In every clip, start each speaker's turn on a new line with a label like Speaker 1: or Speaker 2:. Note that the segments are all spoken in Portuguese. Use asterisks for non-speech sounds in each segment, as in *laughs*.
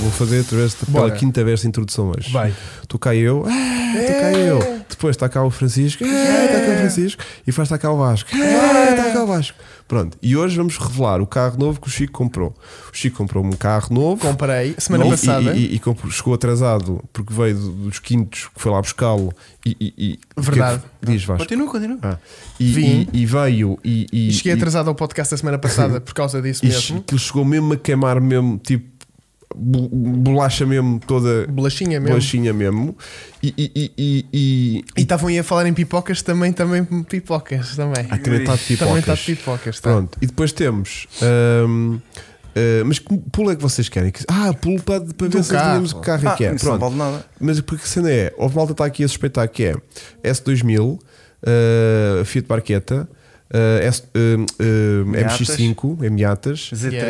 Speaker 1: Vou fazer através pela
Speaker 2: Bora.
Speaker 1: quinta vez de introdução hoje.
Speaker 2: Vai. É.
Speaker 1: Tu cá eu, ah, tu cá eu. Depois está cá o Francisco, ah, está cá o Francisco. E faz está cá o Vasco,
Speaker 2: É.
Speaker 1: ah, está cá o Vasco. Pronto, e hoje vamos revelar o carro novo que o Chico comprou. O Chico comprou um carro novo.
Speaker 2: Comprei semana
Speaker 1: Não, e-
Speaker 2: passada.
Speaker 1: E, e- e comprou- chegou atrasado porque veio do- dos quintos que foi lá buscá-lo. E, e, e-
Speaker 2: Verdade.
Speaker 1: que- Diz Vasco.
Speaker 2: Continua, continua.
Speaker 1: Ah, e,
Speaker 2: Vim.
Speaker 1: e- e veio e, e-
Speaker 2: E cheguei
Speaker 1: e-
Speaker 2: atrasado ao podcast da semana
Speaker 1: *laughs*
Speaker 2: passada por causa disso
Speaker 1: e
Speaker 2: mesmo.
Speaker 1: que chegou mesmo a queimar mesmo, tipo bo- bolacha mesmo toda
Speaker 2: Bolachinha É mesmo.
Speaker 1: bolachinha mesmo. E, e, e, e, e-
Speaker 2: E estavam aí a falar em pipocas também, também pipocas também. tá tipo
Speaker 1: Ah, também está de
Speaker 2: Também está de
Speaker 1: pipocas.
Speaker 2: pipocas, tá.
Speaker 1: Pronto, e depois temos. ahm, ah, mas que pulo é que vocês querem? Que- Ah, pulo para, para
Speaker 2: Do
Speaker 1: ver se
Speaker 2: carro. Ah,
Speaker 1: tínhamos o carro é que é.
Speaker 3: Ah, isso não
Speaker 1: Pronto.
Speaker 3: vale nada.
Speaker 1: Mas porque cena é? Houve malta que está aqui a suspeitar que é S2000, ah, Fiat Barqueta, ah, S, ah, ah,
Speaker 3: Miatas.
Speaker 1: MX5, Miatas,
Speaker 3: Z3.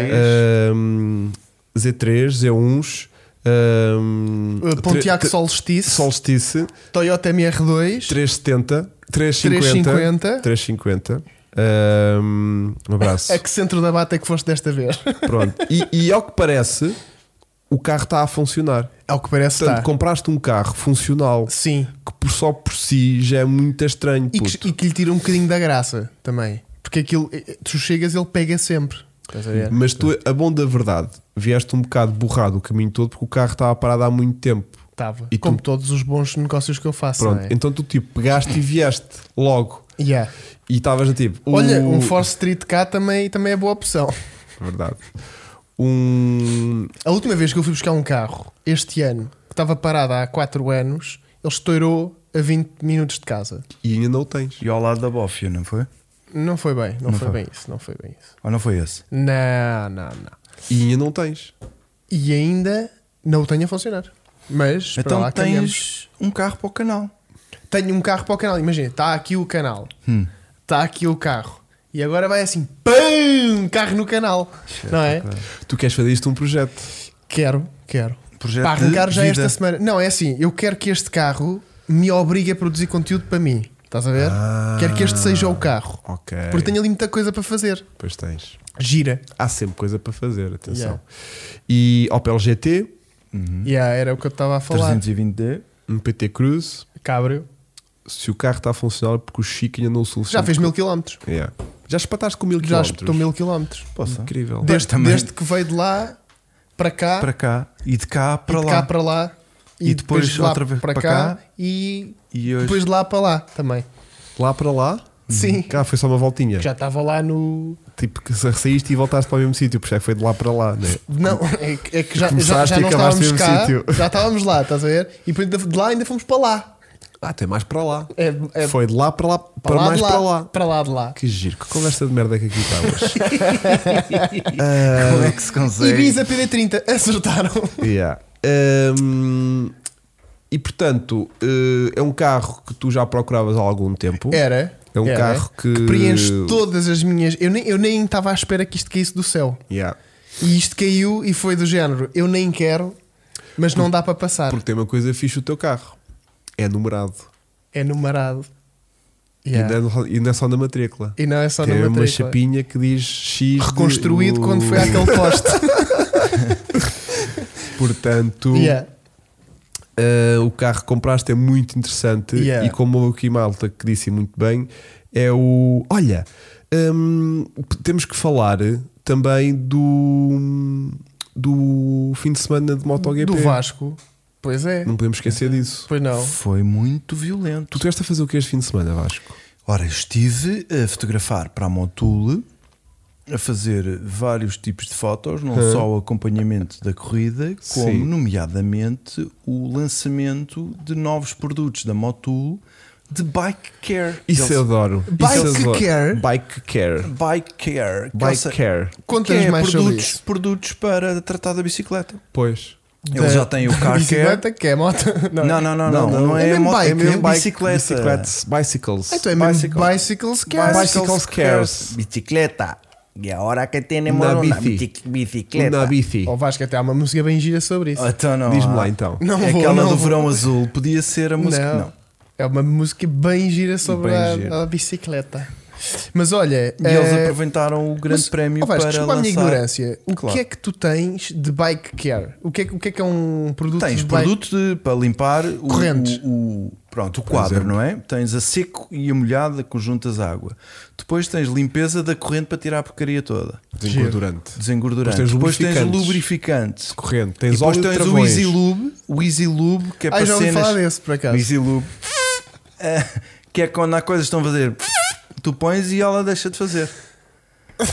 Speaker 1: Ahm, Z3, Z1s, ahm,
Speaker 2: Uh,
Speaker 1: hum,
Speaker 2: Pontiac
Speaker 1: tre-
Speaker 2: Solstice,
Speaker 1: Solstice,
Speaker 2: Toyota MR2,
Speaker 1: 370, 350,
Speaker 2: 350,
Speaker 1: 350. ahm, um abraço.
Speaker 2: a que centro da bata é que foste desta
Speaker 1: *laughs*
Speaker 2: vez?
Speaker 1: Pronto. E, e ao que parece, o carro está a funcionar.
Speaker 2: Ao É que parece
Speaker 1: Portanto,
Speaker 2: está.
Speaker 1: compraste um carro funcional
Speaker 2: Sim.
Speaker 1: que por só por si já é muito estranho.
Speaker 2: E
Speaker 1: puto.
Speaker 2: que, e que lhe tira um bocadinho da graça também. Porque aquilo, eh, tu chegas, ele pega sempre. Estás a ver?
Speaker 1: Mas tu, a bom da verdade, vieste um bocado borrado o caminho todo porque o carro estava parado há muito tempo.
Speaker 2: Estava.
Speaker 1: E tu-
Speaker 2: Como todos os bons negócios que eu faço.
Speaker 1: Pronto.
Speaker 2: não é?
Speaker 1: Então tu tipo pegaste e vieste logo.
Speaker 2: Yeah.
Speaker 1: E estavas no tipo.
Speaker 2: Olha,
Speaker 1: "Uh,
Speaker 2: um Force Street K também, também é boa opção.
Speaker 1: Verdade. Um.
Speaker 2: A última vez que eu fui buscar um carro, este ano, que estava parado há 4 anos, ele estourou a 20 minutos de casa.
Speaker 1: E ainda não o tens.
Speaker 3: E ao lado da Bófia, não foi?
Speaker 2: Não foi bem, não,
Speaker 3: Não
Speaker 2: foi,
Speaker 3: foi.
Speaker 2: bem isso, não foi bem isso.
Speaker 3: Ou não foi esse?
Speaker 2: Não, não, não.
Speaker 1: E ainda não o tens.
Speaker 2: E ainda não o tenho a funcionar. Mas para
Speaker 3: então
Speaker 2: lá
Speaker 3: tens
Speaker 2: caminhamos.
Speaker 3: um carro para o canal.
Speaker 2: tenho um carro para o canal, imagina, está aqui o canal,
Speaker 3: Hum.
Speaker 2: está aqui o carro. E agora vai assim, PAM! Carro no canal. não é?
Speaker 1: Tu queres fazer isto um projeto.
Speaker 2: Quero, quero.
Speaker 3: Um Projeto
Speaker 2: para arrancar
Speaker 3: de
Speaker 2: já
Speaker 3: vida.
Speaker 2: esta semana. Não, é assim, eu quero que este carro me obrigue a produzir conteúdo para mim. Estás a ver?
Speaker 1: Ah.
Speaker 2: quero que este seja o carro.
Speaker 1: Ok.
Speaker 2: Porque tenho ali muita coisa para fazer.
Speaker 1: Pois tens.
Speaker 2: Gira.
Speaker 1: Há sempre coisa para fazer, atenção.
Speaker 2: Yeah.
Speaker 1: E Opel GT,
Speaker 3: Hum.
Speaker 2: Yeah, era o que eu estava a falar.
Speaker 3: 320D.
Speaker 1: um PT Cruz.
Speaker 2: Cabrio.
Speaker 1: Se o carro está a funcionar é porque o Chico ainda não o
Speaker 2: Já
Speaker 1: solucionou.
Speaker 2: fez mil quilómetros.
Speaker 1: Yeah. Já espataste com mil
Speaker 2: Já
Speaker 1: quilómetros.
Speaker 2: espetou mil quilómetros.
Speaker 3: Poça.
Speaker 1: Incrível.
Speaker 3: Desde- também.
Speaker 2: Desde que veio de lá para cá,
Speaker 3: Para cá. E de cá
Speaker 2: e
Speaker 3: para
Speaker 2: de
Speaker 3: lá.
Speaker 2: cá para lá, e,
Speaker 3: E depois
Speaker 2: de lá
Speaker 3: outra vez
Speaker 2: para
Speaker 3: para
Speaker 2: cá,
Speaker 3: cá.
Speaker 2: e
Speaker 3: E hoje.
Speaker 2: depois de lá para lá também.
Speaker 1: Lá para lá,
Speaker 2: Sim.
Speaker 1: cá foi só uma voltinha.
Speaker 2: Que Já estava lá no.
Speaker 1: Tipo que sa- saíste e voltaste para o mesmo sítio, porque já foi de lá para lá, né? *laughs*
Speaker 2: Não, é que, é que já, já,
Speaker 1: Começaste
Speaker 2: já
Speaker 1: e
Speaker 2: não
Speaker 1: acabaste
Speaker 2: estávamos
Speaker 1: no
Speaker 2: cá,
Speaker 1: mesmo sítio.
Speaker 2: *laughs* já estávamos lá, estás a ver? E depois de de lá ainda fomos para lá.
Speaker 1: Ah, tem mais para lá.
Speaker 2: É, é
Speaker 1: Foi de lá para lá, para,
Speaker 2: lá
Speaker 1: mais
Speaker 2: de lá,
Speaker 1: para lá.
Speaker 2: Para lá de lá.
Speaker 1: Que giro, que conversa de merda que aqui Ah, está hoje. *laughs*
Speaker 3: Como é que se consegue?
Speaker 2: Ibiza PD30, *laughs* acertaram.
Speaker 1: Yeah. Um, e portanto, eh, é um carro que tu já procuravas há algum tempo.
Speaker 2: Era.
Speaker 1: É um
Speaker 2: era,
Speaker 1: carro que-
Speaker 2: preenche todas as minhas. Eu nem eu nem estava à espera que isto caísse do céu.
Speaker 1: Yeah.
Speaker 2: E isto caiu e foi do género. Eu nem quero, mas não dá para passar.
Speaker 1: Porque tem uma coisa fixe o teu carro. É numerado.
Speaker 2: É numerado.
Speaker 1: E,
Speaker 2: Yeah.
Speaker 1: não é, só- e não é só na matrícula.
Speaker 2: E não é só
Speaker 1: tem
Speaker 2: na
Speaker 1: uma
Speaker 2: matrícula.
Speaker 1: chapinha que diz X. de-
Speaker 2: Reconstruído quando foi àquele poste.
Speaker 1: *laughs* Portanto,
Speaker 2: Yeah.
Speaker 1: eh, o carro que compraste é muito interessante.
Speaker 2: Yeah.
Speaker 1: E como o aqui malta que disse muito bem, é o. Olha, hum, temos que falar também do. Do fim de semana de MotoGP.
Speaker 2: Do Vasco. Pois é.
Speaker 1: Não podemos esquecer disso.
Speaker 2: Pois não.
Speaker 3: Foi muito
Speaker 1: Tu
Speaker 3: violento.
Speaker 1: estiveste a fazer o que este fim de semana, Vasco?
Speaker 3: Ora, eu estive a fotografar para a Motul, a fazer vários tipos de fotos, não só o acompanhamento da corrida, como,
Speaker 1: Sim.
Speaker 3: nomeadamente, o lançamento de novos produtos da Motul de Bike Care.
Speaker 1: Isso é eu adoro.
Speaker 2: Bike
Speaker 1: Isso eu adoro.
Speaker 2: care.
Speaker 1: Bike care.
Speaker 3: Bike Care. que ou
Speaker 1: Bike
Speaker 3: seja,
Speaker 1: care.
Speaker 3: que
Speaker 2: Contas
Speaker 3: é
Speaker 2: mais sobre
Speaker 3: produtos,
Speaker 2: isso.
Speaker 3: produtos para tratar da bicicleta.
Speaker 1: Pois.
Speaker 3: Ele já tem o Car Care.
Speaker 2: Bicicleta, que é
Speaker 3: *laughs*
Speaker 2: moto.
Speaker 3: Não, não, não, não. Não,
Speaker 2: É
Speaker 3: é,
Speaker 2: mesmo
Speaker 3: mo-
Speaker 2: bike,
Speaker 3: é mesmo
Speaker 1: bike-
Speaker 3: bicicleta.
Speaker 1: Bicicletas. Bicycles.
Speaker 2: Ah, então é mesmo
Speaker 3: Bicycle.
Speaker 2: Bicycles Care.
Speaker 1: Bicycle. Bicycles cares.
Speaker 4: Bicicleta. E agora que temos
Speaker 1: Na
Speaker 4: uma
Speaker 1: bici.
Speaker 4: bici- bicicleta.
Speaker 1: Na bici.
Speaker 2: Ó Vasco, até há uma música bem gira sobre isso.
Speaker 3: Então não.
Speaker 1: Diz-me
Speaker 3: há.
Speaker 1: lá então.
Speaker 2: Oh, Não
Speaker 3: é
Speaker 2: vou,
Speaker 3: aquela
Speaker 2: não
Speaker 3: do
Speaker 2: vou.
Speaker 3: Verão Azul. Podia ser a música. Não.
Speaker 2: É uma música bem gira sobre
Speaker 1: Bem
Speaker 2: a,
Speaker 1: gira.
Speaker 2: a bicicleta. Mas olha.
Speaker 3: E eles
Speaker 2: eh,
Speaker 3: aproveitaram o grande
Speaker 2: mas,
Speaker 3: prémio
Speaker 2: ó Vasco,
Speaker 3: para
Speaker 2: desculpa a minha
Speaker 3: lançar.
Speaker 2: ignorância. O
Speaker 3: Claro.
Speaker 2: que é que tu tens de bike care? O que é, que- o que, é, que é um produto
Speaker 3: Tens
Speaker 2: de bike-
Speaker 3: produto de- para limpar o,
Speaker 2: Correntes.
Speaker 3: o- o- pronto, o quadro,
Speaker 1: exemplo.
Speaker 3: não é? Tens a seco e a molhada que juntas à água. Depois tens limpeza da corrente para tirar a porcaria toda.
Speaker 1: Desengordurante.
Speaker 3: Desengordurante.
Speaker 1: Depois
Speaker 3: Depois
Speaker 1: tens
Speaker 3: tens,
Speaker 1: lubrificantes.
Speaker 3: lubrificante.
Speaker 1: Corrente.
Speaker 3: E
Speaker 1: Tens
Speaker 3: depois
Speaker 1: óleo de
Speaker 3: tens o
Speaker 1: travões.
Speaker 3: Easy Lube, o Easy Lube que é
Speaker 2: Ah,
Speaker 3: para
Speaker 2: já ouvi
Speaker 3: cenas.
Speaker 2: falar desse por
Speaker 3: o
Speaker 2: acaso.
Speaker 3: Easy Lube *laughs* eh, que é quando há coisas que estão a fazer, tu pões e ela deixa de fazer.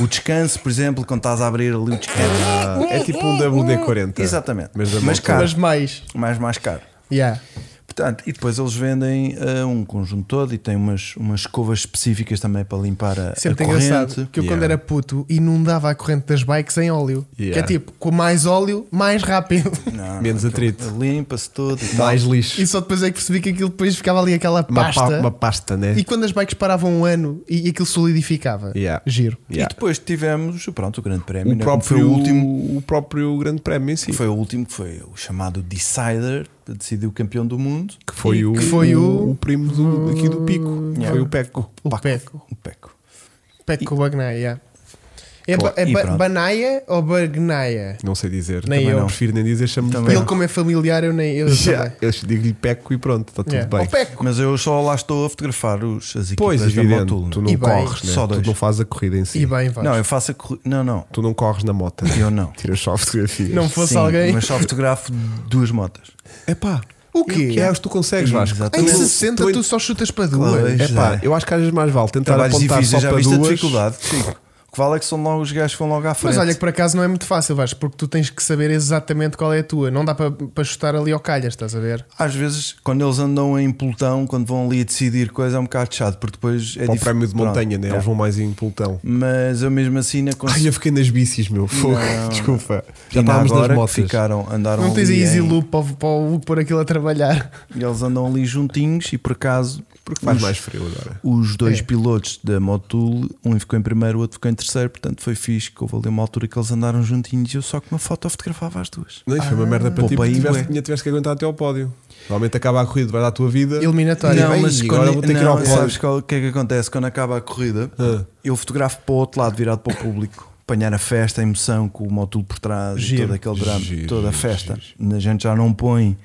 Speaker 3: O descanso, por exemplo, quando estás a abrir ali o descanso.
Speaker 1: Ah, é tipo um WD-40.
Speaker 3: Exatamente.
Speaker 1: Mas, é da
Speaker 3: Mas
Speaker 1: moto.
Speaker 3: caro.
Speaker 2: Mas mais.
Speaker 3: Mais, mais caro.
Speaker 2: Yeah.
Speaker 3: Portanto, e depois eles vendem ah, um conjunto todo e têm umas, umas escovas específicas também para limpar a, a
Speaker 2: Sempre
Speaker 3: corrente.
Speaker 2: engraçado que eu, quando
Speaker 1: Yeah.
Speaker 2: era puto, inundava a corrente das bikes em óleo. Que é
Speaker 1: Yeah.
Speaker 2: tipo, com mais óleo, mais rápido.
Speaker 3: Não,
Speaker 1: Menos
Speaker 3: aquilo
Speaker 1: atrito.
Speaker 3: Limpa-se tudo e tal.
Speaker 1: Mais lixo.
Speaker 2: E só depois é que percebi que aquilo depois ficava ali aquela
Speaker 1: Uma,
Speaker 2: pasta.
Speaker 1: pa- uma pasta, né?
Speaker 2: E quando as bikes paravam um ano e e aquilo solidificava.
Speaker 1: Yeah.
Speaker 2: Giro.
Speaker 1: *laughs* Yeah. É
Speaker 3: E depois tivemos pronto, o Grande Prémio,
Speaker 1: tipo, O
Speaker 3: né, que foi
Speaker 1: próprio,
Speaker 3: o último.
Speaker 1: o próprio Grande Prémio em si.
Speaker 3: que Foi o último que foi o chamado Decider, que decidiu o campeão do mundo.
Speaker 1: que foi, o,
Speaker 2: que foi o-
Speaker 1: o primo do, aqui do Pico.
Speaker 3: Yeah.
Speaker 1: Foi o Peco.
Speaker 2: O Peco.
Speaker 3: O Um Peco.
Speaker 2: Peco com o Bagnaia. yeah. É,
Speaker 3: Claro,
Speaker 2: ba- é
Speaker 3: e
Speaker 2: ba-
Speaker 3: pronto.
Speaker 2: Banaia ou Bagnaia?
Speaker 1: Não sei dizer.
Speaker 2: Nem
Speaker 1: Também
Speaker 2: eu.
Speaker 1: não prefiro nem dizer. Chamo-me
Speaker 3: Também
Speaker 2: Ele,
Speaker 1: Peco.
Speaker 2: como é familiar, eu nem.
Speaker 1: *laughs*
Speaker 2: Eu
Speaker 1: Já,
Speaker 2: também.
Speaker 1: Eu digo-lhe Peco e pronto, está tudo
Speaker 2: Yeah.
Speaker 1: bem.
Speaker 2: Ou Peco.
Speaker 3: Mas eu só lá estou a fotografar os, as equipas
Speaker 1: Pois,
Speaker 3: da
Speaker 1: evidente.
Speaker 3: Motul.
Speaker 1: Tu não
Speaker 2: E bem,
Speaker 1: corres, né?
Speaker 3: só
Speaker 1: tu
Speaker 3: dois.
Speaker 1: não fazes a corrida em si.
Speaker 2: E bem, vai.
Speaker 3: Não, é eu faço a corri- Não, não.
Speaker 1: Tu não corres na moto.
Speaker 2: *laughs*
Speaker 1: né? *laughs*
Speaker 3: Eu não.
Speaker 1: Tiras só fotografias.
Speaker 2: Não fosse
Speaker 3: Sim,
Speaker 2: alguém.
Speaker 3: Mas só fotografo duas motas.
Speaker 1: É pá.
Speaker 2: O quê?
Speaker 1: É, acho que tu consegues, Vasco.
Speaker 3: Exato.
Speaker 1: Tu
Speaker 2: Em
Speaker 1: não-
Speaker 2: 60 tu, só chutas para duas.
Speaker 3: Claro.
Speaker 1: É pá,
Speaker 3: Já.
Speaker 1: eu acho que às vezes mais vale tentar
Speaker 3: Trabalhos
Speaker 1: apontar só
Speaker 3: difíceis, já
Speaker 1: para
Speaker 3: viste a
Speaker 1: duas.
Speaker 3: dificuldade. Chico. O que vale é que são logo os gajos que vão logo à frente.
Speaker 2: Mas olha que por acaso não é muito fácil, vais, porque tu tens que saber exatamente qual é a tua. Não dá para para chutar ali ao calhas, estás a ver?
Speaker 3: Às vezes, quando eles andam em pelotão, quando vão ali a decidir coisa, é um bocado chato, porque depois é
Speaker 1: Para o
Speaker 3: difícil.
Speaker 1: prémio de
Speaker 3: Pronto,
Speaker 1: montanha, né?
Speaker 3: é.
Speaker 1: Eles vão mais em
Speaker 3: *laughs*
Speaker 1: pelotão.
Speaker 3: Mas eu mesmo assim não consigo.
Speaker 1: Ai, eu fiquei nas bicis, meu. Fogo. *laughs* Desculpa. Já
Speaker 3: E ainda
Speaker 1: estávamos
Speaker 3: agora
Speaker 1: nas
Speaker 3: que
Speaker 1: motas.
Speaker 3: Ficaram, andaram
Speaker 2: Não tens a
Speaker 3: ali
Speaker 2: Easy
Speaker 3: em-
Speaker 2: Loop para, o- para o Hugo pôr aquilo a
Speaker 3: *laughs*
Speaker 2: trabalhar.
Speaker 3: e Eles andam ali juntinhos e por acaso.
Speaker 1: Porque faz
Speaker 3: os,
Speaker 1: mais frio agora.
Speaker 3: Os dois
Speaker 2: É.
Speaker 3: pilotos da Motul, um ficou em primeiro, o outro ficou em terceiro, portanto foi fixe. Que houve ali uma altura que eles andaram juntinhos e eu só com uma foto fotografava as duas.
Speaker 1: Não, isso foi uma merda para ti
Speaker 3: Ah. poupa
Speaker 1: porque
Speaker 3: aí,
Speaker 1: tiveste,
Speaker 3: ué.
Speaker 1: tinha- tiveste que aguentar até ao pódio. Normalmente acaba a corrida, vais à tua vida.
Speaker 2: Eliminatória.
Speaker 1: Não,
Speaker 2: Ei,
Speaker 1: mas agora
Speaker 3: quando- é-
Speaker 1: vou ter que ir
Speaker 3: não,
Speaker 1: ao pódio.
Speaker 3: Sabes qual- o que é que acontece? Quando acaba a corrida,
Speaker 1: Ah.
Speaker 3: eu fotografo para o outro lado, virado para o público. Apanhar a festa, a emoção com o Motul por trás, e
Speaker 2: Giro.
Speaker 3: todo aquele drama,
Speaker 1: Giro,
Speaker 3: toda a
Speaker 1: giro,
Speaker 3: festa. A gente já não põe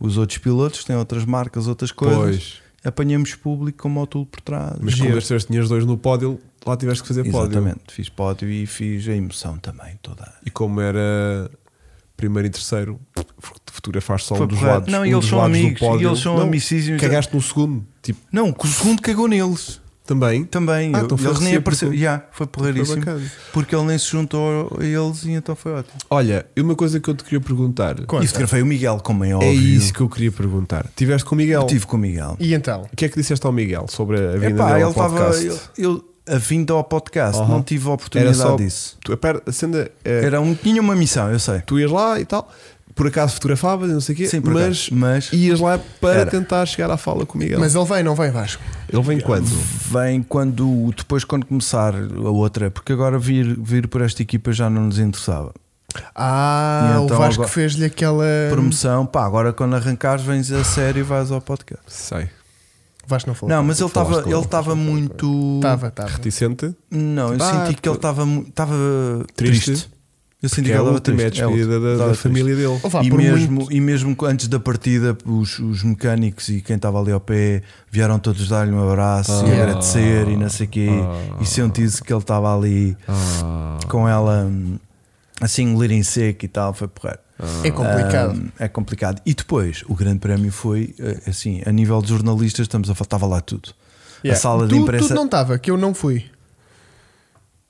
Speaker 3: os outros pilotos, tem outras marcas, outras coisas.
Speaker 1: Pois.
Speaker 3: Apanhamos público com o Motul por trás.
Speaker 1: Mas
Speaker 3: Giro.
Speaker 1: como as três tinhas dois no pódio, lá tiveste que fazer pódio.
Speaker 3: Exatamente, fiz pódio e fiz a emoção também toda.
Speaker 1: E como era primeiro e terceiro, fotografaste só
Speaker 3: Foi
Speaker 1: um dos
Speaker 3: porrado.
Speaker 1: lados.
Speaker 3: Não,
Speaker 1: um
Speaker 3: e eles
Speaker 1: dos
Speaker 3: são
Speaker 1: lados do
Speaker 3: amigos, e
Speaker 1: pódio.
Speaker 3: eles são
Speaker 1: Não,
Speaker 3: amicíssimos.
Speaker 1: Cagaste no segundo, tipo,
Speaker 3: Não, que o segundo cagou neles.
Speaker 1: também.
Speaker 3: Também,
Speaker 1: Ah,
Speaker 3: eu-
Speaker 1: então foi
Speaker 3: eles nem
Speaker 1: recíproco.
Speaker 3: apareceram. Já, foi porreiríssimo.
Speaker 1: bacana.
Speaker 3: Porque ele nem se juntou a eles e então foi ótimo.
Speaker 1: Olha, e uma coisa que eu te queria perguntar.
Speaker 2: Conta.
Speaker 3: E fotografei o Miguel, como é óbvio.
Speaker 1: É isso que eu queria perguntar. Tiveste com o Miguel.
Speaker 3: Estive com o Miguel.
Speaker 2: E então?
Speaker 1: O que é que disseste ao Miguel sobre a vinda
Speaker 3: Epá,
Speaker 1: dele
Speaker 3: ele
Speaker 1: ao
Speaker 3: estava.
Speaker 1: podcast?
Speaker 3: eu- Eu, a vinda ao podcast,
Speaker 1: Aham.
Speaker 3: não tive a
Speaker 1: Era
Speaker 3: oportunidade
Speaker 1: só
Speaker 3: disso.
Speaker 1: Tu, pera, acenda, eh,
Speaker 3: Era um, tinha uma missão, eu sei.
Speaker 1: tu ias lá e tal, por acaso fotografavas e não sei o quê,
Speaker 3: Sim, por
Speaker 1: mas,
Speaker 3: acaso, mas-
Speaker 1: ias lá para
Speaker 3: Era.
Speaker 1: tentar chegar à fala com o Miguel.
Speaker 2: Mas ele vem, não vem, Vasco?
Speaker 1: ele vem quando?
Speaker 3: Vem quando. Depois, quando começar a outra, porque agora vir, vir por esta equipa já não nos interessava.
Speaker 2: Ah,
Speaker 3: E então
Speaker 2: o Vasco
Speaker 3: agora-
Speaker 2: fez-lhe aquela.
Speaker 1: É.
Speaker 3: Promoção, pá, agora quando arrancares, vens a sério e vais ao podcast.
Speaker 1: Sei.
Speaker 2: O Vasco não falou.
Speaker 3: Não, mas ele
Speaker 1: falaste
Speaker 3: estava
Speaker 1: com ele,
Speaker 3: ele estava muito.
Speaker 2: Estava, estava.
Speaker 1: Reticente?
Speaker 3: Não, eu
Speaker 1: Ah,
Speaker 3: senti que
Speaker 1: porque-
Speaker 3: ele estava mu- estava
Speaker 1: Triste.
Speaker 3: triste. Eu senti
Speaker 1: Que
Speaker 3: que
Speaker 1: é a
Speaker 3: ele estava
Speaker 1: última é a
Speaker 3: triste. É
Speaker 1: despedida
Speaker 3: última.
Speaker 1: da- da,
Speaker 3: Estava triste.
Speaker 1: família dele.
Speaker 2: Ou vá,
Speaker 3: e,
Speaker 2: por
Speaker 3: mesmo,
Speaker 2: muito-
Speaker 3: e mesmo que antes da partida, os, os mecânicos e quem estava ali ao pé vieram todos dar-lhe um abraço e
Speaker 2: Ah.
Speaker 3: agradecer e não sei o quê. E senti-se que ele estava ali
Speaker 1: Ah.
Speaker 3: com ela hum, assim, engolir em seco e tal. Foi porra.
Speaker 2: É complicado.
Speaker 3: é complicado. E depois, o grande prémio foi eh, assim: a nível de jornalistas, estamos a falar, estava lá tudo.
Speaker 2: Yeah.
Speaker 3: A sala
Speaker 2: tu,
Speaker 3: de imprensa.
Speaker 2: Tu não estava, que eu não fui.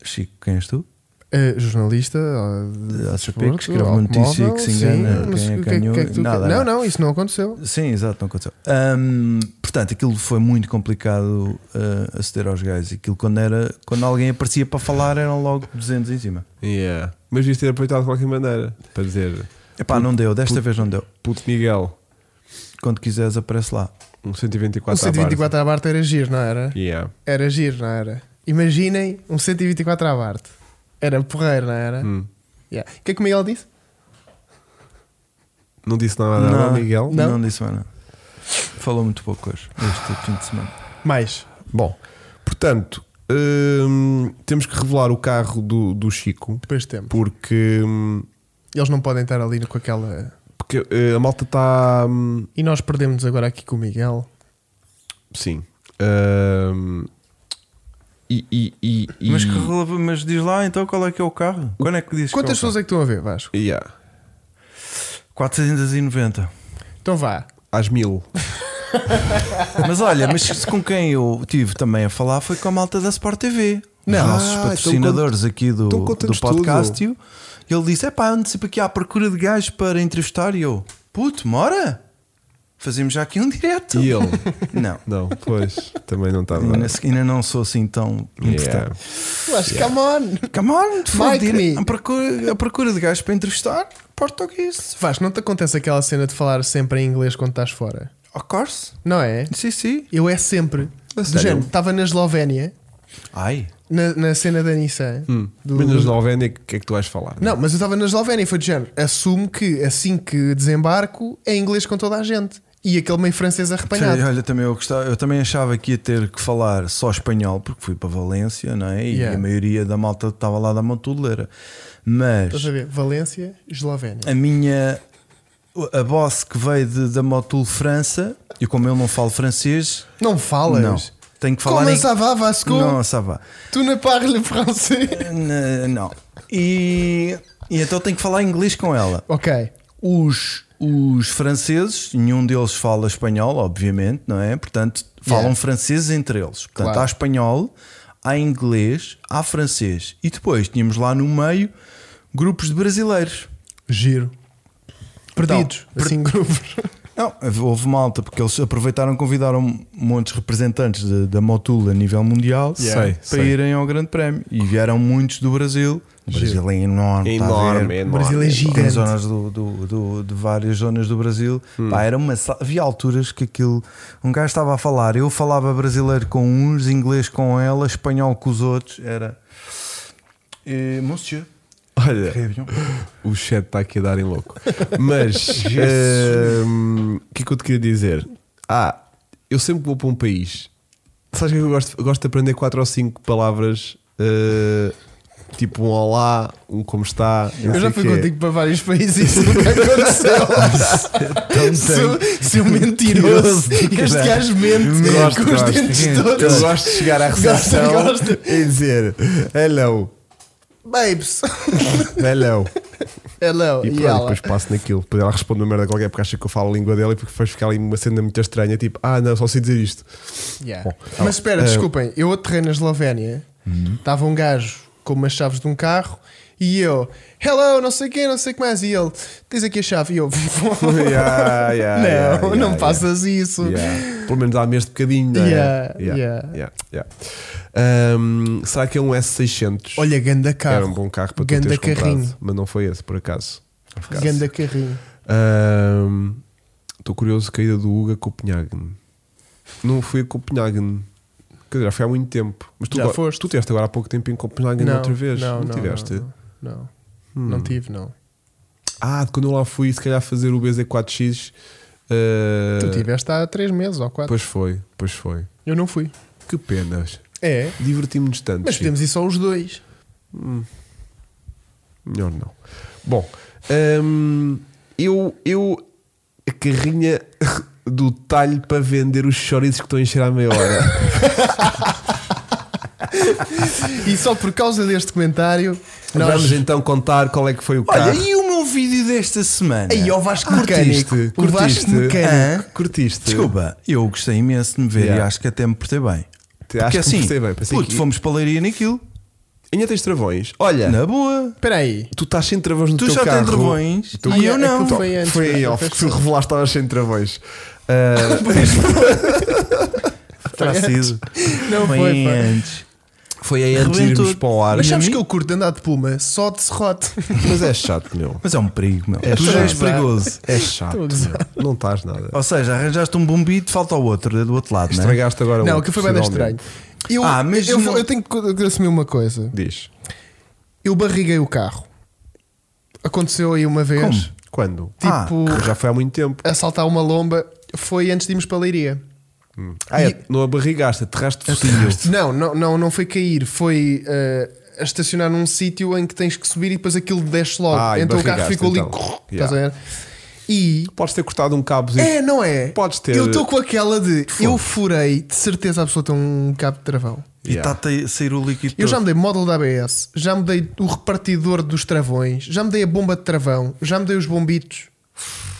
Speaker 3: Chico, quem és tu?
Speaker 2: Eh, jornalista, ou de
Speaker 3: Ah, saber
Speaker 2: desporto,
Speaker 3: que escreve uma
Speaker 2: automóvel,
Speaker 3: notícia e que se
Speaker 2: sim,
Speaker 3: engana,
Speaker 2: mas
Speaker 3: quem é
Speaker 2: o que é-
Speaker 3: canhão,
Speaker 2: que é que tu- Não,
Speaker 3: nada, nada.
Speaker 2: não, isso não aconteceu.
Speaker 3: Sim, exato, não aconteceu. Hum, portanto, aquilo foi muito complicado uh, aceder aos gajos. Aquilo quando, era, quando alguém aparecia para falar eram logo 200 em cima.
Speaker 1: Yeah. Mas devias ter aproveitado de qualquer maneira para dizer
Speaker 3: Epá, não deu, desta vez não deu.
Speaker 1: puto Miguel,
Speaker 3: Quando quiseres, aparece lá.
Speaker 1: um
Speaker 2: O
Speaker 1: 124 à Barça.
Speaker 2: 124 à Barte era giro, não era?
Speaker 1: Yeah.
Speaker 2: Era giro, não era? Imaginem um 124 à Barte. Era porreiro, não era?
Speaker 1: Hum.
Speaker 2: Yeah. O que é que o Miguel disse?
Speaker 1: Não disse nada não. ao Miguel.
Speaker 3: Não,
Speaker 2: Não?
Speaker 3: disse mais nada. Falou muito pouco hoje, este fim de semana.
Speaker 2: Mais.
Speaker 1: Bom, portanto, hum, temos que revelar o carro do, do Chico
Speaker 2: Depois temos.
Speaker 1: porque, hum,
Speaker 2: Eles não podem estar ali com aquela.
Speaker 1: porque eh, a malta está. hum,
Speaker 2: E nós perdemos agora aqui com o Miguel.
Speaker 1: Sim. Hum, e, e, e, e-
Speaker 3: Mas, que releva- mas diz lá então qual é que é o carro? Quando é que dizes
Speaker 2: Quantas
Speaker 3: que é o
Speaker 2: pessoas é que estão a ver, Vasco?
Speaker 1: yeah,
Speaker 3: carro? 490.
Speaker 2: Então vá.
Speaker 1: às mil.
Speaker 3: Mas olha, mas se com quem eu tive também a falar foi com a malta da Sport TV.
Speaker 1: Não.
Speaker 3: Os nossos
Speaker 1: Ah, então
Speaker 3: patrocinadores aqui do,
Speaker 1: então conta-nos
Speaker 3: do podcast. E ele disse: é pá, ando sempre aqui à procura de gajos para entrevistar. E eu, puto, mora? Fazemos já aqui um direto.
Speaker 1: E ele?
Speaker 3: Não,
Speaker 1: Não, pois, também não estava.
Speaker 3: ainda, ainda não sou assim tão
Speaker 1: Yeah.
Speaker 3: importante.
Speaker 2: Mas come on!
Speaker 3: Come on,
Speaker 2: Mike me.
Speaker 3: a procura, à procura de gajos para entrevistar. Português.
Speaker 2: Vasco, não te acontece aquela cena de falar sempre em inglês quando estás fora?
Speaker 3: Of course.
Speaker 2: Não é?
Speaker 3: Sim, sim.
Speaker 2: Eu é sempre. Do
Speaker 1: sério?
Speaker 2: género, estava na Eslovénia,
Speaker 3: Ai.
Speaker 2: na, na cena da Nissan.
Speaker 3: Hum.
Speaker 2: do-
Speaker 1: Menos na Alvénia, o que é que tu vais falar?
Speaker 2: Não, mas eu estava na Eslovénia e foi de género. Assumo que assim que desembarco é inglês com toda a gente. E aquele meio francês
Speaker 3: Sim, é.
Speaker 2: arrepanhado.
Speaker 3: olha, também eu, gostava, eu também achava que ia ter que falar só espanhol, porque fui para Valência, não é? E
Speaker 2: Yeah.
Speaker 3: a maioria da malta estava lá da Montuleira. Mas
Speaker 2: Estás a ver? Valência, Eslovénia.
Speaker 3: a minha. A boss que veio de- da Motul França, e como eu não falo francês,
Speaker 2: Não falas?
Speaker 3: não. Tenho que falar
Speaker 2: Como
Speaker 3: em.
Speaker 2: ça va, Vasco?
Speaker 3: Não, ça va.
Speaker 2: Tu não parles francês?
Speaker 3: N- Não. E, e então tenho que falar inglês com ela.
Speaker 2: ok.
Speaker 3: Os, os franceses, nenhum deles fala espanhol, obviamente, não é? Portanto, falam
Speaker 2: Yeah.
Speaker 3: franceses entre eles. Portanto,
Speaker 2: Claro.
Speaker 3: há espanhol, há inglês, há francês. E depois tínhamos lá no meio grupos de brasileiros.
Speaker 2: Giro. Perdidos.
Speaker 1: Então.
Speaker 3: per-
Speaker 2: assim, grupos.
Speaker 3: Não, houve malta, porque eles aproveitaram, convidaram montes de representantes de- da Motul a nível mundial
Speaker 1: Yeah. Sei,
Speaker 3: para
Speaker 1: sei.
Speaker 3: irem ao Grande Prémio. E vieram muitos do Brasil. O Brasil é enorme,
Speaker 1: É
Speaker 3: está a
Speaker 1: enorme, é
Speaker 3: ver?
Speaker 1: enorme.
Speaker 2: Brasil é gigante.
Speaker 3: Tem zonas do, do- do- de várias zonas do Brasil.
Speaker 1: Hum.
Speaker 3: Pá, era uma, sa- havia alturas que aquilo. Um gajo estava a falar, eu falava brasileiro com uns, inglês com ela, espanhol com os outros. Era. Eh, monsieur.
Speaker 1: Olha,
Speaker 3: Réveillon.
Speaker 1: o chat está aqui a dar em louco.
Speaker 2: *laughs*
Speaker 1: Mas hum, o que é que eu te queria dizer? Ah, eu sempre vou para um país. Sabes o que é que eu gosto? Eu gosto de aprender quatro ou cinco palavras, eh, tipo um olá, um como está. não
Speaker 2: Eu
Speaker 1: sei
Speaker 2: já
Speaker 1: o
Speaker 2: fui
Speaker 1: quê.
Speaker 2: contigo para vários países e isso nunca
Speaker 1: *laughs* Então
Speaker 2: aconteceu. sou, sou mentiroso. Este
Speaker 3: caralho.
Speaker 2: gajo mente
Speaker 1: Gosto,
Speaker 2: com os
Speaker 1: gosto. então.
Speaker 2: dentes
Speaker 3: Gente,
Speaker 2: todos.
Speaker 1: Eu gosto de chegar à
Speaker 2: *laughs* Gosta,
Speaker 1: recepção
Speaker 2: gosta.
Speaker 1: e dizer hello,
Speaker 2: Babes.
Speaker 1: hello.
Speaker 2: Hello.
Speaker 1: E
Speaker 2: E,
Speaker 1: pronto,
Speaker 2: ela.
Speaker 1: depois passo naquilo. Depois ela responde uma merda qualquer porque acha que eu falo a língua dela e porque faz ficar ali uma cena muito estranha, tipo, ah, não, só sei dizer isto.
Speaker 2: Yeah.
Speaker 1: Bom, tá
Speaker 2: Mas espera,
Speaker 1: Eh, Uhum.
Speaker 2: desculpem. Eu aterrei na Eslovénia. Estava um gajo com umas chaves de um carro e eu, hello, não sei quem, não sei o que mais. E ele, tens aqui a chave. E eu,
Speaker 1: *laughs* Yeah, yeah,
Speaker 2: não,
Speaker 1: yeah,
Speaker 2: não
Speaker 1: yeah,
Speaker 2: passas isso.
Speaker 1: Yeah. Pelo menos há mês de bocadinho, não é?
Speaker 2: Yeah, yeah.
Speaker 1: yeah. Ahm, será que é um S600?
Speaker 2: Olha, ganda carro.
Speaker 1: Era um bom carro para tu
Speaker 2: Ganda
Speaker 1: teres
Speaker 2: carrinho.
Speaker 1: comprado, mas não foi esse, por acaso. Por acaso.
Speaker 2: Ganda carrinho.
Speaker 1: Ahm, Estou curioso, caída do Hugo a Copenhagen. Não fui a Copenhagen. Quer dizer, já foi há muito tempo. Mas tu,
Speaker 2: Já
Speaker 1: agora-
Speaker 2: foste.
Speaker 1: tu estiveste agora há pouco tempo em Copenhagen outra vez. Não, tiveste? Hum.
Speaker 2: Não, não. Não tive, não.
Speaker 1: Ah, de quando eu lá fui, se calhar fazer o BZ4X. ah,
Speaker 2: Tu tiveste há 3 meses ou 4.
Speaker 1: Pois foi, pois foi.
Speaker 2: Eu não fui.
Speaker 1: Que penas.
Speaker 2: É.
Speaker 1: Divertimos-nos tanto.
Speaker 2: Mas
Speaker 1: Chico.
Speaker 2: podemos ir só os dois.
Speaker 1: Melhor não. Bom, hum, eu, eu. A carrinha *laughs* do talho para vender os chorizos que estão a encher à meia
Speaker 3: *laughs*
Speaker 1: hora.
Speaker 2: E só por causa deste comentário, nós.
Speaker 1: Vamos então contar qual é que foi o
Speaker 3: Olha,
Speaker 1: carro.
Speaker 3: e o meu vídeo desta semana?
Speaker 2: Aí, ó Vasco Mecânico. O Vasco
Speaker 1: Curtiste?
Speaker 2: Mecânico.
Speaker 1: Hã? Curtiste?
Speaker 3: Desculpa, eu gostei imenso de me ver
Speaker 1: Yeah.
Speaker 3: e acho que até me portei bem.
Speaker 1: Te- acho que me
Speaker 3: assim,
Speaker 1: portei bem, pensei
Speaker 3: puto,
Speaker 1: que-
Speaker 3: fomos para a Leiria naquilo.
Speaker 1: Ainda tens travões? Olha,
Speaker 3: Na boa.
Speaker 2: Espera aí.
Speaker 1: tu estás sem travões no
Speaker 3: Tu
Speaker 1: teu
Speaker 3: já
Speaker 1: carro.
Speaker 3: tens travões
Speaker 1: O teu-
Speaker 3: e eu
Speaker 2: Ah,
Speaker 3: não. é?
Speaker 2: aquilo foi antes.
Speaker 1: Foi aí,
Speaker 2: pá.
Speaker 1: ó, que tu revelaste que estavas sem
Speaker 3: *laughs*
Speaker 1: travões. Ah, *laughs*
Speaker 3: Terá sido.
Speaker 2: Não foi, pá.
Speaker 3: antes.
Speaker 1: foi aí antes de
Speaker 3: Rebentou.
Speaker 1: irmos para o ar.
Speaker 2: Mas
Speaker 3: Olha a
Speaker 2: sabes
Speaker 3: mim.
Speaker 2: que eu curto andar de puma só de
Speaker 1: *laughs*
Speaker 2: serrote.
Speaker 1: Mas é chato, meu.
Speaker 3: Mas é um perigo, meu.
Speaker 1: É
Speaker 3: tu já és
Speaker 1: chato.
Speaker 3: perigoso.
Speaker 1: É chato.
Speaker 2: Estou a gozar.
Speaker 1: meu. Não estás nada.
Speaker 3: Ou seja, arranjaste um bombito, falta o outro, do outro lado, não é?
Speaker 1: Estragaste agora um
Speaker 2: Não,
Speaker 1: o
Speaker 2: o que foi bem estranho.
Speaker 1: possivelmente.
Speaker 2: Eu,
Speaker 3: Ah, mas
Speaker 2: eu,
Speaker 3: não-
Speaker 2: eu tenho que assumir uma coisa.
Speaker 1: Diz.
Speaker 2: Eu barriguei o carro. Aconteceu aí uma vez.
Speaker 3: Como?
Speaker 1: Quando?
Speaker 2: Tipo,
Speaker 1: Ah, já foi há muito tempo.
Speaker 2: assaltar uma lomba foi antes de irmos para a Leiria.
Speaker 1: Ah, é, não abarrigaste, aterraste o focinho.
Speaker 2: Não, não, não, não foi cair, foi eh, a estacionar num sítio em que tens que subir e depois aquilo desce logo.
Speaker 1: Ah, e
Speaker 2: então o carro
Speaker 1: barrigaste,
Speaker 2: ficou ali.
Speaker 1: então.
Speaker 2: crrr,
Speaker 1: Yeah.
Speaker 2: Estás a ver? E.
Speaker 1: Podes ter cortado um cabo.
Speaker 2: É, não é?
Speaker 1: Podes ter-
Speaker 2: Eu estou com aquela de. Eu furei, de certeza absoluta, um cabo de travão.
Speaker 3: E está a sair o líquido.
Speaker 2: Eu já
Speaker 3: todo.
Speaker 2: mudei módulo da ABS, já mudei o repartidor dos travões, já mudei a bomba de travão, já mudei os bombitos.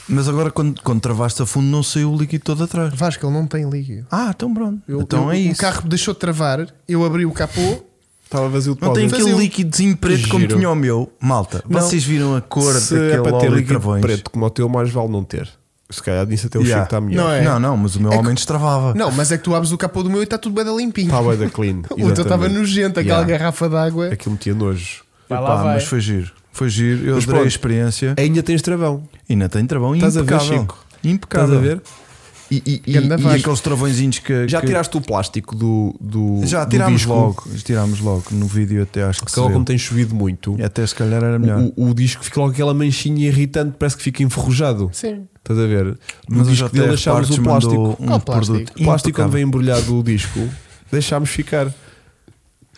Speaker 3: Mas agora, quando, quando travaste a fundo, não saiu o líquido todo atrás.
Speaker 2: Vasco, ele não tem líquido.
Speaker 3: Ah, então pronto.
Speaker 2: Eu-
Speaker 3: então
Speaker 2: eu-
Speaker 3: é
Speaker 2: O
Speaker 1: um
Speaker 3: isso.
Speaker 2: carro deixou de travar, eu abri
Speaker 1: *laughs*
Speaker 2: o capô.
Speaker 1: Estava vazio de
Speaker 3: Não tem
Speaker 1: pódio.
Speaker 3: aquele
Speaker 2: Vazio.
Speaker 3: líquidozinho preto como
Speaker 1: Giro.
Speaker 3: tinha o meu. Malta,
Speaker 2: Não.
Speaker 3: vocês viram a cor
Speaker 1: Se
Speaker 3: daquele
Speaker 1: é para ter
Speaker 3: óleo de
Speaker 1: líquido
Speaker 3: travões?
Speaker 1: preto como o teu, mais vale não ter. Se calhar nisso até o
Speaker 3: Yeah.
Speaker 1: Chico está melhor.
Speaker 2: Não é?
Speaker 3: Não, não, mas o meu
Speaker 2: É
Speaker 3: homem
Speaker 2: que-
Speaker 3: destravava.
Speaker 2: Não, mas é que tu abres o capô do meu e está tudo bem limpinho.
Speaker 1: Estava da clean.
Speaker 2: *laughs* o teu estava
Speaker 1: exatamente.
Speaker 2: nojento, aquela
Speaker 1: Yeah.
Speaker 2: garrafa d'água.
Speaker 1: Aquilo metia nojo.
Speaker 2: Vai lá,
Speaker 3: Pá,
Speaker 2: vai.
Speaker 3: mas foi giro. Foi giro. Eu
Speaker 1: Mas
Speaker 3: adorei a
Speaker 1: pronto.
Speaker 3: experiência.
Speaker 1: Ainda tens travão.
Speaker 3: E ainda tem travão
Speaker 1: Estás a ver,
Speaker 3: impecável.
Speaker 1: Chico?
Speaker 3: Impecável.
Speaker 1: Estás a ver? E, e- e-
Speaker 2: Ganda
Speaker 1: e-
Speaker 2: vaca.
Speaker 3: E aqueles travõezinhos que.
Speaker 1: já
Speaker 3: que-
Speaker 1: tiraste o plástico do. do
Speaker 3: Já
Speaker 1: do
Speaker 3: tirámos
Speaker 1: disco?
Speaker 3: logo. Tirámos logo. No vídeo até acho que
Speaker 1: Porque
Speaker 3: se
Speaker 1: logo
Speaker 3: vê.
Speaker 1: como tem chovido muito,
Speaker 3: Até se calhar era melhor.
Speaker 1: o, o disco fica logo aquela manchinha irritante, parece que fica enferrujado.
Speaker 2: Sim.
Speaker 1: Estás a ver? No
Speaker 3: mas eu já
Speaker 1: disco dele
Speaker 3: tive
Speaker 1: deixámos
Speaker 3: partes,
Speaker 1: o
Speaker 3: mandou
Speaker 1: plástico.
Speaker 3: Um
Speaker 2: Qual Oh, plástico?
Speaker 3: produto
Speaker 1: O plástico quando
Speaker 3: impecável.
Speaker 1: vem embrulhado o disco, deixámos ficar.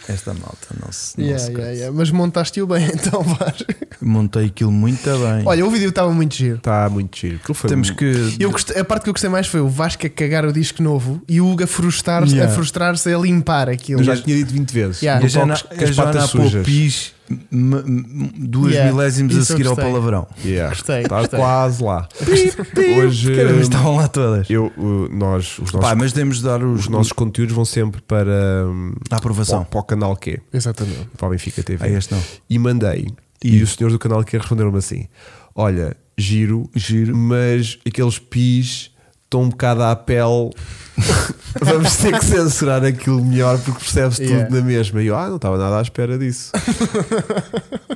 Speaker 3: Esta malta, não se, não
Speaker 2: Yeah,
Speaker 3: se
Speaker 2: yeah,
Speaker 3: conhece.
Speaker 2: yeah. Mas montaste-o bem, *laughs* então Vasco.
Speaker 3: Montei aquilo muito bem.
Speaker 2: Olha, o vídeo estava muito giro.
Speaker 1: Está Tá muito giro. Aquilo foi
Speaker 3: Temos
Speaker 1: um-
Speaker 3: que.
Speaker 2: Eu gostei- a parte que eu gostei mais foi o Vasco a cagar o disco novo e o Hugo a frustrar-se
Speaker 3: Yeah.
Speaker 2: a, frustrar-se a limpar aquilo.
Speaker 1: Eu já tinha dito 20 vezes.
Speaker 2: Yeah.
Speaker 1: Não
Speaker 3: A Jana,
Speaker 1: toques com
Speaker 3: a
Speaker 1: as
Speaker 3: Jana
Speaker 1: patas sujas.
Speaker 3: Popis, m- m- duas
Speaker 2: Yeah,
Speaker 3: milésimos a
Speaker 2: isso eu
Speaker 3: seguir ao
Speaker 2: gostei.
Speaker 3: palavrão.
Speaker 1: Yeah.
Speaker 2: Gostei,
Speaker 1: Está
Speaker 2: gostei.
Speaker 1: quase
Speaker 3: *laughs*
Speaker 1: lá. Hoje
Speaker 3: Caramba, estavam lá todas.
Speaker 1: eu, uh, Hum. nós, os nossos,
Speaker 3: Pá, mas devemos dar os,
Speaker 1: os nossos conteúdos vão sempre para, hum,
Speaker 3: a aprovação.
Speaker 1: para, para o canal Q,
Speaker 2: Exatamente.
Speaker 1: para o Benfica TV.
Speaker 3: Ah, este não.
Speaker 1: E mandei. E,
Speaker 2: Hum.
Speaker 1: os senhores do canal Q responderam-me assim: Olha, giro,
Speaker 3: Giro.
Speaker 1: mas aqueles pis estão um bocado à pele. *laughs* Vamos ter que censurar aquilo melhor porque percebe-se
Speaker 2: Yeah.
Speaker 1: tudo na mesma. E eu, ah, não estava nada à espera
Speaker 2: *laughs*
Speaker 1: disso.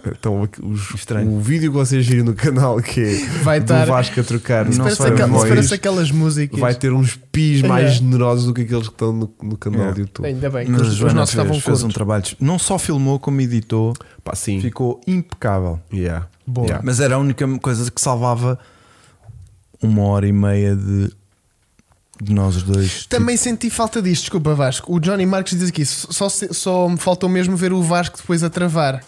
Speaker 1: então, os-
Speaker 3: Estranho.
Speaker 1: o vídeo que vocês viram no canal que é
Speaker 2: Vai
Speaker 1: do
Speaker 2: estar-
Speaker 1: Vasco a trocar
Speaker 3: Não
Speaker 2: Parece,
Speaker 3: sei,
Speaker 2: aquel-
Speaker 3: mas-
Speaker 2: parece aquelas músicas.
Speaker 1: vai ter uns pis mais
Speaker 2: Yeah.
Speaker 1: generosos do que aqueles que estão no, no canal
Speaker 3: Yeah.
Speaker 1: do YouTube.
Speaker 2: Ainda bem, que
Speaker 3: Mas a
Speaker 2: os, os
Speaker 3: Joana
Speaker 2: nossos
Speaker 3: fez,
Speaker 2: estavam
Speaker 3: fez um
Speaker 2: curtos.
Speaker 3: trabalho. Não só filmou, como editou,
Speaker 1: Pá, sim.
Speaker 3: ficou impecável.
Speaker 1: Yeah.
Speaker 2: Boa.
Speaker 1: Yeah.
Speaker 3: Mas era a única coisa que salvava uma hora e meia de, de nós os dois.
Speaker 2: Também senti falta disto, desculpa Vasco. O Johnny Marques diz aqui: só, se- só me faltou mesmo ver o Vasco depois a travar.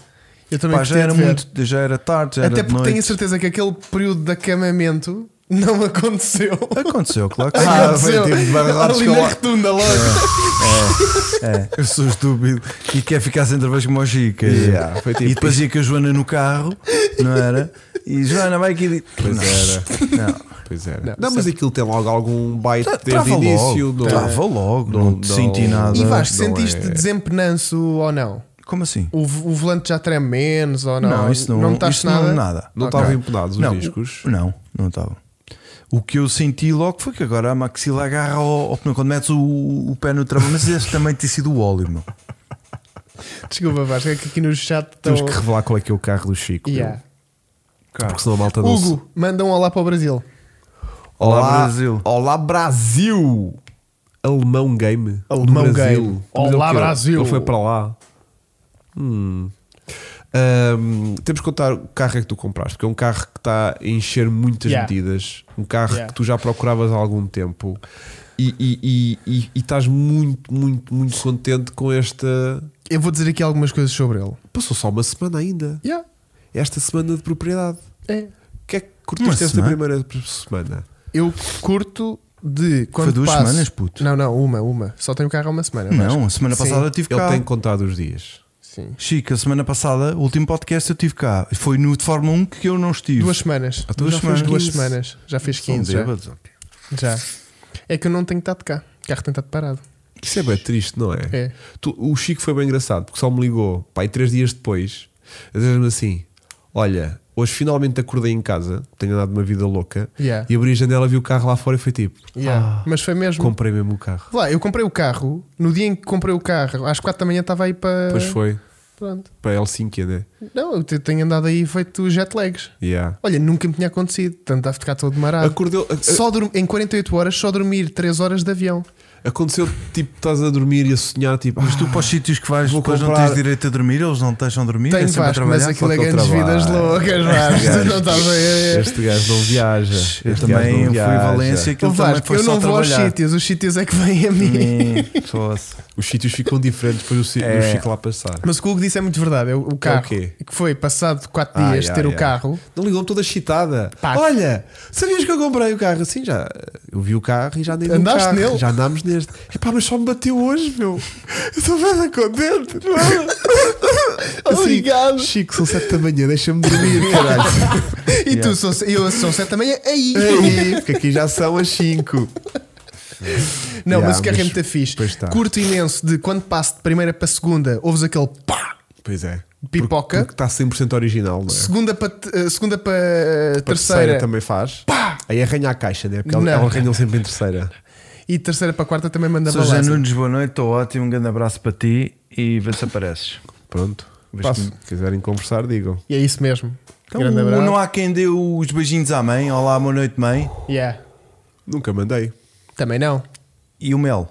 Speaker 2: Eu também
Speaker 3: Tipo, Pá, já
Speaker 2: gostei
Speaker 3: era
Speaker 2: de ver.
Speaker 3: muito, já era tarde, já
Speaker 2: Até
Speaker 3: era de
Speaker 2: porque tenho a
Speaker 3: noite.
Speaker 2: certeza que aquele período de acamamento não *laughs* aconteceu.
Speaker 3: Aconteceu,
Speaker 1: *laughs*
Speaker 3: claro que
Speaker 1: Ah,
Speaker 3: sim.
Speaker 2: aconteceu
Speaker 1: bem, temos barrados
Speaker 2: ali
Speaker 1: com
Speaker 2: na
Speaker 1: lá.
Speaker 2: retunda logo.
Speaker 3: É, eu sou estúpido e quer ficar sem trabalho como o Chico.
Speaker 1: Yeah, foi tipo
Speaker 3: e depois ia com a Joana no carro, não era? E Joana vai aqui.
Speaker 1: Pois era.
Speaker 3: Não,
Speaker 1: Pois era.
Speaker 2: Não,
Speaker 1: Não, mas aquilo tem logo algum bite desde o início.
Speaker 3: logo,
Speaker 1: não-
Speaker 3: trava logo, não,
Speaker 1: não-
Speaker 3: te senti
Speaker 1: não-
Speaker 3: nada.
Speaker 2: E Vasco,
Speaker 1: não
Speaker 2: sentiste
Speaker 1: é.
Speaker 2: desempenanço ou não?
Speaker 3: Como assim?
Speaker 2: O, v- o volante já treme menos ou não?
Speaker 3: isso não,
Speaker 2: notaste
Speaker 3: isso não é nada.
Speaker 1: Não
Speaker 2: Ok.
Speaker 1: estavam empenados os
Speaker 3: não,
Speaker 1: discos.
Speaker 3: Não, não estava. O que eu senti logo foi que agora a maxila agarra ao, ao pneu quando metes o, o pé no travão, mas esse também tem sido o óleo, meu.
Speaker 2: Desculpa, Vasco, é que aqui no chat estão.
Speaker 1: Temos que revelar qual é que é o carro do Chico.
Speaker 2: Yeah.
Speaker 1: meu. Porque senão a malta não se...
Speaker 2: Hugo, manda um olá para o Brasil.
Speaker 3: Olá, Brasil.
Speaker 1: Olá Brasil! Alemão Game. do
Speaker 2: Alemão
Speaker 1: Brasil.
Speaker 2: Game.
Speaker 1: Mas ele
Speaker 2: Olá,
Speaker 1: que ele-
Speaker 2: Brasil.
Speaker 1: Ele foi para lá. Hum. Ahm, temos que contar o carro é que tu compraste, porque é um carro que está a encher muitas
Speaker 2: Yeah.
Speaker 1: medidas, um carro
Speaker 2: Yeah.
Speaker 1: que tu já procuravas há algum tempo e, e- e- e- e estás muito, muito, muito contente com esta.
Speaker 2: Eu vou dizer aqui algumas coisas sobre ele.
Speaker 1: Passou só uma semana ainda. É
Speaker 2: Yeah.
Speaker 1: Esta semana de propriedade.
Speaker 2: É.
Speaker 1: O que é que
Speaker 3: Uma
Speaker 1: curtiste esta
Speaker 3: semana?
Speaker 1: primeira semana?
Speaker 2: Eu curto de quando
Speaker 3: Foi duas
Speaker 2: passo-
Speaker 3: semanas, puto.
Speaker 2: Não, não, uma, uma. Só tenho o carro há uma semana. Vasco.
Speaker 3: Não, a semana
Speaker 2: Sim.
Speaker 3: passada eu tive
Speaker 1: Ele
Speaker 3: cá.
Speaker 1: tem contado os dias.
Speaker 2: Sim.
Speaker 3: Chico, a semana passada, o último podcast eu tive cá. Foi no de Fórmula 1 que eu não estive.
Speaker 2: Duas semanas.
Speaker 3: Ah, duas
Speaker 2: já fez
Speaker 3: semanas. é
Speaker 2: duas
Speaker 3: 15.
Speaker 2: semanas. Já fez
Speaker 3: São
Speaker 2: 15. Já.
Speaker 3: bêbados, ok.
Speaker 2: Já. É que eu não tenho estado cá. O carro tem estado parado.
Speaker 1: Isso é bem triste, não é?
Speaker 2: É.
Speaker 1: Tu- o Chico foi bem engraçado porque só me ligou, pai, três dias depois, a dizer-me assim: Olha, hoje finalmente acordei em casa, tenho andado uma vida louca,
Speaker 2: Yeah.
Speaker 1: e abri a janela, vi o carro lá fora e foi tipo:
Speaker 3: Ah.
Speaker 2: Yeah. Mas foi
Speaker 3: Hum.
Speaker 2: mesmo.
Speaker 1: Comprei mesmo o carro.
Speaker 2: Lá, eu comprei o carro. No dia em que comprei o carro, às 4 da manhã estava aí para.
Speaker 3: É.
Speaker 1: Depois foi
Speaker 2: Pronto.
Speaker 1: para Helsinki, né?
Speaker 2: Não, eu te- tenho andado aí feito jet lags.
Speaker 1: Yeah.
Speaker 2: Olha, nunca me tinha
Speaker 3: Ah.
Speaker 2: acontecido. Tanto a ficar todo marado.
Speaker 1: Acordeu, a- a-
Speaker 2: Só dorm- Em 48 horas, só dormir 3 horas de avião.
Speaker 1: Aconteceu, tipo, estás a dormir e a sonhar, tipo,
Speaker 3: Mas tu para *laughs* os sítios que vais
Speaker 1: Vou
Speaker 3: depois não
Speaker 1: comprar-
Speaker 3: tens direito a dormir, eles não te deixam dormir, é
Speaker 2: Tenho
Speaker 3: sempre a
Speaker 2: Vasco, mas
Speaker 3: trabalhar.
Speaker 2: aquilo é
Speaker 1: Falta o trabalho.
Speaker 2: grandes vidas loucas,
Speaker 1: Este
Speaker 2: Vasco.
Speaker 1: gajo-
Speaker 2: *laughs* Não estás bem. é,
Speaker 1: Este gajo não viaja. Este
Speaker 3: é, Eu
Speaker 1: gajo
Speaker 3: também
Speaker 1: não
Speaker 3: fui a
Speaker 1: viaja.
Speaker 3: Valência,
Speaker 2: Ô,
Speaker 3: aquilo também
Speaker 2: Vasco,
Speaker 3: foi
Speaker 2: eu
Speaker 3: só
Speaker 2: não vou aos
Speaker 3: trabalhar.
Speaker 2: sítios, os sítios é que vêm a mim.
Speaker 3: *laughs* Hum, fosse.
Speaker 1: Os sítios ficam diferentes depois do, ci- do
Speaker 3: É.
Speaker 1: Chico lá passar.
Speaker 2: Mas o que o Hugo disse é muito verdade. é O o carro.
Speaker 1: quê?
Speaker 2: Que foi passado 4
Speaker 1: Ah,
Speaker 2: dias de
Speaker 1: yeah,
Speaker 2: ter o
Speaker 1: yeah.
Speaker 2: carro.
Speaker 1: Não ligou-me toda excitada.
Speaker 2: Pá.
Speaker 1: Olha, sabias que eu comprei o carro? Assim, já. Eu vi o carro e já andei no
Speaker 2: Andaste
Speaker 1: carro.
Speaker 2: nele?
Speaker 1: Já andámos neste. Epá, mas só me bateu hoje, meu. Eu estou bem contente. não é?
Speaker 2: *laughs*
Speaker 1: Assim,
Speaker 2: Obrigado.
Speaker 1: Chico, são 7 da manhã, deixa-me dormir,
Speaker 2: *laughs*
Speaker 1: caralho.
Speaker 2: E tu, sou, eu sou 7 da manhã, é aí.
Speaker 1: Ei, porque aqui já são as 5.
Speaker 2: Não,
Speaker 1: Yeah,
Speaker 2: mas o carro é
Speaker 1: mas-
Speaker 2: muito fixe.
Speaker 1: pois tá.
Speaker 2: Curto imenso de quando passo de primeira para segunda, ouves aquele pá,
Speaker 1: Pois é.
Speaker 2: Pipoca.
Speaker 1: Porque está 100% original, não é?
Speaker 2: segunda para, te- eh, segunda para eh,
Speaker 1: Para
Speaker 2: terceira,
Speaker 1: também faz. Aí arranha a caixa, né? Porque
Speaker 2: Não.
Speaker 1: elas elas arranham sempre em terceira.
Speaker 2: e terceira para quarta também manda
Speaker 3: Sou José
Speaker 2: balança.
Speaker 3: Nunes, boa noite, estou ótimo, um grande abraço para ti e vê se apareces.
Speaker 1: Pronto.
Speaker 3: Mas
Speaker 1: Passo. Se quiserem conversar, digam.
Speaker 2: E é isso mesmo.
Speaker 3: Então,
Speaker 2: Grande abraço.
Speaker 3: não há quem dê os beijinhos à mãe, olá, boa noite, mãe,
Speaker 2: Yeah.
Speaker 1: Nunca mandei.
Speaker 2: Também não.
Speaker 3: e o Mel.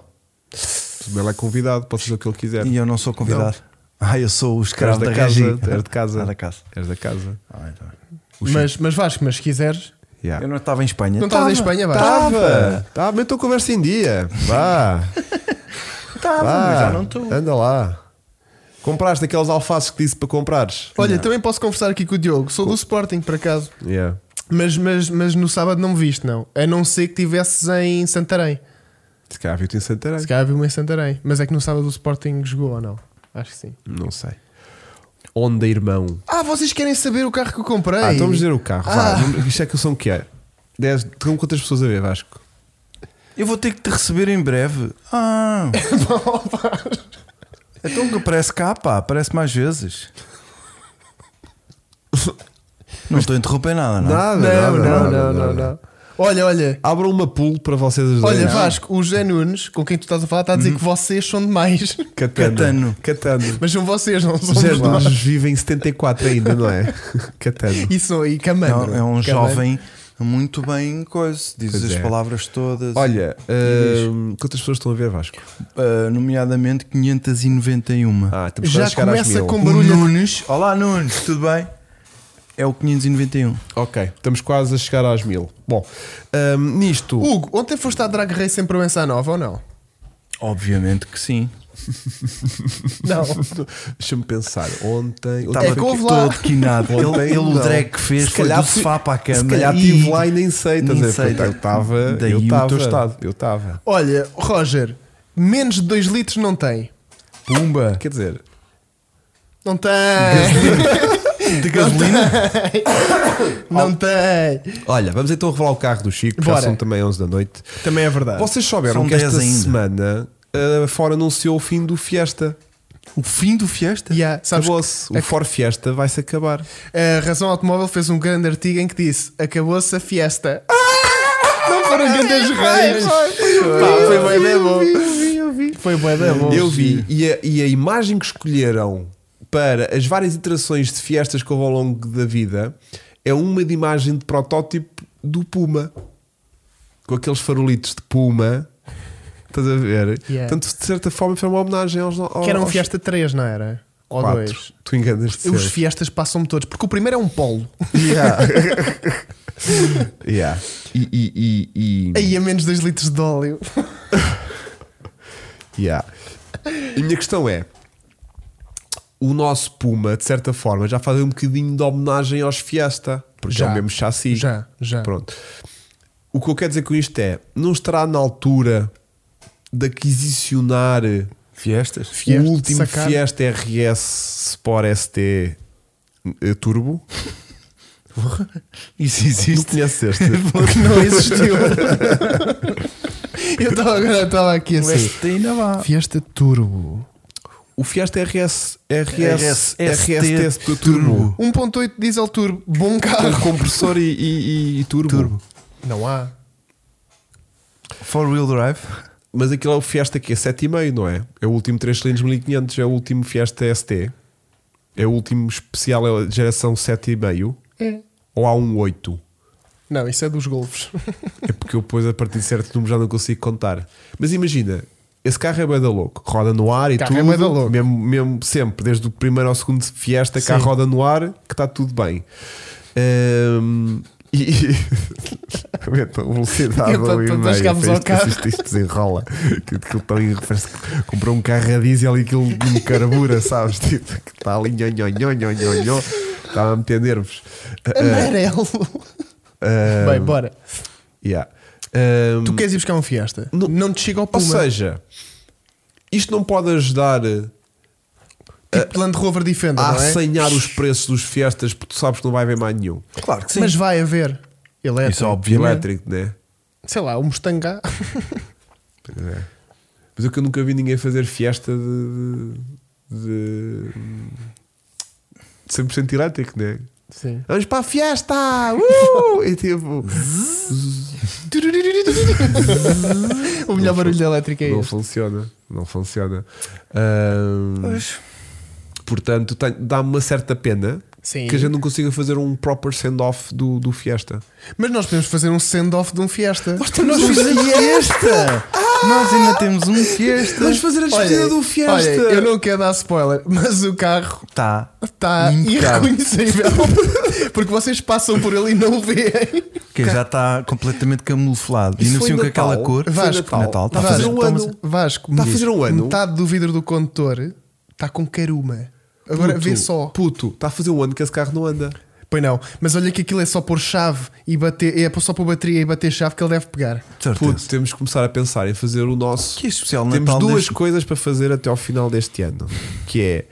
Speaker 1: Se ele é convidado, pode fazer o que ele quiser.
Speaker 3: E eu não sou convidado. Ah, eu sou o
Speaker 1: Eres
Speaker 3: escravo
Speaker 1: da
Speaker 3: da,
Speaker 1: casa.
Speaker 3: Regi.
Speaker 1: Eres de casa.
Speaker 3: Ah, da casa.
Speaker 1: Eres da casa.
Speaker 3: Ah, então.
Speaker 2: Mas, mas Vasco, mas se quiseres,
Speaker 1: Yeah.
Speaker 3: Eu não estava em Espanha.
Speaker 2: não estás em Espanha, Vasco.
Speaker 1: Tava! Tava, então conversa em dia. Vá!
Speaker 3: Estava,
Speaker 1: vá.
Speaker 3: mas já não estou.
Speaker 1: Anda lá. Compraste aqueles alfaces que disse para comprares.
Speaker 2: Olha, também posso conversar aqui com o Diogo. Sou do Sporting, por acaso.
Speaker 1: Yeah.
Speaker 2: Mas, mas, mas no sábado não me viste, não. A não ser que estivesses em Santarém.
Speaker 1: Se calhar viu-te em Santarém.
Speaker 2: Se calhar vi-me em Santarém. Mas é que no sábado o Sporting jogou ou não? Acho que sim.
Speaker 1: Não sei. Onda irmão.
Speaker 2: Ah, vocês querem saber o carro que eu comprei?
Speaker 1: Ah, estamos a dizer o carro.
Speaker 2: Ah.
Speaker 1: Vá, vamos- isto é que são o que é? 10, estão quantas pessoas a ver, Vasco?
Speaker 3: Eu vou ter que te receber em breve.
Speaker 2: *laughs*
Speaker 3: Ah, então que aparece cá, pá, aparece mais vezes. Não estou a interromper nada, não? é?
Speaker 1: Nada,
Speaker 2: Não,
Speaker 1: nada,
Speaker 2: não,
Speaker 1: nada,
Speaker 2: não,
Speaker 1: nada.
Speaker 2: não, não. Olha, olha.
Speaker 1: Abram uma pool para vocês as
Speaker 2: Olha,
Speaker 1: duas.
Speaker 2: Vasco, o José Nunes, com quem tu estás a falar, está a dizer que vocês são demais. *laughs*
Speaker 1: Catano.
Speaker 3: Catano.
Speaker 1: Catano.
Speaker 2: Mas são vocês, não são
Speaker 1: Zé
Speaker 2: nós.
Speaker 1: Nunes vive em 74 ainda, não é? Catano.
Speaker 2: E, são, e Camandro.
Speaker 3: É, é um
Speaker 2: Camandro.
Speaker 3: jovem muito bem coisa, diz
Speaker 1: Pois
Speaker 3: as
Speaker 1: é.
Speaker 3: palavras todas.
Speaker 1: Olha, hum, quantas pessoas estão a ver, Vasco?
Speaker 3: Ah, nomeadamente 591.
Speaker 1: Ah, estamos quase
Speaker 2: Já
Speaker 1: a chegar às
Speaker 2: começa
Speaker 1: mil.
Speaker 2: com
Speaker 3: O
Speaker 2: Um barulho.
Speaker 3: Nunes, olá Nunes, tudo bem? É o 591.
Speaker 1: Ok, estamos quase a chegar às mil. Bom, hum, nisto.
Speaker 2: Hugo, ontem foste à Drag Race em Provença Nova ou não?
Speaker 3: Obviamente que sim.
Speaker 2: Não.
Speaker 1: *laughs* Deixa-me pensar. Ontem.
Speaker 3: Estava
Speaker 1: ontem
Speaker 2: que houve
Speaker 1: foi-
Speaker 2: lá.
Speaker 3: todo quinado. ele ele o
Speaker 1: não.
Speaker 3: drag que fez
Speaker 1: Se
Speaker 3: foi
Speaker 1: calhar
Speaker 3: do
Speaker 1: fui-
Speaker 3: sofá para a cama.
Speaker 1: Se calhar estive lá e nem sei, estás a
Speaker 3: nem
Speaker 1: ver?
Speaker 3: sei.
Speaker 1: Portanto, Eu estava.
Speaker 3: Daí
Speaker 1: Eu
Speaker 3: o teu
Speaker 1: estava.
Speaker 3: estado.
Speaker 1: Eu estava.
Speaker 2: Olha, Roger, menos de 2 litros não tem.
Speaker 3: Pumba!
Speaker 1: Quer dizer,
Speaker 2: Não tem.
Speaker 3: De gasolina?
Speaker 2: *laughs* não tem.
Speaker 1: olha, vamos então revelar o carro do Chico, já
Speaker 2: Bora.
Speaker 1: são também 11 da noite.
Speaker 2: Também é verdade.
Speaker 1: Vocês souberam
Speaker 3: São
Speaker 1: que esta
Speaker 3: 10 ainda.
Speaker 1: semana a Ford anunciou o fim do Fiesta.
Speaker 3: o fim do Fiesta?
Speaker 1: é-
Speaker 2: Yeah, sabes é
Speaker 1: Acabou-se. O Ford Fiesta vai se acabar.
Speaker 2: A Razão Automóvel fez um grande artigo em que disse: Acabou-se a fiesta. *laughs* Não foram grandes reis. Pá, Foi bem bem bom. Foi bem bem bom.
Speaker 1: Eu vi. E a, e a imagem que escolheram para as várias iterações de fiestas que houve ao longo da vida é uma de imagem de protótipo do Puma. Com aqueles farolitos de Puma. Estás a ver?
Speaker 2: Yeah.
Speaker 1: Portanto, de certa forma, foi uma homenagem aos. aos
Speaker 2: Que era um
Speaker 1: aos
Speaker 2: Fiesta 3, não era? Ou
Speaker 1: quatro.
Speaker 2: 2.
Speaker 1: Tu enganas-te.
Speaker 2: Os
Speaker 1: certo.
Speaker 2: fiestas passam-me todos, porque o primeiro é um polo. *laughs*
Speaker 1: Yeah. *laughs* Yeah. E, e, e, e-
Speaker 2: Aí a menos 2 litros de óleo. *laughs*
Speaker 1: Yeah. A minha questão é: o nosso Puma, de certa forma, já faz um bocadinho de homenagem aos Fiesta, porque
Speaker 2: Já.
Speaker 1: é o mesmo chassi.
Speaker 2: Já, já.
Speaker 1: Pronto. O que eu quero dizer com isto é: não estará na altura de aquisicionar
Speaker 3: Fiestas?
Speaker 2: Fiesta,
Speaker 1: o último
Speaker 2: sacar.
Speaker 1: Fiesta RS Sport ST eh, Turbo?
Speaker 2: *laughs*
Speaker 3: Isso
Speaker 1: Não
Speaker 3: existe.
Speaker 1: conheces este?
Speaker 2: *laughs* Porque não existiu. Eu estava agora estava aqui assim.
Speaker 3: Este ainda vá.
Speaker 2: Fiesta Turbo.
Speaker 1: O Fiesta RS, RS,
Speaker 3: RS,
Speaker 1: RST
Speaker 3: ST
Speaker 1: Turbo.
Speaker 3: Turbo.
Speaker 2: 1.8 diesel turbo, bom
Speaker 1: Com
Speaker 2: carro.
Speaker 1: um compressor e, e- e turbo.
Speaker 2: Não há.
Speaker 3: Four wheel drive.
Speaker 1: Mas aquilo é o Fiesta que é 7,5, não é? É o último 3 cilindros 1500, é o último Fiesta ST. É o último especial, é a geração 7,5.
Speaker 2: É.
Speaker 1: Ou há um 8.
Speaker 2: Não, isso é dos golfos.
Speaker 1: É porque eu depois, a partir de certo número, já não consigo contar. Mas imagina, esse carro é bué da louco, roda no ar e
Speaker 2: Carro é
Speaker 1: tudo.
Speaker 2: bué da louco.
Speaker 1: Mesmo, mesmo sempre, desde o primeiro ao segundo fiesta, carro
Speaker 2: Sim.
Speaker 1: roda no ar, que está tudo bem. Ahm, e. *laughs* Aumentam a velocidade
Speaker 2: É para-
Speaker 1: ao
Speaker 2: para
Speaker 1: e-mail.
Speaker 2: chegarmos
Speaker 1: Isto-
Speaker 2: ao carro.
Speaker 1: Isto, isto desenrola. Aquilo que estão em- parece que Comprou um carro a diesel e aquilo me
Speaker 2: *laughs*
Speaker 1: carbura, sabes? Tipo, que está ali, nho, nho, nho, nho, nho, nho. Estava a meter nervos. Ah,
Speaker 2: Amarelo.
Speaker 1: Ahm,
Speaker 2: Bem, bora.
Speaker 1: yeah. Ahm,
Speaker 2: Tu queres ir buscar um Fiesta?
Speaker 1: Não-
Speaker 2: Não, te chega ao
Speaker 1: Hum. Ou
Speaker 2: Puma.
Speaker 1: seja, isto não pode ajudar é-
Speaker 2: tipo Land Rover Defender,
Speaker 1: a
Speaker 2: não é?
Speaker 1: assanhar os preços dos fiestas porque tu sabes que não vai haver mais nenhum.
Speaker 3: Claro que sim.
Speaker 2: Mas vai haver elétrico.
Speaker 3: Isso é obviamente.
Speaker 1: Elétrico, né?
Speaker 2: Sei lá, o Mustang K.
Speaker 1: Mas é que eu nunca vi ninguém fazer fiesta de. de, de 100% elétrico, né?
Speaker 2: Sim.
Speaker 1: Vamos para a fiesta! Uh! E tipo.
Speaker 2: *laughs* o melhor barulho da elétrica é
Speaker 1: não
Speaker 2: este.
Speaker 1: funciona. Não funciona. Ahm,
Speaker 3: Pois.
Speaker 1: portanto, tenho- dá-me uma certa pena
Speaker 2: Sim.
Speaker 1: que a gente não consiga fazer um proper send-off do, do fiesta.
Speaker 2: Mas nós podemos fazer um send-off de um Fiesta.
Speaker 1: Nós temos
Speaker 3: Nós
Speaker 1: um
Speaker 3: fizemos fiesta! Nós ainda temos um fiesta!
Speaker 1: Vamos fazer a
Speaker 2: Olha,
Speaker 1: despedida do Fiesta.
Speaker 2: olha, eu não quero dar spoiler, mas o carro
Speaker 3: Tá.
Speaker 2: está
Speaker 3: Impecável.
Speaker 2: irreconhecível. *laughs* Porque vocês passam por ele e não o veem.
Speaker 3: Que já está completamente camuflado.
Speaker 1: Isso
Speaker 3: e não
Speaker 1: foi
Speaker 3: sei o que é
Speaker 1: Natal.
Speaker 3: aquela cor.
Speaker 1: Foi Natal.
Speaker 3: Natal. Está a
Speaker 1: Vasco.
Speaker 3: fazer.
Speaker 1: fazer um
Speaker 2: estamos-
Speaker 1: ano.
Speaker 2: Vasco,
Speaker 1: Está a
Speaker 2: me
Speaker 1: fazer
Speaker 2: diz,
Speaker 1: um ano.
Speaker 2: Metade do vidro do condutor está com caruma. Agora
Speaker 1: Puto,
Speaker 2: vê só.
Speaker 1: Puto, está a fazer um ano que esse carro não anda.
Speaker 2: Pois não, mas olha que aquilo é só pôr chave e bater, é só pôr bateria e bater chave que ele deve pegar.
Speaker 3: De certeza.
Speaker 1: Puto, temos que começar a pensar em fazer o nosso.
Speaker 3: Que especial
Speaker 1: Temos
Speaker 3: Natal
Speaker 1: duas
Speaker 3: deste-
Speaker 1: coisas para fazer até ao final deste ano: que é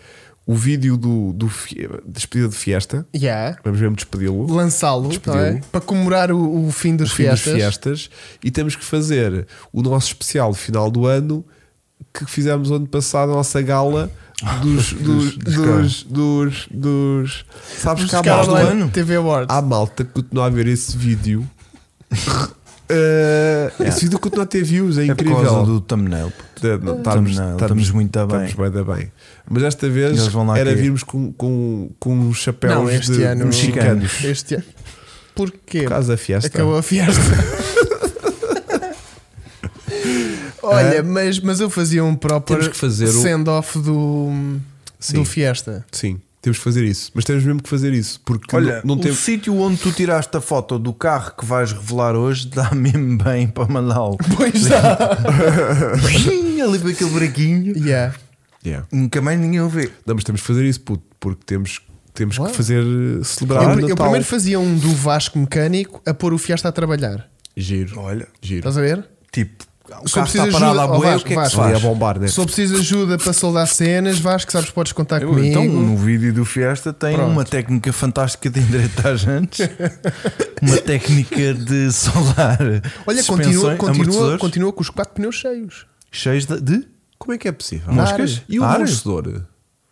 Speaker 1: o vídeo do, do fi- despedida de fiesta.
Speaker 2: Yeah.
Speaker 1: Vamos mesmo despedi-lo.
Speaker 2: Lançá-lo
Speaker 1: Despediu.
Speaker 2: não é? para comemorar o, o fim dos
Speaker 1: Fim das
Speaker 2: fiestas.
Speaker 1: fiestas. E temos que fazer o nosso especial de final do ano que fizemos ano passado, a nossa gala dos. dos. dos. dos. dos, sabes que há
Speaker 2: Cara,
Speaker 1: malta-
Speaker 3: do
Speaker 2: lá,
Speaker 3: ano.
Speaker 2: TV Awards.
Speaker 1: Há malta que continua a ver esse vídeo. *laughs* Eh, Esse vídeo continua a ter views, é,
Speaker 3: É por causa
Speaker 1: incrível.
Speaker 3: do thumbnail. puto.
Speaker 1: De- não, estamos,
Speaker 3: Thumbnail, estamos muito a bem.
Speaker 1: Estamos bem, da bem. Mas esta vez
Speaker 3: Eles vão lá
Speaker 1: era
Speaker 3: cair.
Speaker 1: virmos com, com, com uns chapéus
Speaker 2: Não, este
Speaker 1: de
Speaker 2: ano- é
Speaker 1: mexicanos.
Speaker 2: Este ano. Porquê?
Speaker 1: Por causa da fiesta.
Speaker 2: Acabou a fiesta.
Speaker 1: *laughs*
Speaker 2: Olha, mas, mas eu fazia um
Speaker 1: Temos
Speaker 2: próprio
Speaker 1: que fazer o-
Speaker 2: send-off do,
Speaker 1: Sim. *laughs*
Speaker 2: do Fiesta.
Speaker 1: Sim, temos que fazer isso. Mas temos mesmo que fazer isso. Porque
Speaker 3: Olha,
Speaker 1: não, não
Speaker 3: o
Speaker 1: temos.
Speaker 3: sítio onde tu tiraste a foto do carro que vais revelar hoje dá *laughs* mesmo bem para mandá-lo.
Speaker 2: Pois dá.
Speaker 3: Ali para aquele buraquinho.
Speaker 2: yeah.
Speaker 1: Yeah.
Speaker 3: Nunca mais ninguém o vê.
Speaker 1: Não, mas temos que fazer isso, puto, porque temos, temos que
Speaker 2: Claro.
Speaker 1: fazer eh, celebrar
Speaker 3: Ah,
Speaker 1: o
Speaker 2: eu,
Speaker 1: Natal.
Speaker 2: eu primeiro fazia um do Vasco mecânico a pôr o Fiesta a trabalhar.
Speaker 1: Giro.
Speaker 3: Olha.
Speaker 1: Giro.
Speaker 2: Estás a ver?
Speaker 3: Tipo, o
Speaker 2: Só
Speaker 3: carro está
Speaker 2: precisas
Speaker 3: parado
Speaker 2: de-
Speaker 3: à
Speaker 2: oh,
Speaker 3: boia, o
Speaker 2: Vasco,
Speaker 3: que é que se
Speaker 2: Vasco.
Speaker 1: Ali
Speaker 3: faz?
Speaker 1: a bombar, né?
Speaker 2: Se eu preciso de ajuda para soldar cenas, Vasco, sabes que podes contar
Speaker 3: Eu,
Speaker 2: comigo.
Speaker 3: Então, no vídeo do Fiesta tem
Speaker 2: Pronto.
Speaker 3: uma técnica fantástica de endireitar antes, uma técnica de solar.
Speaker 2: Olha, continua,
Speaker 3: suspensões,
Speaker 2: continua,
Speaker 3: amortecedores,
Speaker 2: continua com os quatro pneus cheios.
Speaker 3: Cheios de. de?
Speaker 1: Como é que é possível?
Speaker 3: Moscas?
Speaker 1: E o
Speaker 3: Ar?
Speaker 1: amortecedor?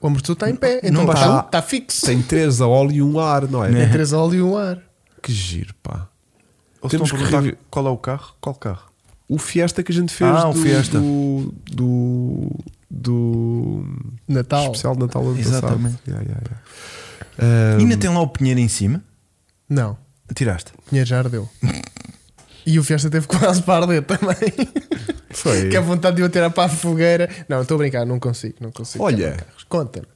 Speaker 2: O amortecedor está em pé, então
Speaker 3: não né?
Speaker 2: está,
Speaker 3: está.
Speaker 2: está fixo.
Speaker 1: Tem três a óleo e um a ar, não é?
Speaker 2: Tem três óleo e um ar.
Speaker 1: Que giro, pá.
Speaker 3: Ou
Speaker 1: Temos
Speaker 3: estão a
Speaker 1: que
Speaker 3: perguntar
Speaker 1: revi-
Speaker 3: qual é o carro? Qual carro?
Speaker 1: O fiesta que a gente fez
Speaker 3: Ah, o
Speaker 1: do,
Speaker 3: Fiesta.
Speaker 1: do. do. do.
Speaker 2: Natal.
Speaker 1: especial de Natal do ano
Speaker 3: Exatamente.
Speaker 1: passado. Yeah, yeah, yeah.
Speaker 3: Ainda tem lá o pinheiro em cima?
Speaker 2: Não,
Speaker 3: Tiraste?
Speaker 2: o dinheiro já ardeu. E o Fiesta teve quase para arder também.
Speaker 1: Um, foi.
Speaker 2: que é a vontade de eu tirar para a fogueira. Não, estou a brincar, não consigo, não consigo.
Speaker 1: Olha.
Speaker 2: quebrar carros. conta-me.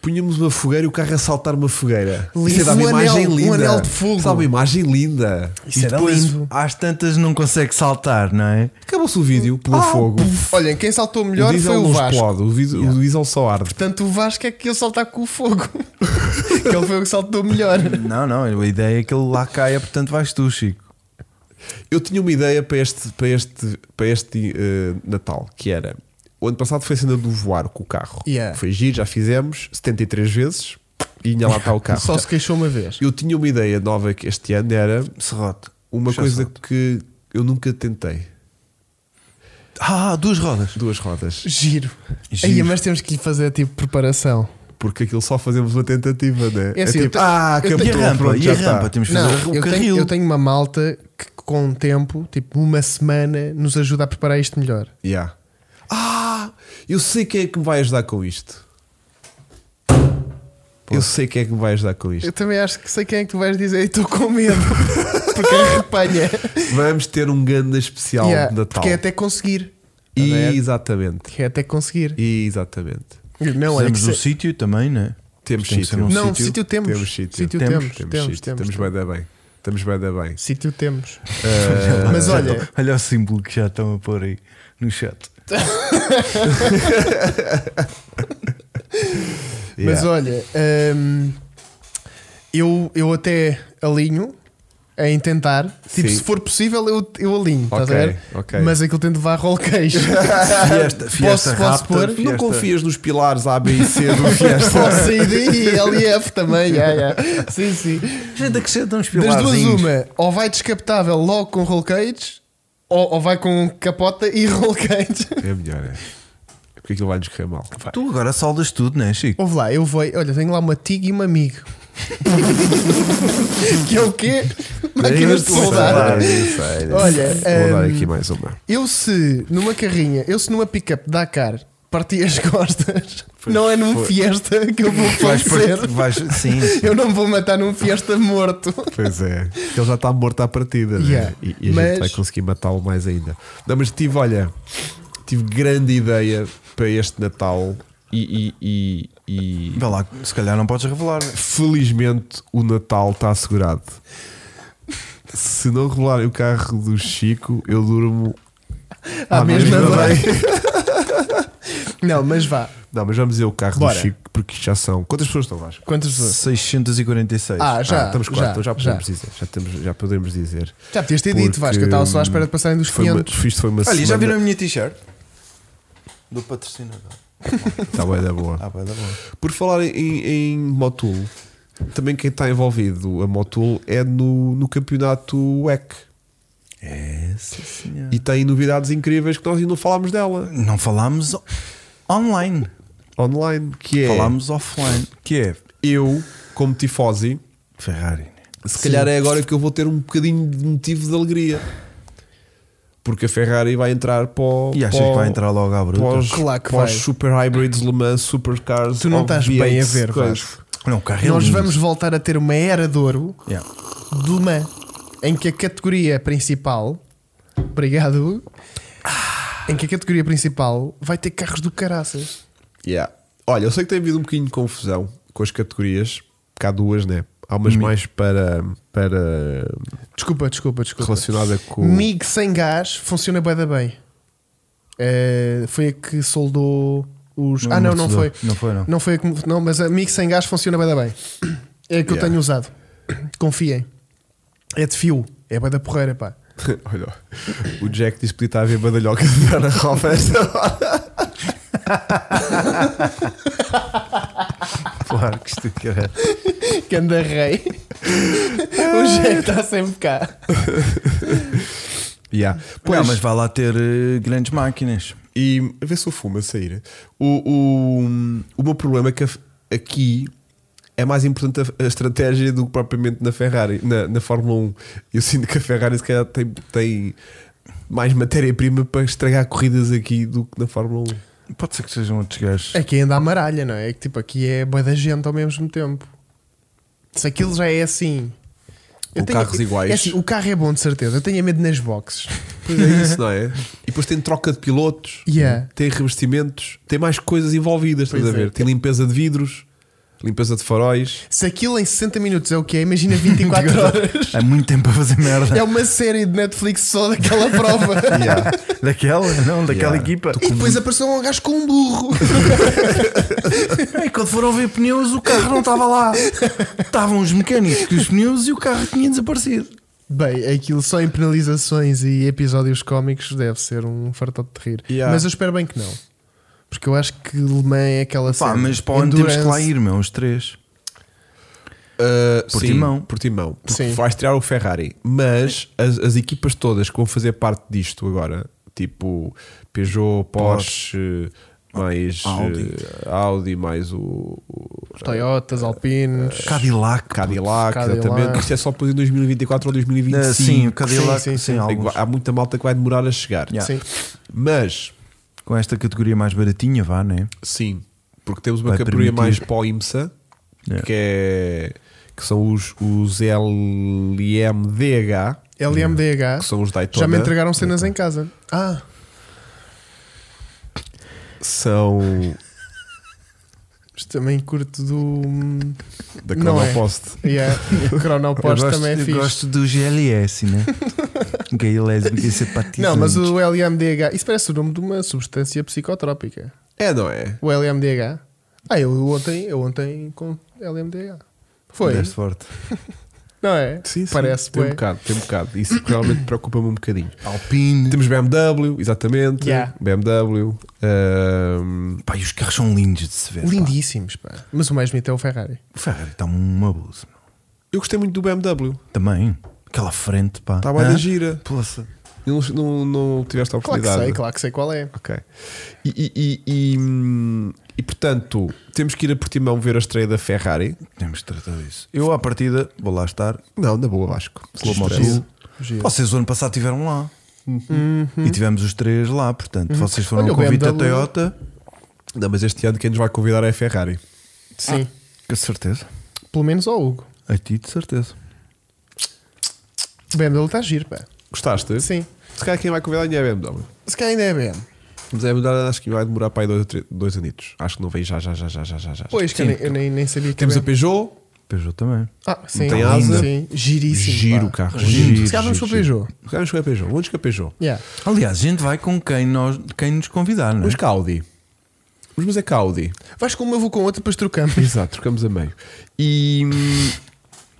Speaker 1: Punhamos uma fogueira e o carro a saltar uma fogueira.
Speaker 2: Lindo.
Speaker 1: Isso dá
Speaker 2: Um
Speaker 1: uma imagem
Speaker 2: anel- um
Speaker 1: linda.
Speaker 2: anel de fogo.
Speaker 1: Dá uma imagem linda.
Speaker 2: Isso
Speaker 3: e
Speaker 2: era
Speaker 3: depois,
Speaker 2: lindo.
Speaker 3: às tantas, não consegue saltar, não é?
Speaker 1: Acabou-se o vídeo, pegou fogo.
Speaker 2: Olha, quem saltou
Speaker 1: O
Speaker 2: Ah, melhor
Speaker 1: diesel
Speaker 2: foi o
Speaker 1: não
Speaker 2: Vasco.
Speaker 1: explode, o diesel, o diesel só arde.
Speaker 2: Portanto, o Vasco é que ia saltar com o fogo. *laughs* que ele foi o que saltou melhor.
Speaker 3: Não, não, a ideia é que ele lá caia, portanto vais tu, Chico.
Speaker 1: Eu tinha uma ideia para este, para este, para este eh, Natal, que era. O ano passado foi a cena do voar com o carro.
Speaker 2: Yeah.
Speaker 1: Foi giro, já fizemos 73 vezes e ainda lá está o carro.
Speaker 2: *laughs* Só se queixou uma vez.
Speaker 1: Eu tinha uma ideia nova que este ano era
Speaker 3: Serrote.
Speaker 1: uma
Speaker 3: Puxa
Speaker 1: coisa
Speaker 3: serrote.
Speaker 1: que eu nunca tentei.
Speaker 3: Ah, duas rodas.
Speaker 1: Duas rodas.
Speaker 2: Giro.
Speaker 3: Giro.
Speaker 2: Aí, mas temos que lhe fazer tipo preparação.
Speaker 1: Porque aquilo só fazemos uma tentativa, né?
Speaker 2: É assim, eu
Speaker 1: tipo,
Speaker 2: te-
Speaker 1: ah,
Speaker 2: eu
Speaker 1: acabou,
Speaker 2: te-
Speaker 3: E a rampa?
Speaker 1: pronto,
Speaker 3: e
Speaker 1: já
Speaker 3: a
Speaker 1: está."
Speaker 3: rampa? Temos que
Speaker 2: Não,
Speaker 3: fazer o
Speaker 2: eu
Speaker 3: carril.
Speaker 2: tenho, eu tenho uma malta que com o tempo, tipo uma semana, nos ajuda a preparar isto melhor.
Speaker 1: Yeah. Ah, eu sei quem é que me vai ajudar com isto. Eu sei quem é que me vai ajudar com isto.
Speaker 2: *laughs* Eu também acho que sei quem é que tu vais dizer e estou com medo. *laughs* Porque é repanha.
Speaker 1: Vamos ter um ganda especial
Speaker 2: Yeah,
Speaker 1: de Natal.
Speaker 2: Porque é até conseguir.
Speaker 1: E-
Speaker 2: Tá a ver?
Speaker 1: Exatamente.
Speaker 2: Que é até conseguir.
Speaker 1: E exatamente.
Speaker 2: Não, olha
Speaker 3: Fizemos
Speaker 2: que
Speaker 3: o
Speaker 2: se-
Speaker 3: sítio também, né?
Speaker 1: Temos um
Speaker 3: Tem que ser
Speaker 1: sítio.
Speaker 3: num
Speaker 2: Não,
Speaker 3: sítio?
Speaker 2: sítio temos.
Speaker 1: Temos sítio.
Speaker 2: Sítio
Speaker 3: Temos,
Speaker 2: temos.
Speaker 1: Temos
Speaker 2: Temos,
Speaker 1: sítio. Temos bem da bem. Estamos bem da *laughs* bem.
Speaker 2: Sítio temos.
Speaker 1: Ah,
Speaker 3: é
Speaker 2: Mas olha,
Speaker 3: Olha o símbolo que já estão a pôr aí no chat.
Speaker 2: Mas
Speaker 1: yeah.
Speaker 2: olha, hum, eu, eu até alinho em tentar. Tipo,
Speaker 1: Sim.
Speaker 2: se for possível, eu, eu alinho, estás a
Speaker 1: Ok,
Speaker 2: ver?
Speaker 1: ok.
Speaker 2: Mas aquilo tem de levar
Speaker 1: *laughs*
Speaker 2: roll queijo.
Speaker 3: Fiesta,
Speaker 2: Posso-
Speaker 3: fiesta
Speaker 2: posso
Speaker 3: Raptor,
Speaker 2: pôr?
Speaker 3: fiesta-
Speaker 1: Não confias nos pilares A, B e C *laughs* do Fiesta.
Speaker 2: Posso ir Tipo, e LF também. yeah, yeah. Sim, sim.
Speaker 3: Gente, acrescenta uns
Speaker 2: Das duas,
Speaker 3: pilarzinhos.
Speaker 2: uma, ou vai descapotável logo com roll cage, ou, ou vai com capota e *laughs* roll cage.
Speaker 1: É melhor, é. Porque aquilo vai-nos correr mal.
Speaker 3: Tu agora soldas tudo, né, Chico?
Speaker 2: Ouve lá, eu vou. Olha, tenho lá uma TIG e uma MIG. *laughs* que é o quê? Máquinas é de
Speaker 1: Eu sei,
Speaker 2: soldar.
Speaker 1: eu sei.
Speaker 2: Olha,
Speaker 1: vou dar
Speaker 2: hum,
Speaker 1: aqui mais uma.
Speaker 2: Eu se numa carrinha, eu se numa pick-up Dakar parti as *laughs* costas, não é num
Speaker 1: foi.
Speaker 2: fiesta que eu vou
Speaker 3: Vais
Speaker 2: falecer.
Speaker 3: partir- vais, sim.
Speaker 2: *laughs* Eu não vou matar num fiesta morto.
Speaker 1: Pois é, ele já está morto à partida, né?
Speaker 2: Yeah,
Speaker 1: E, e a
Speaker 2: mas-
Speaker 1: gente vai conseguir matá-lo mais ainda. Não, mas tive, olha, tive grande ideia para este Natal e, e- e- e
Speaker 3: Vê lá, se calhar não é? podes revelar.
Speaker 1: felizmente o Natal está assegurado. Se não rolar o carro do Chico, eu durmo
Speaker 2: À
Speaker 1: à
Speaker 2: mesma
Speaker 1: noite.
Speaker 2: *laughs* Não, mas vá.
Speaker 1: Não, mas vamos dizer o carro
Speaker 2: Bora.
Speaker 1: do Chico, porque já são. Quantas pessoas estão, Vasco?
Speaker 2: Quantas pessoas?
Speaker 3: 646.
Speaker 2: Ah, já.
Speaker 1: Ah, estamos quatro,
Speaker 2: já,
Speaker 1: então já
Speaker 2: já.
Speaker 1: podemos dizer. Já, temos, já podemos dizer.
Speaker 2: Já podias ter dito,
Speaker 1: Porque,
Speaker 2: Vasco, eu estava só à espera de passarem dos
Speaker 1: Foi uma,
Speaker 2: 500.
Speaker 1: isto foi uma
Speaker 3: Olha,
Speaker 1: semana.
Speaker 3: já viram a minha t-shirt? Do patrocinador.
Speaker 1: Está bem tá da boa.
Speaker 3: Ah, vai dar bom.
Speaker 1: *laughs* Por falar em, em Motul, também quem está envolvido a Motul é no, no campeonato WEC. É,
Speaker 3: Essa senhora.
Speaker 1: E tem novidades incríveis que nós ainda não falámos dela
Speaker 3: Não falámos o- online,
Speaker 1: online, que é
Speaker 3: falámos offline. Que é
Speaker 1: eu, como tifosi,
Speaker 3: Ferrari. né?
Speaker 1: se calhar é agora que eu vou ter um bocadinho de motivo de alegria. Porque a Ferrari vai entrar para o-
Speaker 3: E achas
Speaker 1: para o-
Speaker 3: que vai entrar logo à bruta?
Speaker 1: Pós,
Speaker 2: Claro que vai.
Speaker 1: super hybrids, Le Mans, supercars.
Speaker 2: Tu não
Speaker 1: of
Speaker 2: estás
Speaker 1: the
Speaker 2: bem a
Speaker 1: eights,
Speaker 2: ver,
Speaker 1: coisa.
Speaker 2: Vasco.
Speaker 3: Não, o carro é
Speaker 2: Nós
Speaker 3: lindo.
Speaker 2: vamos voltar a ter uma era de ouro
Speaker 3: Yeah.
Speaker 2: de uma em que a categoria principal. Obrigado. Hugo, Em que a categoria principal vai ter carros do caraças.
Speaker 1: Yeah. Olha, eu sei que tem havido um bocadinho de confusão com as categorias, porque há duas, né? Há umas
Speaker 3: Hum.
Speaker 1: mais para, para
Speaker 2: Desculpa, desculpa, desculpa.
Speaker 1: relacionada com.
Speaker 2: MIG sem gás funciona bué da bem. Eh, foi a que soldou os.
Speaker 3: Não,
Speaker 2: ah, não,
Speaker 3: não
Speaker 2: não foi.
Speaker 3: soldou. Não foi, não.
Speaker 2: Não foi a que. Não, mas a MIG sem gás funciona bué da bem. É a que eu
Speaker 1: Yeah.
Speaker 2: tenho usado. Confiem. É de fio. É bué da porreira, pá.
Speaker 1: *laughs* Olha, o Jack disse que podia estar a ver badalhoca de dar a roupa esta hora.
Speaker 3: *laughs* Claro que isto é que era.
Speaker 2: Que anda *laughs* rei. o jeito está sempre cá.
Speaker 1: Yeah. Pois,
Speaker 3: Não, mas vai lá ter eh, grandes máquinas.
Speaker 1: E a ver se eu fumo a sair. O, o, o meu problema é que a- aqui é mais importante a, a estratégia do que propriamente na Ferrari, na, na Fórmula 1. Eu sinto que a Ferrari se calhar tem, tem mais matéria-prima para estragar corridas aqui do que na Fórmula 1.
Speaker 3: Pode ser que sejam outros gajos.
Speaker 2: Aqui É anda a maralha, não é? É que tipo, aqui é bué da gente ao mesmo tempo. Se aquilo já é assim. Eu
Speaker 1: Ou carros iguais.
Speaker 2: É assim, o carro é bom de certeza. Eu tenho medo nas boxes.
Speaker 1: Pois é isso, não é? *laughs* E depois tem troca de pilotos,
Speaker 2: Yeah.
Speaker 1: tem revestimentos, tem mais coisas envolvidas, estás
Speaker 2: Pois
Speaker 1: a ver?
Speaker 2: é.
Speaker 1: Tem limpeza de vidros, limpeza de faróis.
Speaker 2: Se aquilo em 60 minutos é o que é, imagina
Speaker 3: *laughs*
Speaker 2: 24 horas.
Speaker 3: Há muito tempo para fazer merda.
Speaker 2: É uma série de Netflix só daquela prova.
Speaker 3: *laughs* Daquela? Não, daquela
Speaker 1: Yeah.
Speaker 3: equipa.
Speaker 2: E depois apareceu um gajo com um burro. *laughs*
Speaker 3: Ei, é, quando foram ver pneus, o carro não estava lá. Estavam os mecânicos com os pneus e o carro tinha desaparecido.
Speaker 2: Bem, aquilo só em penalizações e episódios cómicos deve ser um fartote de rir.
Speaker 1: Yeah.
Speaker 2: Mas eu espero bem que não. Porque eu acho que Le Mans é aquela
Speaker 3: Pá,
Speaker 2: cena.
Speaker 3: mas para onde temos
Speaker 2: Endurance.
Speaker 3: que lá ir, meu? Os três.
Speaker 1: Uh,
Speaker 3: Portimão.
Speaker 1: Sim, Portimão. Porque
Speaker 2: Sim.
Speaker 1: Vais tirar o Ferrari. Mas as, as equipas todas que vão fazer parte disto agora, tipo Peugeot, Porsche, mais eh,
Speaker 3: Audi.
Speaker 1: Audi. mais o, o
Speaker 2: Os Toyotas, Alpinos.
Speaker 3: Eh, Cadillac.
Speaker 1: Cadillac,
Speaker 2: Cadillac.
Speaker 1: exatamente. Isto é só depois em 2024 ou
Speaker 3: Ah,
Speaker 1: 2025.
Speaker 3: sim, o Cadillac.
Speaker 2: Eh, Sim, sim,
Speaker 3: Sim,
Speaker 2: sim.
Speaker 3: alguns.
Speaker 1: Há muita malta que vai demorar a chegar.
Speaker 3: Yeah.
Speaker 2: Sim.
Speaker 1: Mas,
Speaker 3: Com esta categoria mais baratinha, vá, né?
Speaker 1: sim, porque temos uma
Speaker 3: Vai
Speaker 1: categoria mais
Speaker 3: permitir.
Speaker 1: para o IMSA,
Speaker 3: Yeah.
Speaker 1: que, é, que são os, os LMDH,
Speaker 2: LMDH.
Speaker 1: que são os Daytona.
Speaker 2: Já me entregaram cenas em casa. Ah,
Speaker 1: São
Speaker 2: isto também curto do.
Speaker 1: da
Speaker 2: Não é.
Speaker 1: Cronopost.
Speaker 3: *laughs*
Speaker 2: Yeah, o Chronopost
Speaker 3: eu gosto,
Speaker 2: também é
Speaker 3: eu
Speaker 2: fixe.
Speaker 3: gosto do GLS, né? *laughs* Gay lésbica e sapatista.
Speaker 2: Não, mas o LMDH, isso parece o nome de uma substância psicotrópica.
Speaker 1: É, não é?
Speaker 2: O LMDH. Ah, eu ontem, eu ontem com LMDH. Foi,
Speaker 3: Deste forte.
Speaker 2: não é?
Speaker 1: Sim, sim.
Speaker 2: Parece,
Speaker 1: tem um
Speaker 2: bué.
Speaker 1: bocado, tem um bocado. Isso realmente preocupa-me um
Speaker 2: *coughs*
Speaker 1: bocadinho.
Speaker 3: Alpine.
Speaker 1: Temos BMW, exatamente.
Speaker 2: Yeah.
Speaker 1: BMW. ahm,
Speaker 3: Pá, e os carros são lindos de se ver. pá.
Speaker 2: Lindíssimos, pá. Mas o mais bonito é o Ferrari.
Speaker 3: O Ferrari está um abuso. meu.
Speaker 1: eu gostei muito do BMW.
Speaker 3: Também. Aquela frente, pá.
Speaker 2: Tá
Speaker 1: Está bem
Speaker 3: Hã?
Speaker 1: Tá da gira.
Speaker 3: Poça.
Speaker 1: Não, não, não tiveste a
Speaker 2: Claro que
Speaker 1: oportunidade.
Speaker 2: sei, claro que sei qual é.
Speaker 1: Ok. E, e, e, e, hum, e, portanto, temos que ir a Portimão ver a estreia da Ferrari.
Speaker 3: Temos de tratar disso. Eu, à partida, vou lá estar.
Speaker 1: Não, na boa, Vasco.
Speaker 3: Pela moto.
Speaker 1: Stress.
Speaker 2: Giro.
Speaker 3: Vocês, o ano passado, estiveram lá. E tivemos os três lá, portanto. Vocês foram
Speaker 2: Uhum. Olha, o
Speaker 3: convite da
Speaker 2: BMW.
Speaker 3: Toyota.
Speaker 1: Não, mas este ano quem nos vai convidar é a Ferrari.
Speaker 2: Sim,
Speaker 3: Com certeza.
Speaker 2: pelo menos ao Hugo.
Speaker 3: A ti, de certeza.
Speaker 2: O BMW está giro, pá.
Speaker 1: Gostaste?
Speaker 2: Sim.
Speaker 1: Se calhar quem vai convidar ainda é a BMW.
Speaker 2: Se calhar ainda é BM.
Speaker 1: Mas é verdade, acho que vai demorar para aí dois, ou três- dois anitos. Acho que não vem já, já, já, já, já, já. já.
Speaker 2: Pois, que eu nem, eu nem- nem sabia que
Speaker 1: Temos
Speaker 2: é
Speaker 1: a
Speaker 2: BM.
Speaker 1: Peugeot.
Speaker 3: Peugeot também.
Speaker 2: Ah, sim.
Speaker 1: tem asa.
Speaker 2: Sim, giríssimo.
Speaker 1: Giro o
Speaker 2: pá.
Speaker 1: carro.
Speaker 2: Se calhar vamos para o Peugeot.
Speaker 1: Vamos com a Peugeot. Vamos com a Peugeot.
Speaker 2: Yeah.
Speaker 3: Aliás, a gente vai com quem, nós, quem nos convidar, não é?
Speaker 1: Vamos com a Audi. Vamos mas é com a Audi.
Speaker 2: Né? Vais com uma, eu vou com outra, depois
Speaker 1: *laughs*
Speaker 2: trocamos.
Speaker 1: Exato, trocamos a meio. E.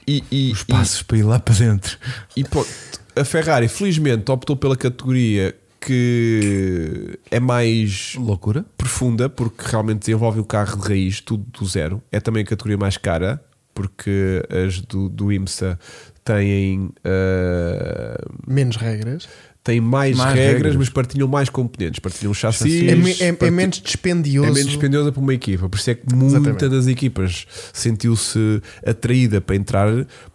Speaker 1: E, e,
Speaker 3: Os passos para ir lá para dentro.
Speaker 1: e, e pronto. A Ferrari, felizmente, optou pela categoria que é mais
Speaker 3: Loucura.
Speaker 1: profunda, porque realmente desenvolve o carro de raiz, tudo do zero. É também a categoria mais cara, porque as do, do IMSA têm. ah,
Speaker 2: Menos regras.
Speaker 1: têm mais,
Speaker 3: Mais
Speaker 1: regras,
Speaker 3: regras.
Speaker 1: mas partilham mais componentes. Partilham chassis,
Speaker 2: É, me- é- é
Speaker 1: parti-
Speaker 2: menos dispendioso.
Speaker 1: é menos dispendiosa para uma equipa. Por isso é que muita
Speaker 2: Exatamente.
Speaker 1: das equipas sentiu-se atraída para entrar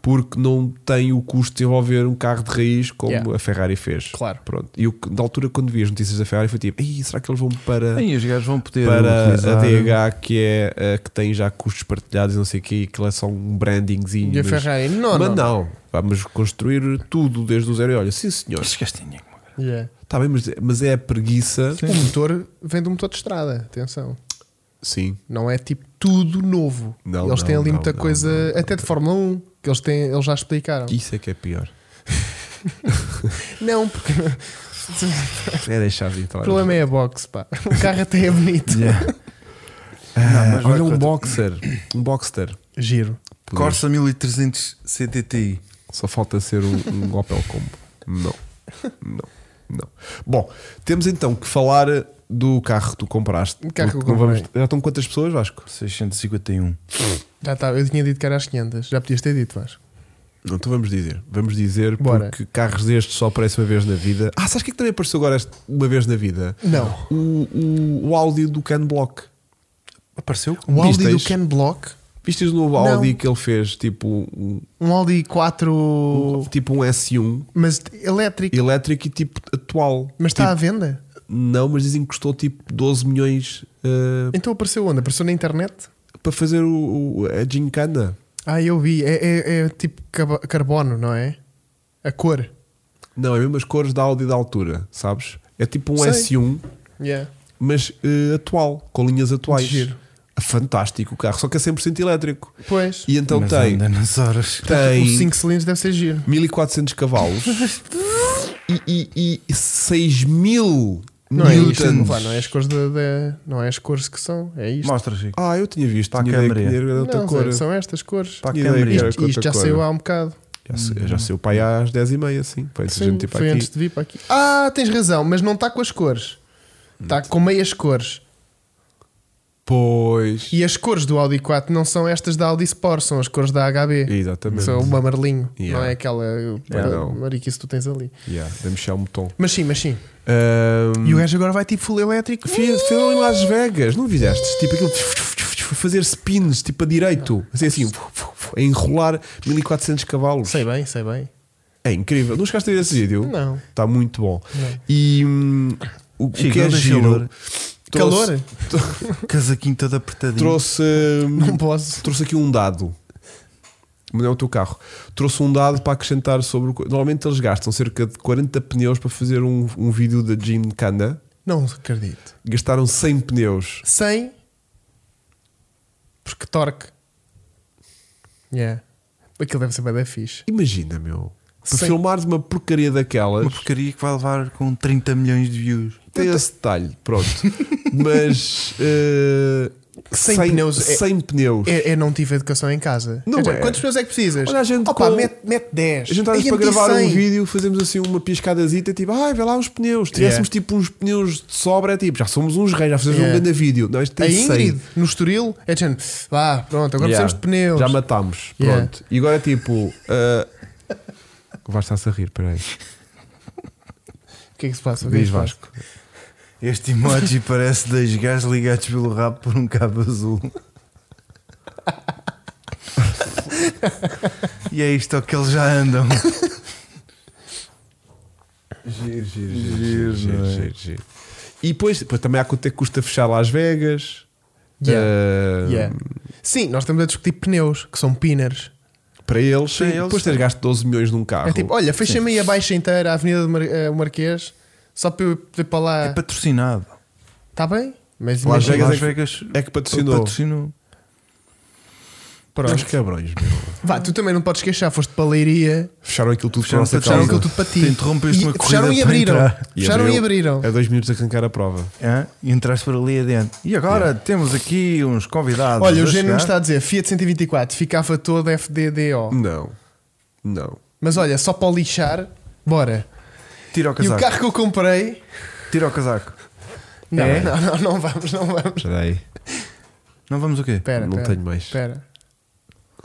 Speaker 1: porque não tem o custo de desenvolver um carro de raiz como
Speaker 2: Yeah.
Speaker 1: a Ferrari fez.
Speaker 2: Claro.
Speaker 1: Pronto. E eu, na altura, quando vi as notícias da Ferrari, foi tipo: "Ei, será que eles vão para.
Speaker 3: Aí os gajos vão poder
Speaker 1: Para
Speaker 3: utilizar.
Speaker 1: a DH que, é, a que tem já custos partilhados e não sei o que, e aquilo é só um brandingzinho.
Speaker 2: E a
Speaker 1: mas-
Speaker 2: Ferrari, não,
Speaker 1: mas
Speaker 2: não,
Speaker 1: não, vamos construir tudo desde o zero. E olha, sim senhor,
Speaker 3: Estes gajos têm dinheiro, como caralho.
Speaker 2: Yeah.
Speaker 1: está bem, mas, mas é a preguiça.
Speaker 2: O motor vem do motor de estrada, atenção.
Speaker 1: Sim.
Speaker 2: Não é tipo tudo novo.
Speaker 1: Não,
Speaker 2: eles têm
Speaker 1: não,
Speaker 2: ali
Speaker 1: não,
Speaker 2: muita
Speaker 1: não,
Speaker 2: coisa,
Speaker 1: não, não,
Speaker 2: até de Fórmula 1, que eles, têm, eles já explicaram.
Speaker 1: Isso é que é pior.
Speaker 2: Não,
Speaker 1: *laughs*
Speaker 2: porque
Speaker 1: É deixar de entrar.
Speaker 2: o problema é a box, pá. O carro até é bonito. *laughs*
Speaker 3: Yeah.
Speaker 1: Ah, olha um boxer. Um boxster.
Speaker 2: Giro.
Speaker 3: Corsa 1300 CTTI.
Speaker 1: Só falta ser um, um Opel Combo. Não. Não. Não. Bom, temos então que falar do carro que tu compraste.
Speaker 2: O carro que eu
Speaker 1: Não vamos-
Speaker 2: comprei.
Speaker 1: Já estão quantas pessoas, Vasco?
Speaker 3: 651.
Speaker 2: Já está, eu tinha dito que era às 500, já podias ter dito, Vasco.
Speaker 1: Não, então vamos dizer. Vamos dizer
Speaker 2: Bora.
Speaker 1: porque carros destes só aparecem uma vez na vida. Ah, sabes o que é que também apareceu agora este- uma vez na vida?
Speaker 2: Não.
Speaker 1: O, o, o Audi do Ken Block.
Speaker 3: Apareceu?
Speaker 2: Um Audi do
Speaker 1: Vistas?
Speaker 2: Ken Block,
Speaker 1: Viste o novo
Speaker 2: Não.
Speaker 1: Audi que ele fez? Tipo um,
Speaker 2: um Audi 4,
Speaker 1: tipo um S1
Speaker 2: mas elétrico,
Speaker 1: elétrico e tipo atual.
Speaker 2: mas
Speaker 1: Tipo,
Speaker 2: está à venda.
Speaker 1: Não, mas dizem que custou tipo 12 milhões uh,
Speaker 2: Então apareceu onde? Apareceu na internet?
Speaker 1: para fazer o, o- a gincana.
Speaker 2: Ah, eu vi. É, é- é tipo cabo- carbono, não é? A cor.
Speaker 1: Não, é mesmo as cores da Audi da altura, sabes? É tipo um
Speaker 2: Sei.
Speaker 1: S1, mas uh, atual, com linhas atuais.
Speaker 2: Giro.
Speaker 1: Fantástico o carro, só que é 100% elétrico.
Speaker 2: Pois.
Speaker 1: E então
Speaker 3: Mas
Speaker 1: tem,
Speaker 3: anda nas horas.
Speaker 2: Os
Speaker 1: tem
Speaker 2: 5 cilindros deve ser giro.
Speaker 1: 1400
Speaker 2: *laughs*
Speaker 1: cavalos e, e, e 6000
Speaker 2: Não é isto,
Speaker 1: newtons.
Speaker 2: vá, não é as cores da, da- Não é as cores que são, é isto.
Speaker 3: Mostra, Chico.
Speaker 1: Ah, eu tinha visto,
Speaker 3: Para a
Speaker 1: tinha ideia que
Speaker 3: câmara.
Speaker 1: era é outra
Speaker 2: não,
Speaker 1: cor.
Speaker 2: são estas cores.
Speaker 3: Para a
Speaker 1: Tinha ideia que
Speaker 3: câmara.
Speaker 1: era
Speaker 2: Isto,
Speaker 1: outra
Speaker 2: isto já
Speaker 1: cor.
Speaker 2: saiu há um bocado.
Speaker 1: Já, se- já saiu para aí às 10h30, assim. Foi isso, a gente
Speaker 2: Sim,
Speaker 1: ir para
Speaker 2: foi
Speaker 1: aqui.
Speaker 2: antes de vir para aqui. Ah, tens razão, mas não está com as cores. Está com meias cores.
Speaker 1: Pois.
Speaker 2: E as cores do Audi 4 não são estas da Audi Sport, são as cores da HB.
Speaker 1: Exatamente.
Speaker 2: São uma amarelinho,
Speaker 1: Yeah.
Speaker 2: não é aquela
Speaker 1: não.
Speaker 2: mariquice que tu tens ali.
Speaker 1: Yeah, um da Michel Mouton.
Speaker 2: Mas sim, mas sim.
Speaker 1: Ahm,
Speaker 2: E o gajo agora vai tipo full elétrico.
Speaker 1: fiz- Fizeram é em Las Vegas, não fizeste? Tipo aquilo. Foi fazer spins, tipo a direito. Assim, assim. A enrolar 1400 cavalos.
Speaker 2: Sei bem, sei bem.
Speaker 1: É incrível. Não chegaste a ver esse vídeo?
Speaker 2: Não.
Speaker 1: Está muito bom.
Speaker 2: Não.
Speaker 1: E hum, o, o
Speaker 3: Chico,
Speaker 1: que é
Speaker 3: não deixa
Speaker 1: giro
Speaker 3: louro.
Speaker 1: Trouxe-
Speaker 2: Calor?
Speaker 3: Casaquinho todo
Speaker 1: *laughs*
Speaker 3: apertadinho.
Speaker 1: Trouxe. hum,
Speaker 2: Não posso.
Speaker 1: Trouxe aqui um dado. Mas não é o teu carro. Trouxe um dado para acrescentar sobre. o co- Normalmente eles gastam cerca de 40 pneus para fazer um, um vídeo da Jim Cana.
Speaker 2: Não acredito.
Speaker 1: Gastaram 100 pneus.
Speaker 2: Sem. Porque torque. Yeah. Aquilo deve ser bem da fixe.
Speaker 1: Imagina, meu. Para
Speaker 2: Sim.
Speaker 1: filmares uma porcaria daquelas.
Speaker 3: Uma porcaria que vai levar com 30 milhões de views.
Speaker 1: Tem esse detalhe, pronto. *laughs* Mas. eh,
Speaker 2: Sem pneus é-
Speaker 1: sem pneus.
Speaker 2: Eu, eu não tive educação em casa.
Speaker 1: Não
Speaker 2: Eu já-
Speaker 1: é.
Speaker 2: Quantos pneus é que precisas?
Speaker 1: Olha, a gente
Speaker 2: Opa,
Speaker 1: com-
Speaker 2: mete, mete 10.
Speaker 1: A gente às vezes
Speaker 2: Ai,
Speaker 1: para
Speaker 2: meti
Speaker 1: gravar
Speaker 2: 100.
Speaker 1: um vídeo fazemos assim uma piscadazita, tipo, ai, vê lá os pneus. Tivéssemos tipo uns pneus de sobra, é tipo, já somos uns reis, já fizemos
Speaker 2: Yeah.
Speaker 1: um grande vídeo. Não, isto
Speaker 2: A
Speaker 1: tem 100.
Speaker 2: Ingrid, no Estoril, é de género, vá, pronto, agora
Speaker 1: Yeah.
Speaker 2: precisamos de pneus.
Speaker 1: Já matámos.
Speaker 2: Yeah.
Speaker 1: Pronto. E agora é tipo. ah, *laughs* Vais estar-se a rir, peraí.
Speaker 2: O que é que se passa? O que é que
Speaker 1: Diz
Speaker 2: se passa?
Speaker 1: Vasco.
Speaker 3: Este emoji parece dois gajos ligados pelo rabo por um cabo azul. e é isto ao que eles já andam.
Speaker 1: Giro, giro, giro, giro, giro, giro, giro. E depois, depois também há quanto é que custa fechar Las Vegas.
Speaker 2: Yeah.
Speaker 1: Ah,
Speaker 2: Yeah. Sim, nós estamos a discutir pneus, que são pinners.
Speaker 1: Para eles, sim.
Speaker 3: Para eles,
Speaker 1: depois tens gasto 12 milhões num carro.
Speaker 2: É tipo, olha, fecha-me aí a baixa inteira, a Avenida do Mar- eh, Marquês, só para eu ir para lá.
Speaker 3: É patrocinado.
Speaker 2: Está bem? Mas
Speaker 1: Las
Speaker 2: imagina-
Speaker 1: Vegas
Speaker 3: Las
Speaker 1: é que-
Speaker 3: Vegas
Speaker 1: é que patrocinou.
Speaker 3: patrocinou.
Speaker 1: Pronto. Os cabrões, meu.
Speaker 2: Vá, tu também não podes queixar, foste para a Leiria,
Speaker 1: Fecharam aquilo tudo
Speaker 3: Fecharam
Speaker 1: por nossa
Speaker 3: para
Speaker 2: fecharam
Speaker 1: causa.
Speaker 3: Calma.
Speaker 2: aquilo tudo para Então, ti.
Speaker 3: Tu interrompeste
Speaker 2: E-
Speaker 3: uma
Speaker 2: Fecharam
Speaker 3: corrida
Speaker 2: e
Speaker 3: para
Speaker 2: abriram.
Speaker 3: entrar.
Speaker 1: E
Speaker 2: Fecharam e
Speaker 1: abriu
Speaker 3: É
Speaker 2: abriram.
Speaker 1: A é dois minutos a arrancar a prova.
Speaker 3: Hã? E entraste por ali adiante. E agora temos aqui uns convidados.
Speaker 2: Olha,
Speaker 3: a
Speaker 2: o Gênio
Speaker 3: chegar.
Speaker 2: nos está a dizer Fiat 124 ficava todo FDDO.
Speaker 1: Não. Não.
Speaker 2: Mas olha, só para o lixar, bora.
Speaker 3: Tira o
Speaker 2: E o
Speaker 3: casaco.
Speaker 2: carro que eu comprei.
Speaker 3: Tira o casaco.
Speaker 2: Não,
Speaker 1: É?
Speaker 2: não, não, não vamos, não vamos.
Speaker 1: Espera aí.
Speaker 3: Não vamos o quê?
Speaker 2: Pera,
Speaker 1: Não
Speaker 2: pera,
Speaker 1: tenho mais.
Speaker 2: Pera.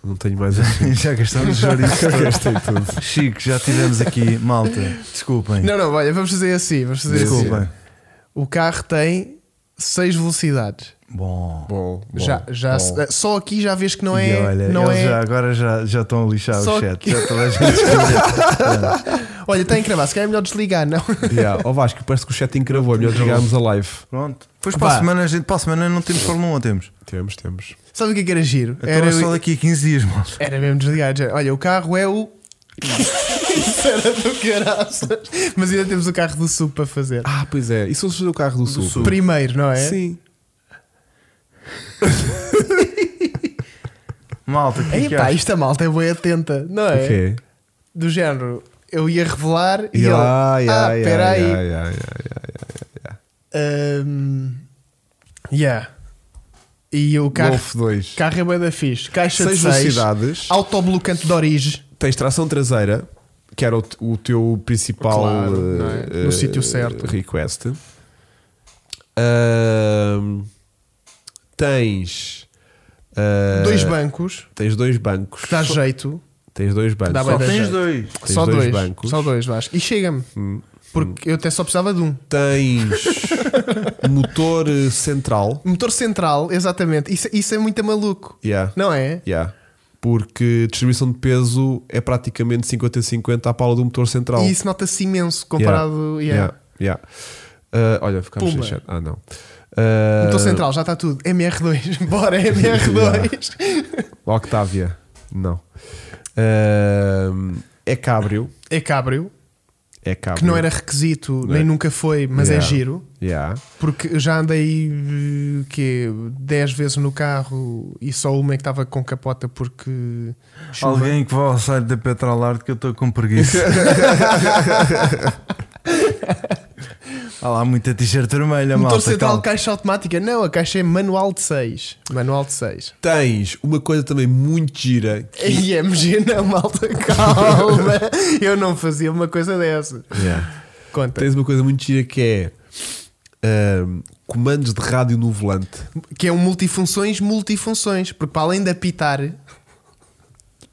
Speaker 1: Não tenho mais *laughs* assim.
Speaker 3: *laughs* já gastamos chouriço.
Speaker 1: Gastei tudo.
Speaker 3: Chico, já tivemos aqui. Malta, desculpem.
Speaker 2: Não, não, olha, vamos fazer assim. Vamos fazer assim.
Speaker 3: desculpem.
Speaker 2: O carro tem 6 velocidades.
Speaker 3: Bom.
Speaker 1: Bom, bom,
Speaker 2: já, já,
Speaker 1: bom.
Speaker 2: só aqui já vês que não é.
Speaker 3: e olha,
Speaker 2: não é
Speaker 3: eles já, agora já, já estão a lixar
Speaker 2: Só
Speaker 3: o chat.
Speaker 2: que-
Speaker 3: Já toda a
Speaker 2: *laughs*
Speaker 3: gente escreveu.
Speaker 2: Olha, está encravado, se calhar é melhor desligar, não? *laughs*
Speaker 1: *laughs* Yeah. Ó Vasco, parece que o chat encravou. É melhor desligarmos a live.
Speaker 3: Pronto. Depois
Speaker 2: Pá.
Speaker 3: para a semana, a gente, para a semana não temos Fórmula 1 ou temos?
Speaker 1: Temos, temos.
Speaker 2: Sabe o que é que era giro?
Speaker 3: Então é
Speaker 2: Era,
Speaker 3: só daqui a 15 dias, mal.
Speaker 2: era mesmo desligar. já. Olha, o carro é o.
Speaker 1: *laughs*
Speaker 2: Isso era do caraças. Mas ainda temos o carro do Sul para fazer.
Speaker 1: Ah, pois é. E se fosse fazer o carro do, Sul?
Speaker 2: Primeiro, não é?
Speaker 1: Sim.
Speaker 3: Malta, o que é que
Speaker 2: Epá,
Speaker 3: achas?
Speaker 2: isto a malta é bem atenta, não é?
Speaker 1: O quê?
Speaker 2: Do género, eu ia revelar e ele.
Speaker 1: Ya, ya,
Speaker 2: ah,
Speaker 1: ya,
Speaker 2: espera aí.
Speaker 1: ya, ya, ya, ya.
Speaker 2: Ahm, yeah. hum, E o carro,
Speaker 1: Golf 2.
Speaker 2: carro é bem da fixe. Caixa
Speaker 1: Seis
Speaker 2: de 6.
Speaker 1: velocidades.
Speaker 2: Autoblocante de origem.
Speaker 1: Tens tração traseira, que era o, t- o teu principal
Speaker 2: Claro,
Speaker 1: eh,
Speaker 2: não é? No
Speaker 1: eh,
Speaker 2: sítio certo.
Speaker 1: request. Ahm, tens ah,
Speaker 2: Dois bancos.
Speaker 1: Tens dois bancos.
Speaker 2: Que dá jeito.
Speaker 1: Tens dois bancos.
Speaker 2: Dá
Speaker 3: Só
Speaker 2: tá bem
Speaker 3: tens
Speaker 2: jeito.
Speaker 3: dois.
Speaker 1: Tens
Speaker 2: só
Speaker 1: dois
Speaker 2: dois.
Speaker 1: bancos. Hum,
Speaker 2: Só dois, Vasco. E chega-me. Porque eu até só precisava de um.
Speaker 1: Tens
Speaker 2: *laughs*
Speaker 1: motor eh, central.
Speaker 2: Motor central, exatamente. Isso, isso é muito maluco.
Speaker 1: Yeah.
Speaker 2: Não é?
Speaker 1: Yeah. Porque distribuição de peso é praticamente 50-50 à pala do motor central.
Speaker 2: E isso nota-se imenso comparado. yeah.
Speaker 1: Yeah, yeah. Ah, olha, ficamos sem
Speaker 2: Pumba.
Speaker 1: chat. Ah, não. Ah,
Speaker 2: Motor central, já está tudo. MR2, *laughs* bora, MR2.
Speaker 1: Octavia, não. Ah, é cabrio.
Speaker 2: É cabrio,
Speaker 1: É cabrio.
Speaker 2: que não era requisito, nem
Speaker 1: é.
Speaker 2: nunca foi, mas
Speaker 1: Yeah.
Speaker 2: é giro.
Speaker 1: Yeah.
Speaker 2: Porque já andei eh, quê, 10 vezes no carro e só uma é que estava com capota porque chuva.
Speaker 3: Alguém que vá ao site da Petrolarte que eu estou com
Speaker 2: *laughs*
Speaker 3: preguiça. Há Ah lá muita t-shirt vermelha,
Speaker 2: Motor
Speaker 3: malta.
Speaker 2: central,
Speaker 3: calma.
Speaker 2: caixa automática. Não, a caixa é manual de 6. Manual de 6.
Speaker 1: Tens uma coisa também muito gira. que-
Speaker 2: IMG não, é malta, *laughs* calma. Eu não fazia uma coisa dessa.
Speaker 1: *laughs* Yeah.
Speaker 2: Conta.
Speaker 1: Tens uma coisa muito gira que é ah, comandos de rádio no volante.
Speaker 2: Que é um multifunções, multifunções. Porque para além de apitar,
Speaker 1: Uhum.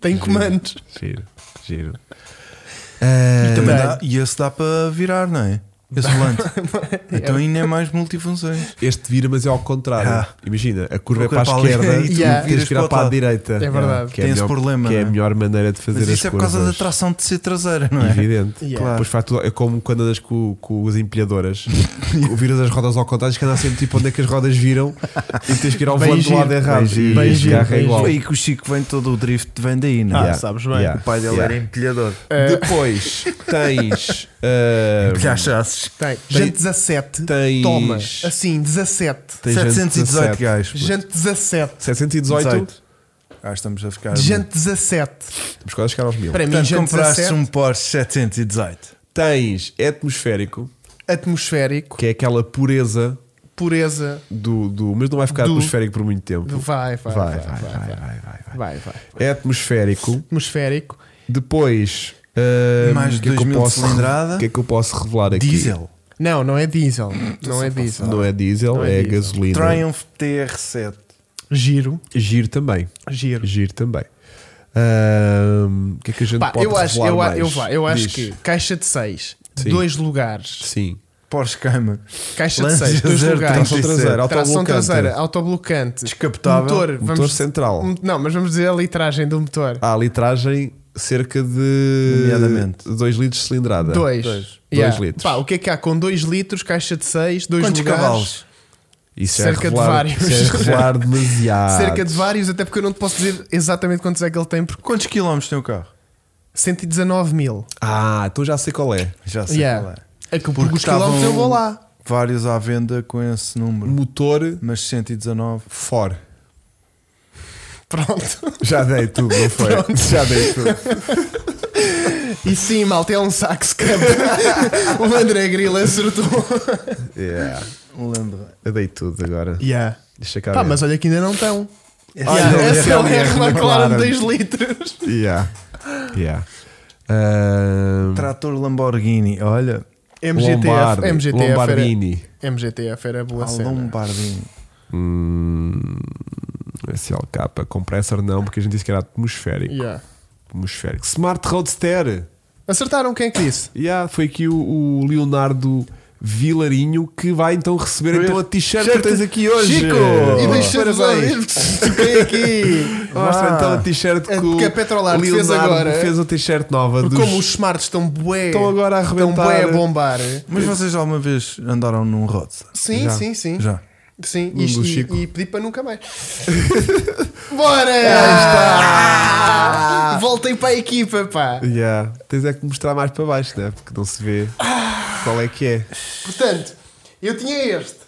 Speaker 2: tem comandos.
Speaker 1: Giro, giro.
Speaker 3: E, também
Speaker 2: Tem.
Speaker 3: dá, e esse dá para virar, não é? isolante.
Speaker 2: *laughs*
Speaker 3: então ainda é mais multifunções.
Speaker 1: Este vira, mas é ao contrário.
Speaker 3: Ah.
Speaker 1: Imagina, a curva é
Speaker 3: A
Speaker 1: para a
Speaker 3: curva para a
Speaker 1: esquerda
Speaker 3: *laughs* esquerda
Speaker 1: e
Speaker 2: e tu
Speaker 1: tu tens
Speaker 3: viras
Speaker 1: que virar
Speaker 3: para o
Speaker 1: para a
Speaker 3: lado.
Speaker 1: direita.
Speaker 2: É verdade.
Speaker 1: Que é a
Speaker 3: Tem esse
Speaker 1: melhor-
Speaker 3: problema,
Speaker 1: Que é a
Speaker 3: não é?
Speaker 1: melhor maneira de fazer
Speaker 3: Mas
Speaker 1: as
Speaker 3: isso é por causa da
Speaker 1: curvas.
Speaker 3: tração de ser traseira, não é?
Speaker 1: Evidente.
Speaker 2: Yeah.
Speaker 1: Depois faz tudo. É como quando andas com, com as
Speaker 3: *laughs*
Speaker 1: empilhadoras, Tu viras as rodas ao contrário, tens que andar sempre tipo onde é que as rodas viram e tens que ir ao
Speaker 2: Bem
Speaker 1: volante do
Speaker 2: giro.
Speaker 1: lado errado. E
Speaker 2: Bem giro, bem
Speaker 1: este carro é
Speaker 2: giro,
Speaker 1: igual.
Speaker 3: Foi aí que o Chico vem todo o drift, vem daí, não é?
Speaker 2: Ah, sabes bem.
Speaker 1: yeah,
Speaker 3: O pai dele
Speaker 1: yeah.
Speaker 3: era empilhador.
Speaker 2: É.
Speaker 1: Depois
Speaker 3: *laughs*
Speaker 1: tens. ah,
Speaker 3: Que achasses?
Speaker 2: Tem. Gente 17.
Speaker 1: tens-
Speaker 2: Toma. Assim, 17.
Speaker 1: tens gente
Speaker 3: 718
Speaker 1: 17.
Speaker 3: gajos.
Speaker 2: Gente 17.
Speaker 1: 718.
Speaker 3: Ah, estamos a ficar.
Speaker 2: Gente 17.
Speaker 1: Temos quase a chegar aos mil.
Speaker 2: Para mim,
Speaker 3: Portanto,
Speaker 2: gente
Speaker 3: compraste
Speaker 2: 17.
Speaker 3: um Porsche 718.
Speaker 1: Tens atmosférico,
Speaker 2: Atmosférico.
Speaker 1: que é aquela pureza
Speaker 2: Pureza.
Speaker 1: do. do mas não vai ficar
Speaker 2: Do-
Speaker 1: atmosférico por muito tempo.
Speaker 2: do- Vai, vai,
Speaker 1: Vai,
Speaker 2: vai.
Speaker 1: vai, vai, vai, vai.
Speaker 2: Vai, vai.
Speaker 1: É atmosférico.
Speaker 2: Atmosférico.
Speaker 1: Depois. ah,
Speaker 3: Mais de
Speaker 1: o que é que eu
Speaker 3: 2000 de
Speaker 1: posso-
Speaker 3: cilindrada.
Speaker 1: O que é que eu posso revelar aqui?
Speaker 3: Diesel.
Speaker 2: Não, não é diesel. Não é diesel.
Speaker 1: Não é diesel,
Speaker 2: Não é
Speaker 1: é,
Speaker 2: diesel.
Speaker 1: gasolina.
Speaker 3: Triumph TR7.
Speaker 2: Giro.
Speaker 1: Giro também.
Speaker 2: Giro.
Speaker 1: Giro também. Ahm, O que é que a gente
Speaker 2: Pá,
Speaker 1: pode
Speaker 2: eu acho,
Speaker 1: revelar
Speaker 2: eu, a-
Speaker 1: mais?
Speaker 2: eu, vá, eu acho
Speaker 1: Diz.
Speaker 2: que caixa de 6,
Speaker 1: Sim.
Speaker 2: dois lugares.
Speaker 1: Sim.
Speaker 3: Porsche Cayman.
Speaker 2: Caixa de
Speaker 3: Lancha
Speaker 2: 6, dois
Speaker 3: 0,
Speaker 2: lugares.
Speaker 1: Tração traseira,
Speaker 2: Tração
Speaker 1: autoblocante.
Speaker 2: traseira, autoblocante,
Speaker 3: Descapotável.
Speaker 2: motor, vamos,
Speaker 1: Motor central. Ah,
Speaker 2: um- não, mas vamos dizer a litragem do motor.
Speaker 1: Há a litragem cerca de
Speaker 3: Nomeadamente.
Speaker 1: 2 litros de cilindrada.
Speaker 2: 2
Speaker 3: dois.
Speaker 1: tá. Dois litros.
Speaker 2: Pá, o que é que há com 2 litros, caixa de 6, 2
Speaker 3: Quantos
Speaker 2: lugares?
Speaker 3: cavalos?
Speaker 1: Isso
Speaker 2: Cerca
Speaker 1: é
Speaker 2: de
Speaker 1: revelar,
Speaker 2: vários.
Speaker 1: Isso é
Speaker 2: *laughs*
Speaker 1: revelar demasiado.
Speaker 2: Cerca de vários, até porque eu não te posso dizer exatamente quantos é que ele tem, porque
Speaker 3: Quantos quilómetros tem o carro?
Speaker 2: 119 mil.
Speaker 1: Ah, então já sei qual é.
Speaker 3: Já sei
Speaker 2: Yeah.
Speaker 3: qual é.
Speaker 2: É que porque os
Speaker 3: estavam
Speaker 2: quilómetros eu vou lá.
Speaker 3: Vários à venda com esse número.
Speaker 1: Motor
Speaker 3: Mas 119.
Speaker 1: for.
Speaker 2: Pronto.
Speaker 1: Já dei tudo, não foi? Já dei tudo.
Speaker 2: E sim, malta, é um saxo campo. *laughs* o André Grilo acertou.
Speaker 1: Yeah.
Speaker 3: Lembra?
Speaker 1: Eu dei tudo agora.
Speaker 2: Yeah.
Speaker 1: Deixa cá
Speaker 2: Pá,
Speaker 1: ver.
Speaker 2: mas olha que ainda não estão.
Speaker 3: Ah,
Speaker 2: é
Speaker 1: Olha, *laughs*
Speaker 2: Yeah, SLR
Speaker 1: olha,
Speaker 2: McLaren
Speaker 1: McLaren.
Speaker 2: 2 litros.
Speaker 1: Yeah. Yeah. Ahm,
Speaker 3: Trator Lamborghini. Olha.
Speaker 2: Tá MGTF,
Speaker 1: Lombardi, Ah,
Speaker 2: MGTF
Speaker 1: Lombardini.
Speaker 2: era. MGTF era boa
Speaker 3: A
Speaker 2: cena.
Speaker 3: Lombardini.
Speaker 1: Hum, SLK, compressor não, porque a gente disse que era atmosférico.
Speaker 2: Yeah.
Speaker 1: atmosférico. Smart Roadster.
Speaker 2: Acertaram quem é que disse?
Speaker 1: Yeah, foi aqui o, o Leonardo Vilarinho que vai então receber então, a t-shirt que tens aqui hoje. Ah,
Speaker 3: Chico!
Speaker 2: e
Speaker 3: Oh,
Speaker 1: *laughs*
Speaker 2: deixa-nos ouvir. Vem aqui.
Speaker 1: Mostra
Speaker 3: Vá.
Speaker 1: então a t-shirt
Speaker 2: É
Speaker 1: que, o
Speaker 2: que a Petrolar fez
Speaker 1: Leonardo
Speaker 2: agora.
Speaker 1: Fez a t-shirt nova
Speaker 2: Porque
Speaker 1: dos-
Speaker 2: como os smarts estão bué.
Speaker 1: Estão agora a
Speaker 2: Estão
Speaker 1: arrebentar.
Speaker 2: bué a bombar.
Speaker 3: Mas vocês alguma vez andaram num Roadster?
Speaker 2: Sim,
Speaker 1: Já.
Speaker 2: sim, sim.
Speaker 3: Já.
Speaker 2: Sim,
Speaker 1: Do
Speaker 2: isto, e,
Speaker 1: Chico.
Speaker 2: e pedi para
Speaker 1: *laughs*
Speaker 2: nunca mais. Bora! Voltem para a equipa, pá.
Speaker 1: Yeah. Tens é que mostrar mais para baixo, né? Porque não se vê qual é que é.
Speaker 2: Portanto, eu tinha este.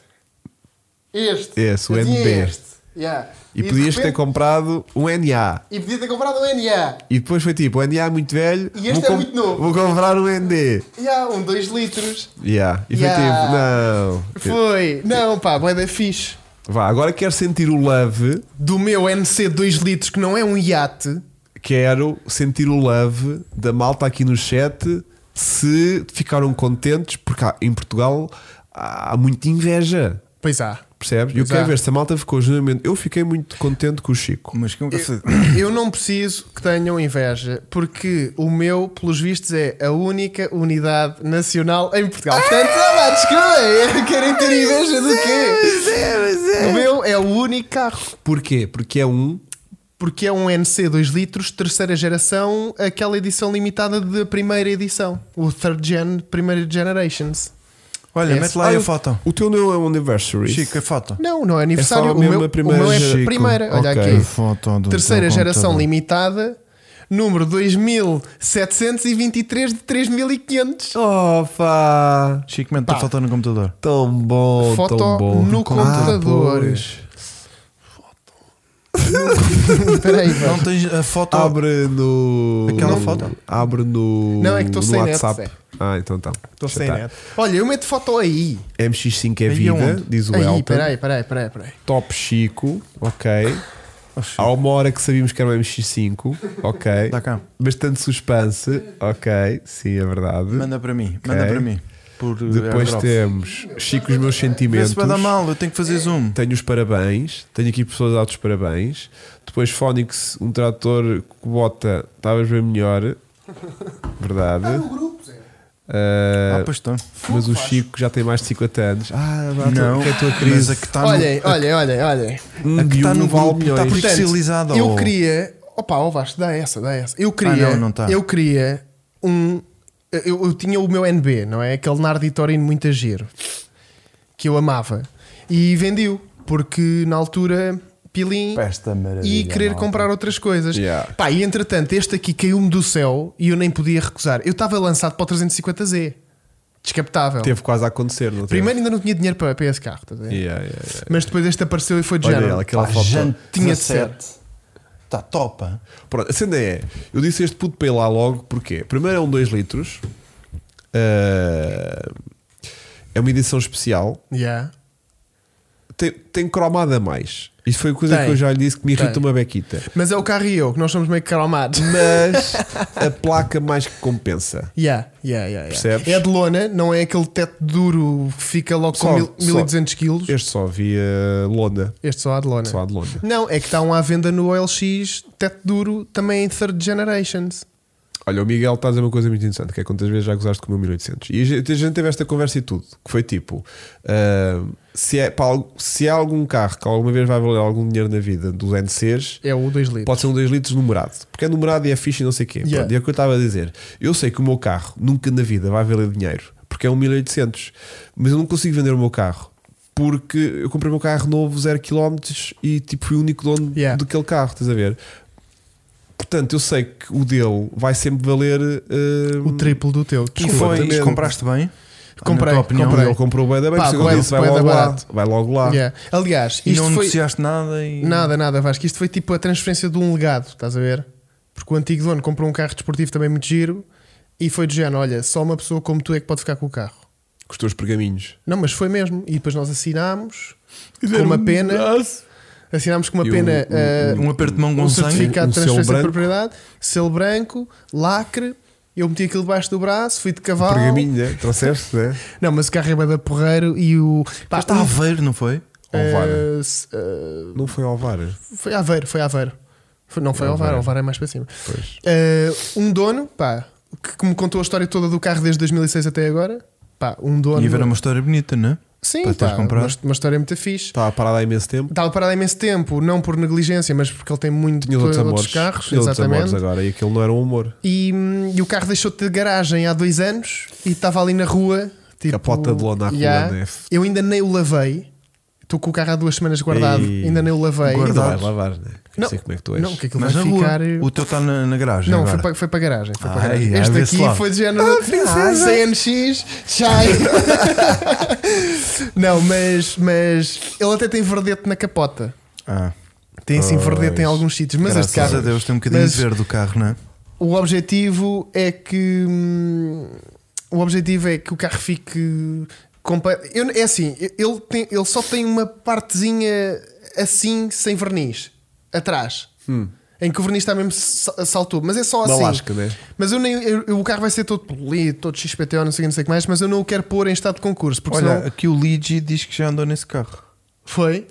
Speaker 2: Este.
Speaker 1: Esse, o
Speaker 2: eu tinha
Speaker 1: NB.
Speaker 2: este. Yeah.
Speaker 1: E,
Speaker 2: de
Speaker 1: podias ter
Speaker 2: repente-
Speaker 1: comprado um NA.
Speaker 2: E podia ter comprado um NA.
Speaker 1: E depois foi tipo, o NA é muito velho.
Speaker 2: E este
Speaker 1: vou
Speaker 2: é
Speaker 1: com-
Speaker 2: muito novo.
Speaker 1: Vou comprar um ND.
Speaker 2: Yeah, um 2 litros.
Speaker 1: Yeah. E foi
Speaker 2: Yeah.
Speaker 1: tipo, não.
Speaker 2: Foi. Não, pá, boa da fixe.
Speaker 1: Vá, agora quero sentir o love.
Speaker 2: Do meu NC 2 litros, que não é um iate.
Speaker 1: Quero sentir o love da malta aqui no chat. Se ficaram contentes, porque há- em Portugal há muita inveja.
Speaker 2: Pois há.
Speaker 1: Percebes? E eu
Speaker 2: Pois
Speaker 1: quero
Speaker 2: há.
Speaker 1: ver se a malta ficou genuinamente. Eu fiquei muito contente com o Chico.
Speaker 3: Mas que nunca sei.
Speaker 2: Eu não preciso que tenham inveja, porque o meu, pelos vistos, é a única unidade nacional em Portugal. Portanto, ah, lá, desculpa, querem ter inveja do quê? O meu é o único carro,
Speaker 1: Porquê? Porque é um.
Speaker 2: porque é um NC 2 litros, terceira geração, aquela edição limitada da primeira edição, o third gen, primeira generations.
Speaker 3: Olha,
Speaker 2: Esse-
Speaker 3: mete lá aí
Speaker 1: Olha,
Speaker 3: a foto.
Speaker 1: O teu não é um anniversary.
Speaker 3: Chico, a foto.
Speaker 2: Não, não
Speaker 1: só
Speaker 2: é aniversário,
Speaker 1: a
Speaker 2: o,
Speaker 1: mesma
Speaker 2: meu,
Speaker 1: primeira
Speaker 2: o meu é
Speaker 1: geração.
Speaker 2: primeira, olha
Speaker 1: Ok. Então,
Speaker 2: aqui.
Speaker 1: A
Speaker 3: foto do
Speaker 2: Terceira
Speaker 3: teu
Speaker 2: geração
Speaker 1: tá
Speaker 3: computador.
Speaker 2: limitada, número 2723 de 3500.
Speaker 1: Oh, pá.
Speaker 3: Chico, mete a
Speaker 2: Pá.
Speaker 3: foto no computador.
Speaker 1: Tão bom,
Speaker 2: Foto
Speaker 1: tão bom.
Speaker 2: no
Speaker 1: Ah,
Speaker 2: computador.
Speaker 1: pois.
Speaker 2: *laughs* Espera aí,
Speaker 3: Não
Speaker 2: velho.
Speaker 3: tens a foto.
Speaker 1: Abre no.
Speaker 3: Aquela
Speaker 1: no-
Speaker 3: foto?
Speaker 1: Abre no.
Speaker 2: Não, é que tô
Speaker 1: no
Speaker 2: sem net,
Speaker 1: WhatsApp.
Speaker 2: Zé.
Speaker 1: Ah, então tá.
Speaker 2: Estou
Speaker 1: Já
Speaker 2: sem
Speaker 1: tá.
Speaker 2: net. Olha, eu meto foto aí.
Speaker 1: MX5 é
Speaker 3: Aí
Speaker 1: vida,
Speaker 3: aonde?
Speaker 1: diz o
Speaker 2: Aí,
Speaker 1: Elton.
Speaker 2: peraí, peraí, peraí, peraí.
Speaker 1: Top Chico, ok. Há uma hora que sabíamos que era um MX5, ok.
Speaker 3: Dá cá.
Speaker 1: Bastante suspense, ok. Sim, é verdade.
Speaker 3: Manda para mim. Manda
Speaker 1: Ok.
Speaker 3: para mim. Por uh,
Speaker 1: Depois
Speaker 3: airdrop.
Speaker 1: temos Chico, os meus
Speaker 3: Vê
Speaker 1: sentimentos.
Speaker 3: se vai dar mal, eu tenho que fazer zoom.
Speaker 1: Tenho os parabéns, tenho aqui pessoas a dar os parabéns. Depois Fónix, um trator que bota, estavas bem melhor. Verdade. Ah,
Speaker 3: Ah, pois estão.
Speaker 1: mas o Chico já tem mais de 50 anos. Ah, vá,
Speaker 3: Não,
Speaker 1: que é a tua
Speaker 3: mas
Speaker 1: crise.
Speaker 3: a que tá está
Speaker 2: Olhem, olhem, olhem, olhem.
Speaker 1: um
Speaker 3: a que
Speaker 1: de
Speaker 3: está
Speaker 1: um
Speaker 3: no
Speaker 1: vale
Speaker 3: grupo está
Speaker 1: milhões.
Speaker 3: por- Especializada,
Speaker 2: Portanto, eu
Speaker 3: ou-
Speaker 2: queria. Opa, ó Vasco, dá essa, dá essa. Eu queria.
Speaker 3: não, não tá.
Speaker 2: Eu queria um. Eu, eu tinha o meu NB, não é? Aquele Nardi Torino muito a giro. Que eu amava. E vendi-o. Porque na altura. Pilim.
Speaker 3: Pesta maravilha,
Speaker 2: E querer
Speaker 3: malta.
Speaker 2: comprar outras coisas.
Speaker 1: Yeah.
Speaker 2: Pá, e entretanto, este aqui caiu-me do céu e eu nem podia recusar. Eu estava lançado para o 350Z. Descapotável.
Speaker 1: Teve quase a acontecer, não teve?
Speaker 2: Primeiro ainda não tinha dinheiro para, para esse carro, estás a ver?
Speaker 1: Yeah, yeah, yeah.
Speaker 2: Mas depois este apareceu e foi de
Speaker 1: Olha
Speaker 2: género.
Speaker 1: ela, aquela
Speaker 3: Pá,
Speaker 1: foto.
Speaker 3: gente,
Speaker 2: Tinha de
Speaker 3: 17. Está Tá, topa.
Speaker 1: Pronto, a cena é: eu disse este puto para ir lá logo, porquê? Primeiro é um 2 litros, ah, é uma edição especial,
Speaker 2: Yeah.
Speaker 1: tem, tem cromada a mais. Isso foi coisa
Speaker 2: Tem.
Speaker 1: que eu já lhe disse que me irrita
Speaker 2: Tem.
Speaker 1: uma bequita.
Speaker 2: Mas é o carro e eu, que nós somos meio que calmados.
Speaker 1: Mas a placa mais que compensa.
Speaker 2: Yeah, yeah, yeah, yeah.
Speaker 1: Percebes?
Speaker 2: É de lona, não é aquele teto duro que fica logo
Speaker 1: Só-
Speaker 2: com mil,
Speaker 1: só-
Speaker 2: 1200 quilos.
Speaker 1: Este só havia lona,
Speaker 2: Este só há de lona.
Speaker 1: só há de lona.
Speaker 2: Não, é que está um à venda no OLX, teto duro, também em third generations.
Speaker 1: Olha, o Miguel está a dizer uma coisa muito interessante, que é quantas vezes já gozaste com o meu 1800. E a gente, a gente teve esta conversa e tudo, que foi tipo, ah, se, é, para, al- se há algum carro que alguma vez vai valer algum dinheiro na vida dos NCs,
Speaker 2: É o 2 litros.
Speaker 1: pode ser um 2 litros numerado, porque é numerado e é fixe e não sei o quê.
Speaker 2: Yeah.
Speaker 1: Pronto, e é o que eu estava a dizer, eu sei que o meu carro nunca na vida vai valer dinheiro, porque é um 1800, mas eu não consigo vender o meu carro. Porque eu comprei o meu carro novo, 0km, e tipo fui o único dono
Speaker 2: Yeah.
Speaker 1: daquele carro, estás a ver? Portanto, eu sei que o dele vai sempre valer. eh,
Speaker 2: O triplo do teu.
Speaker 1: E
Speaker 3: E
Speaker 2: desculpa.
Speaker 1: foi-
Speaker 3: foi, compraste bem?
Speaker 2: Comprei,
Speaker 3: Na tua opinião,
Speaker 2: comprei.
Speaker 1: Ele comprou bem da bem,
Speaker 2: é? Pá,
Speaker 1: por
Speaker 2: é
Speaker 1: isso que eu
Speaker 2: bué-
Speaker 1: disse, vai
Speaker 2: bué da
Speaker 1: logo lá.
Speaker 2: barato.
Speaker 1: Vai logo lá.
Speaker 2: Yeah. Aliás,
Speaker 3: E
Speaker 2: isto
Speaker 3: não
Speaker 2: foi.
Speaker 3: negociaste nada e.
Speaker 2: Nada, nada, Vasco. Isto foi tipo a transferência de um legado, estás a ver? Porque o antigo dono comprou um carro desportivo também muito giro e foi do género: olha, só uma pessoa como tu é que pode ficar com o carro.
Speaker 1: Custou os pergaminhos.
Speaker 2: Não, mas foi mesmo. E depois nós assinámos com uma
Speaker 1: um
Speaker 2: pena. Assinámos com uma
Speaker 1: E um-
Speaker 2: pena
Speaker 1: um-
Speaker 2: ah,
Speaker 3: Um aperto de mão
Speaker 2: um,
Speaker 3: com sangue.
Speaker 2: certificado
Speaker 1: um
Speaker 2: de
Speaker 1: selo
Speaker 2: transferência de
Speaker 1: branco.
Speaker 2: propriedade, selo branco, lacre. Eu meti aquilo debaixo do braço, fui de cavalo.
Speaker 1: Pergaminho, né? Trouxeste, né?
Speaker 2: Não, mas o carro é bué da porreiro e o.
Speaker 3: Pá, Está a ver, não foi?
Speaker 1: Alvara.
Speaker 2: ah, se- ah,
Speaker 1: Não foi Alvara.
Speaker 2: foi Aveiro, foi Aveiro. Foi- não foi Alvaro,
Speaker 1: Aveiro.
Speaker 2: Alvaro é mais para cima.
Speaker 1: Pois.
Speaker 2: Uh, um dono, pá, que, que me contou a história toda do carro desde 2006 até agora. Pá, um dono.
Speaker 3: E ver uma história bonita, não é?
Speaker 2: Sim,
Speaker 3: para teres
Speaker 2: pá,
Speaker 3: comprado.
Speaker 2: uma, uma história muito fixe.
Speaker 1: Estava parado há imenso tempo.
Speaker 2: Estava parado há imenso tempo, não por negligência, mas porque ele tem muito
Speaker 1: Tinha outros
Speaker 2: outros
Speaker 1: amores.
Speaker 2: carros.
Speaker 1: Tinha outros amores
Speaker 2: Exatamente.
Speaker 1: agora. E aquilo não era um amor.
Speaker 2: E, hum, e o carro deixou de ter garagem há dois anos e estava ali na rua. Tipo,
Speaker 1: Capota de lona à rua,
Speaker 2: yeah.
Speaker 1: né?
Speaker 2: Eu ainda nem o lavei. Estou com o carro há duas semanas guardado,
Speaker 1: Ei.
Speaker 2: ainda nem o lavei.
Speaker 1: Ainda
Speaker 3: Guardado.
Speaker 1: vais lavar, né? Não
Speaker 2: Não.
Speaker 1: sei como é que tu és.
Speaker 2: Não, que aquilo
Speaker 3: Mas
Speaker 2: vai
Speaker 3: na
Speaker 2: ficar.
Speaker 3: rua. O teu está na, na garagem.
Speaker 2: Não, foi
Speaker 3: agora.
Speaker 2: para, foi para a garagem. Foi para a
Speaker 3: Ai,
Speaker 2: garagem.
Speaker 3: ai,
Speaker 2: este
Speaker 3: vê-se
Speaker 2: aqui
Speaker 3: lá.
Speaker 2: foi de género. *laughs* Ah, CNX,
Speaker 1: *laughs*
Speaker 2: chai. não, mas, mas ele até tem verdete na capota.
Speaker 3: Ah,
Speaker 2: Tem assim
Speaker 1: Pois.
Speaker 2: verdete em alguns sítios. Mas
Speaker 3: graças
Speaker 2: este carro.
Speaker 3: a Deus tem um bocadinho
Speaker 2: mas
Speaker 3: de verde o carro, não é?
Speaker 2: O objetivo é que. hum, o objetivo é que o carro fique. compa- Eu, é assim, ele, tem, ele só tem uma partezinha assim, sem verniz, atrás.
Speaker 3: Hum.
Speaker 2: Em que o verniz está mesmo sa- saltou, mas é só
Speaker 1: Uma
Speaker 2: assim.
Speaker 1: lasca, né?
Speaker 2: Mas eu nem. eu- eu- o carro vai ser todo polido, todo XPTO, não sei, o que, não sei o que mais, mas eu não o quero pôr em estado de concurso, porque
Speaker 3: Olha,
Speaker 2: senão.
Speaker 3: aqui o Luigi diz que já andou nesse carro.
Speaker 2: Foi.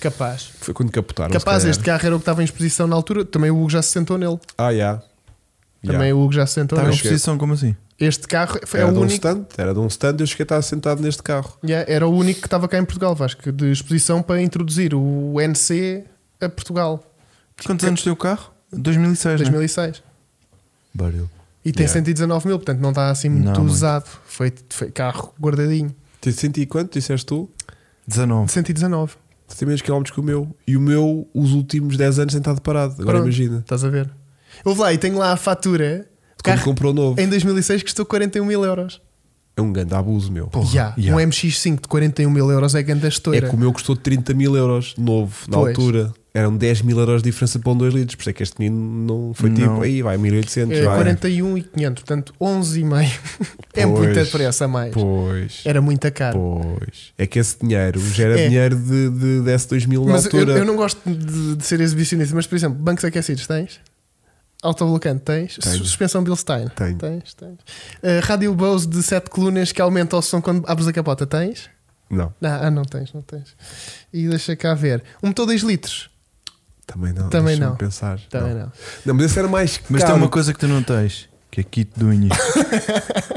Speaker 2: capaz.
Speaker 1: Foi quando caputaram.
Speaker 2: Capaz,
Speaker 1: se calhar.
Speaker 2: este carro era o que estava em exposição na altura. Também o Hugo já se sentou nele.
Speaker 1: Ah, já. Já.
Speaker 2: Também o Hugo já se sentou
Speaker 3: Estava em
Speaker 2: nele.
Speaker 1: cheguei.
Speaker 3: exposição, como assim?
Speaker 2: Este carro
Speaker 1: Tá,
Speaker 2: foi
Speaker 1: Era
Speaker 2: o
Speaker 1: de um
Speaker 2: único.
Speaker 1: stand. Era de um stand. Eu cheguei a estar sentado neste carro.
Speaker 2: Yeah, era o único que estava cá em Portugal, Vasco, de exposição para introduzir o NC a Portugal,
Speaker 1: Uhum.
Speaker 3: Quantos anos tem o carro? 2006, 2000...
Speaker 2: 2006.
Speaker 3: é? Barulho.
Speaker 2: E tem
Speaker 1: Yeah.
Speaker 2: 119 mil, portanto não está assim muito
Speaker 3: Não, muito.
Speaker 2: usado. Foi, foi carro guardadinho.
Speaker 1: Te senti quanto? Disseste tu?
Speaker 3: 19.
Speaker 2: 119.
Speaker 1: Você tem menos quilómetros que o meu. E o meu, os últimos 10 anos, tem estado parado. Agora
Speaker 2: Pronto,
Speaker 1: imagina.
Speaker 2: Estás a ver? Houve lá e tenho lá a fatura.
Speaker 1: Quando
Speaker 2: Carro
Speaker 1: comprou novo.
Speaker 2: em 2006 custou 41 mil euros.
Speaker 1: É um grande abuso, meu.
Speaker 2: Yeah,
Speaker 3: yeah.
Speaker 2: Um MX5 de 41 mil euros é grande
Speaker 1: É
Speaker 2: história.
Speaker 1: que o meu custou 30 mil euros novo, na
Speaker 2: Pois.
Speaker 1: altura. Eram 10 mil euros de diferença para um 2 litros. Por isso é que este menino não foi tipo,
Speaker 3: Não.
Speaker 1: aí vai 1800,
Speaker 2: É
Speaker 1: vai.
Speaker 2: 41 e 500, portanto 11,5. *laughs* é
Speaker 1: Pois.
Speaker 2: muita diferença a mais.
Speaker 1: Pois.
Speaker 2: Era muita cara.
Speaker 1: Pois. É que esse dinheiro gera
Speaker 2: É.
Speaker 1: dinheiro de, de, desse 2 mil na
Speaker 2: Mas eu,
Speaker 1: altura.
Speaker 2: eu não gosto de, de ser exibicionista, mas por exemplo, bancos aquecidos tens? Autoblocante tens?
Speaker 1: Tenho.
Speaker 2: Su- Suspensão Bilstein?
Speaker 1: Tenho.
Speaker 2: Tens, tens. Ah, rádio Bose de 7 colunas que aumenta o som quando abres a capota? Tens?
Speaker 1: Não,
Speaker 2: Não, ah, não tens, não tens. E deixa cá ver. Um motor 2 litros?
Speaker 1: também não.
Speaker 2: Também
Speaker 1: Deixa-me
Speaker 2: não. Tá.
Speaker 1: Pensar.
Speaker 2: Também
Speaker 1: não.
Speaker 2: não.
Speaker 1: Não, mas esse era mais
Speaker 3: Mas
Speaker 1: caro.
Speaker 3: tem uma coisa que tu não tens. que é kit
Speaker 2: *laughs*
Speaker 3: de unhas.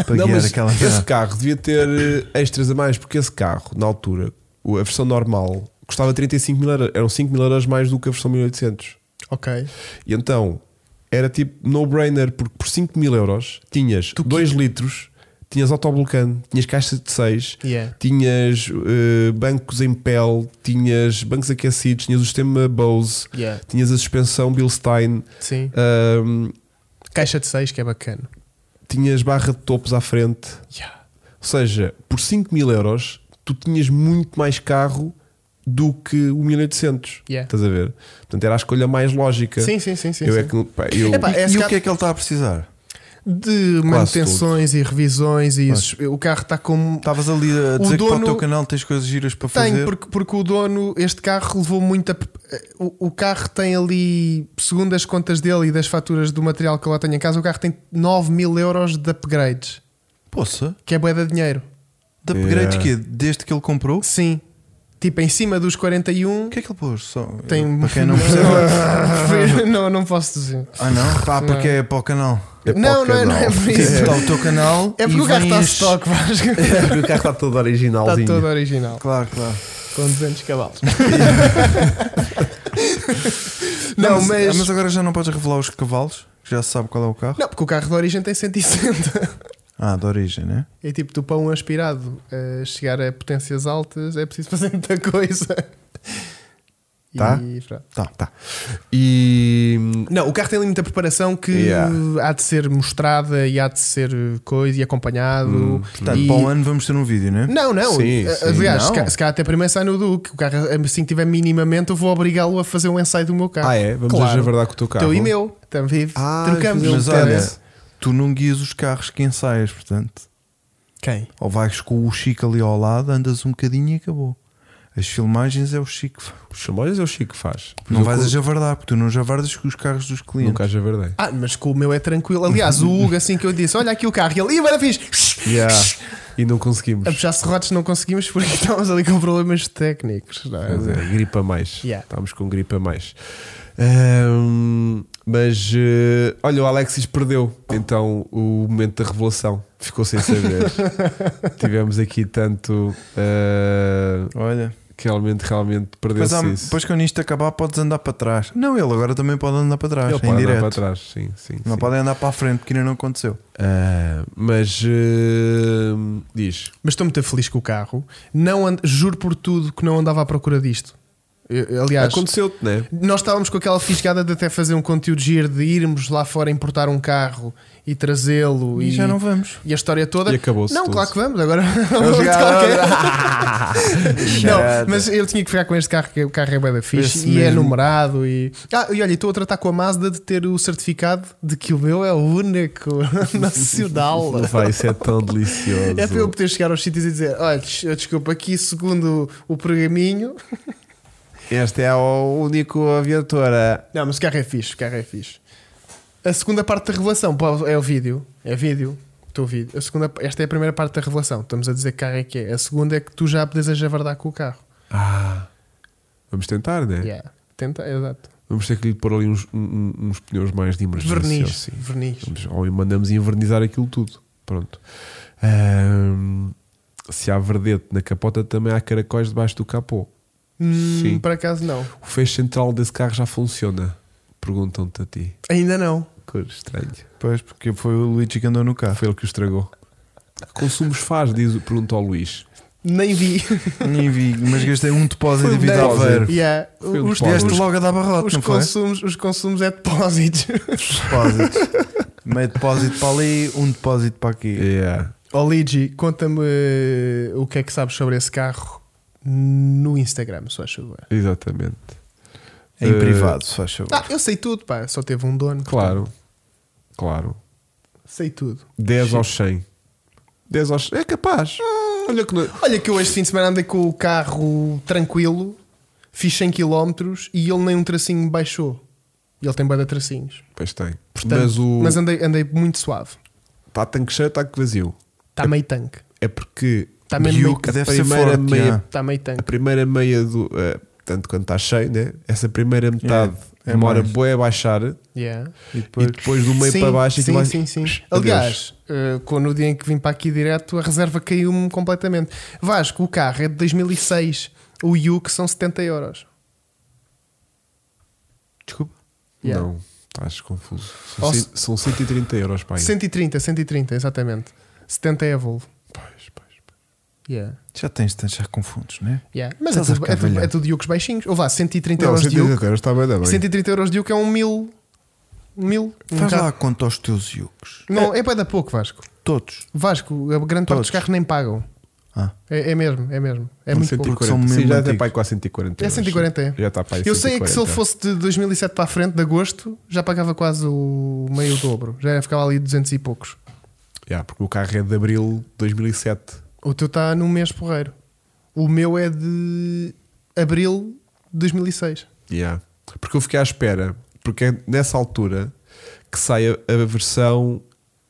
Speaker 3: para
Speaker 1: Não,
Speaker 3: guiar
Speaker 1: mas
Speaker 3: aquela
Speaker 1: esse
Speaker 3: merda.
Speaker 1: carro devia ter eh, extras a mais, porque esse carro, na altura, o- a versão normal, custava 35 mil euros. Eram 5 mil euros mais do que a versão 1800.
Speaker 2: Ok.
Speaker 1: E então era tipo no-brainer, porque por 5 mil euros tinhas 2 litros, tinhas autoblocante, tinhas caixa de 6,
Speaker 2: Yeah.
Speaker 1: tinhas eh, bancos em pele, tinhas bancos aquecidos, tinhas o sistema Bose,
Speaker 2: Yeah.
Speaker 1: tinhas a suspensão Bilstein,
Speaker 2: Sim.
Speaker 1: ahm,
Speaker 2: Caixa de 6, que é bacana.
Speaker 1: tinhas barra de topos à frente.
Speaker 2: Yeah.
Speaker 1: Ou seja, por 5 mil euros, tu tinhas muito mais carro do que o 1800.
Speaker 2: Yeah.
Speaker 1: Estás a ver? Portanto, era a escolha mais lógica.
Speaker 2: Sim, sim, sim, sim.
Speaker 1: eu
Speaker 2: sim.
Speaker 1: é que. pá, eu-
Speaker 2: Epá,
Speaker 3: E,
Speaker 2: esse
Speaker 3: e o
Speaker 2: carro-
Speaker 3: que é que ele está a precisar?
Speaker 2: De manutenções e revisões e isso. O carro está com.
Speaker 3: Estavas ali a
Speaker 2: O
Speaker 3: dizer que para
Speaker 2: Um dono-
Speaker 3: o teu canal tens coisas giras para fazer.
Speaker 2: Tem, porque, porque o dono, este carro levou muita. eh, O, o carro tem ali, segundo as contas dele e das faturas do material que ele lá tem em casa, o carro tem 9 mil euros de upgrades,
Speaker 3: Poça,
Speaker 2: que é bué de dinheiro.
Speaker 3: de upgrades
Speaker 1: Yeah.
Speaker 3: quê? Desde que ele comprou?
Speaker 2: Sim. Tipo, em cima dos
Speaker 3: O
Speaker 2: 41,
Speaker 3: que é que ele pôs? Só-
Speaker 2: tem. *laughs*
Speaker 3: Para quem não percebe.
Speaker 2: não, não posso dizer.
Speaker 3: ah, não? Pá, porque é para o canal.
Speaker 1: é
Speaker 2: não,
Speaker 1: para
Speaker 2: não
Speaker 1: o
Speaker 2: é, não é
Speaker 1: canal. *laughs*
Speaker 2: por isso.
Speaker 3: Está o teu canal.
Speaker 2: É porque
Speaker 3: e
Speaker 2: o carro está a
Speaker 3: vens-
Speaker 2: stock, *laughs* Vasco.
Speaker 1: o carro está todo
Speaker 2: Está
Speaker 1: originalzinho.
Speaker 2: todo original.
Speaker 3: Claro, claro.
Speaker 2: Com 200
Speaker 3: *laughs*
Speaker 2: cavalos. não,
Speaker 3: Ah,
Speaker 2: mas.
Speaker 3: mas agora já não podes revelar os cavalos, que já se sabe qual é o carro.
Speaker 2: Não, porque o carro de origem tem 160.
Speaker 3: Ah, da origem, né?
Speaker 2: É tipo do pão aspirado. A chegar a potências altas é preciso *laughs* fazer muita coisa.
Speaker 1: Tá.
Speaker 2: E pronto.
Speaker 1: Tá, tá. E.
Speaker 2: Não, o carro tem ali muita preparação que
Speaker 1: Yeah.
Speaker 2: há de ser mostrada e há de ser coisa e acompanhado.
Speaker 1: Hum,
Speaker 3: Portanto,
Speaker 2: e-
Speaker 3: para o ano vamos ter um vídeo, né?
Speaker 2: Não, não.
Speaker 1: Sim,
Speaker 2: A-
Speaker 1: sim.
Speaker 2: Aliás,
Speaker 3: Não.
Speaker 2: se ca- se calhar até primeiro sai no Duque. O carro, assim que tiver minimamente, eu vou obrigá-lo a fazer um ensaio do meu carro.
Speaker 1: Ah, é? Vamos
Speaker 2: Claro.
Speaker 1: dizer a verdade com o teu carro.
Speaker 2: Teu e meu. Estamos vivo.
Speaker 1: Ah,
Speaker 2: Trocamos.
Speaker 3: Mas
Speaker 1: Não
Speaker 3: olha,
Speaker 1: interessa.
Speaker 3: tu não guias os carros que ensaias, portanto.
Speaker 2: Quem?
Speaker 3: Ou vais com o Chico ali ao lado, andas um bocadinho e acabou. As filmagens é o Chico.
Speaker 1: Os chamolhas é o Chico que faz.
Speaker 3: Não
Speaker 1: Eu
Speaker 3: vais a
Speaker 1: co-
Speaker 3: javardar, porque tu não javardas com os carros dos clientes.
Speaker 1: Nunca a javardei.
Speaker 2: Ah, mas com o meu é tranquilo. Aliás, o Hugo, assim que eu disse, olha aqui o carro, e ele, e agora fiz.
Speaker 1: Yeah. E não conseguimos.
Speaker 2: A puxar serrotes não conseguimos porque estávamos ali com problemas técnicos. Não
Speaker 1: Mas
Speaker 2: é?
Speaker 1: é, gripa mais.
Speaker 2: Yeah.
Speaker 1: Estamos com gripa mais. Ahm, mas eh, olha, o Alexis perdeu então o momento da revelação. Ficou sem saber. Tivemos aqui tanto eh,
Speaker 3: Olha,
Speaker 1: que realmente, realmente
Speaker 3: depois,
Speaker 1: perdeu-se
Speaker 3: há-
Speaker 1: isso.
Speaker 3: depois quando isto acabar, podes andar para trás. Não, ele agora também pode andar para trás,
Speaker 1: Ele
Speaker 3: em
Speaker 1: pode andar
Speaker 3: direto.
Speaker 1: para trás, sim, sim.
Speaker 3: Não
Speaker 1: sim.
Speaker 3: podem andar para a frente, porque ainda não aconteceu.
Speaker 1: Ah, mas eh, diz.
Speaker 2: Mas estou muito feliz com o carro. Não and- Juro por tudo que não andava à procura disto. Eu- eu, Aliás,
Speaker 1: Aconteceu-te, né?
Speaker 2: nós estávamos com aquela fisgada de até fazer um conteúdo giro, de irmos lá fora importar um carro e trazê-lo.
Speaker 3: E,
Speaker 2: E,
Speaker 3: já não vamos.
Speaker 2: e a história toda.
Speaker 1: E acabou-se
Speaker 2: Não,
Speaker 1: tudo.
Speaker 2: claro que vamos. Agora *laughs*
Speaker 3: Vamos
Speaker 2: vamos de
Speaker 3: chegar-
Speaker 2: qualquer.
Speaker 3: Merda.
Speaker 2: *laughs* Não, mas eu tinha que ficar com este carro, que o carro é bem da fixe
Speaker 3: Esse
Speaker 2: e é
Speaker 3: mesmo.
Speaker 2: numerado. E... Ah, e olha, estou a tratar com a Mazda de ter o certificado de que o meu é o único *laughs* nacional.
Speaker 1: Vai, isso é *laughs* tão delicioso.
Speaker 2: É para eu poder chegar aos sítios e dizer: olha, des- desculpa, aqui segundo o programinho.
Speaker 1: Este é o único aviatora.
Speaker 2: Não, mas o carro é fixe, o carro é fixe. A segunda parte da revelação pá, é o vídeo. É vídeo. Estou vídeo. A segunda, esta é a primeira parte da revelação. Estamos a dizer que carro é que é. A segunda é que tu já podes ajavardar com o carro.
Speaker 1: Ah, vamos tentar, né?
Speaker 2: Yeah. Tenta, exato.
Speaker 1: Vamos ter que lhe pôr ali uns, um- um- uns pneus mais de emergência.
Speaker 2: Verniz.
Speaker 1: assim.
Speaker 2: Verniz.
Speaker 1: Vamos- Ou mandamos invernizar aquilo tudo. Pronto. Ahm, se há verdete na capota, também há caracóis debaixo do capô.
Speaker 2: Hum,
Speaker 1: Sim.
Speaker 2: Por acaso não.
Speaker 1: O fecho central desse carro já funciona? Perguntam-te a ti.
Speaker 2: Ainda não.
Speaker 1: Cor estranho.
Speaker 3: Pois, porque foi o Luigi que andou no carro.
Speaker 1: Foi ele que o estragou. Que Consumos faz, diz, pergunta ao Luís.
Speaker 2: Nem vi.
Speaker 3: Nem vi, mas gastei um depósito
Speaker 2: Foi um *laughs*
Speaker 3: de vida
Speaker 1: depósito.
Speaker 3: Aveiro.
Speaker 2: Yeah.
Speaker 1: Foi um
Speaker 2: Os,
Speaker 1: depósito.
Speaker 3: Deste
Speaker 2: os,
Speaker 3: logo a dar barrote,
Speaker 2: os
Speaker 3: não foi?
Speaker 2: consumos, os consumos é depósitos. *laughs*
Speaker 3: Depósitos. Meio depósito para ali, um depósito para aqui.
Speaker 1: Yeah.
Speaker 2: Ó Ligi, conta-me eh, o que é que sabes sobre esse carro no Instagram, se faz favor.
Speaker 1: Exatamente.
Speaker 3: Em
Speaker 1: Eh,
Speaker 3: privado, se faz favor.
Speaker 2: Ah, eu sei tudo, pá. Só teve um dono.
Speaker 1: Claro. Claro.
Speaker 2: portanto, Sei tudo.
Speaker 1: 10 aos 100. 10 aos 100. É capaz. Olha que não...
Speaker 2: Olha que eu este fim de semana andei com o carro tranquilo, fiz 100 km e ele nem um tracinho me baixou. E ele tem banda tracinhos.
Speaker 1: Pois tem.
Speaker 2: Portanto,
Speaker 1: mas o.
Speaker 2: mas andei, andei muito suave.
Speaker 1: Está tanque cheio, está tanque vazio.
Speaker 2: Está meio tanque.
Speaker 1: É porque.
Speaker 2: Está mesmo
Speaker 3: E o
Speaker 2: meio
Speaker 3: que
Speaker 1: a
Speaker 3: deve ser
Speaker 1: primeira
Speaker 3: forte,
Speaker 1: meia-
Speaker 3: já.
Speaker 2: Está meio
Speaker 1: A
Speaker 2: tanque.
Speaker 1: primeira meia do. eh, tanto quando está cheio, né? Essa primeira metade demora boé a baixar
Speaker 2: Yeah.
Speaker 1: e depois, do meio
Speaker 2: Sim,
Speaker 1: para baixo
Speaker 2: sim,
Speaker 1: aquilo vai-
Speaker 2: sim, sim.
Speaker 1: Adeus.
Speaker 2: Aliás, eh, quando o dia em que vim para aqui direto, a reserva caiu-me completamente. Vasco, o carro é de 2006. O Yuke são 70 euros.
Speaker 3: Desculpa.
Speaker 2: Yeah.
Speaker 1: Não, estás confuso. São,
Speaker 2: Ou
Speaker 1: cin- são 130 euros para aí.
Speaker 2: 130, 130, exatamente. 70 é a Volvo.
Speaker 1: Pois, pois.
Speaker 2: Yeah.
Speaker 3: Já tens, tens- já confundes, não é?
Speaker 2: Yeah. Mas é
Speaker 3: Estás a
Speaker 2: tudo, é, tudo,
Speaker 3: cavalhar.
Speaker 2: é tudo Yukes baixinhos. Ou vá, 130
Speaker 1: Não,
Speaker 2: euros de Yuke.
Speaker 1: 130 euros está bem, da bem.
Speaker 2: 130 euros de Yuke é um mil. Mil. Um
Speaker 3: Faz
Speaker 2: carro.
Speaker 3: lá quanto aos teus iucos.
Speaker 2: Não, é bem da pouco, Vasco.
Speaker 3: Todos.
Speaker 2: Vasco, a grande parte
Speaker 3: Todos.
Speaker 2: dos carros nem pagam.
Speaker 3: Ah.
Speaker 2: É, é mesmo, é mesmo. É
Speaker 1: São
Speaker 2: muito pouco.
Speaker 1: 140.
Speaker 3: são mesmo
Speaker 1: Sim, já está
Speaker 3: antigos.
Speaker 1: para aí quase 140
Speaker 2: É
Speaker 1: euros.
Speaker 2: 140, é.
Speaker 1: Já tá está para aí
Speaker 2: Eu sei é que se ele
Speaker 1: 140.
Speaker 2: fosse de 2007 para a frente, de agosto, já pagava quase o meio dobro. Já ficava ali 200 e poucos.
Speaker 1: Já, porque o carro é de abril de 2007.
Speaker 2: O teu está num mês porreiro. O meu é de abril de 2006.
Speaker 1: Yeah. Porque eu fiquei à espera, porque é nessa altura que sai a, a versão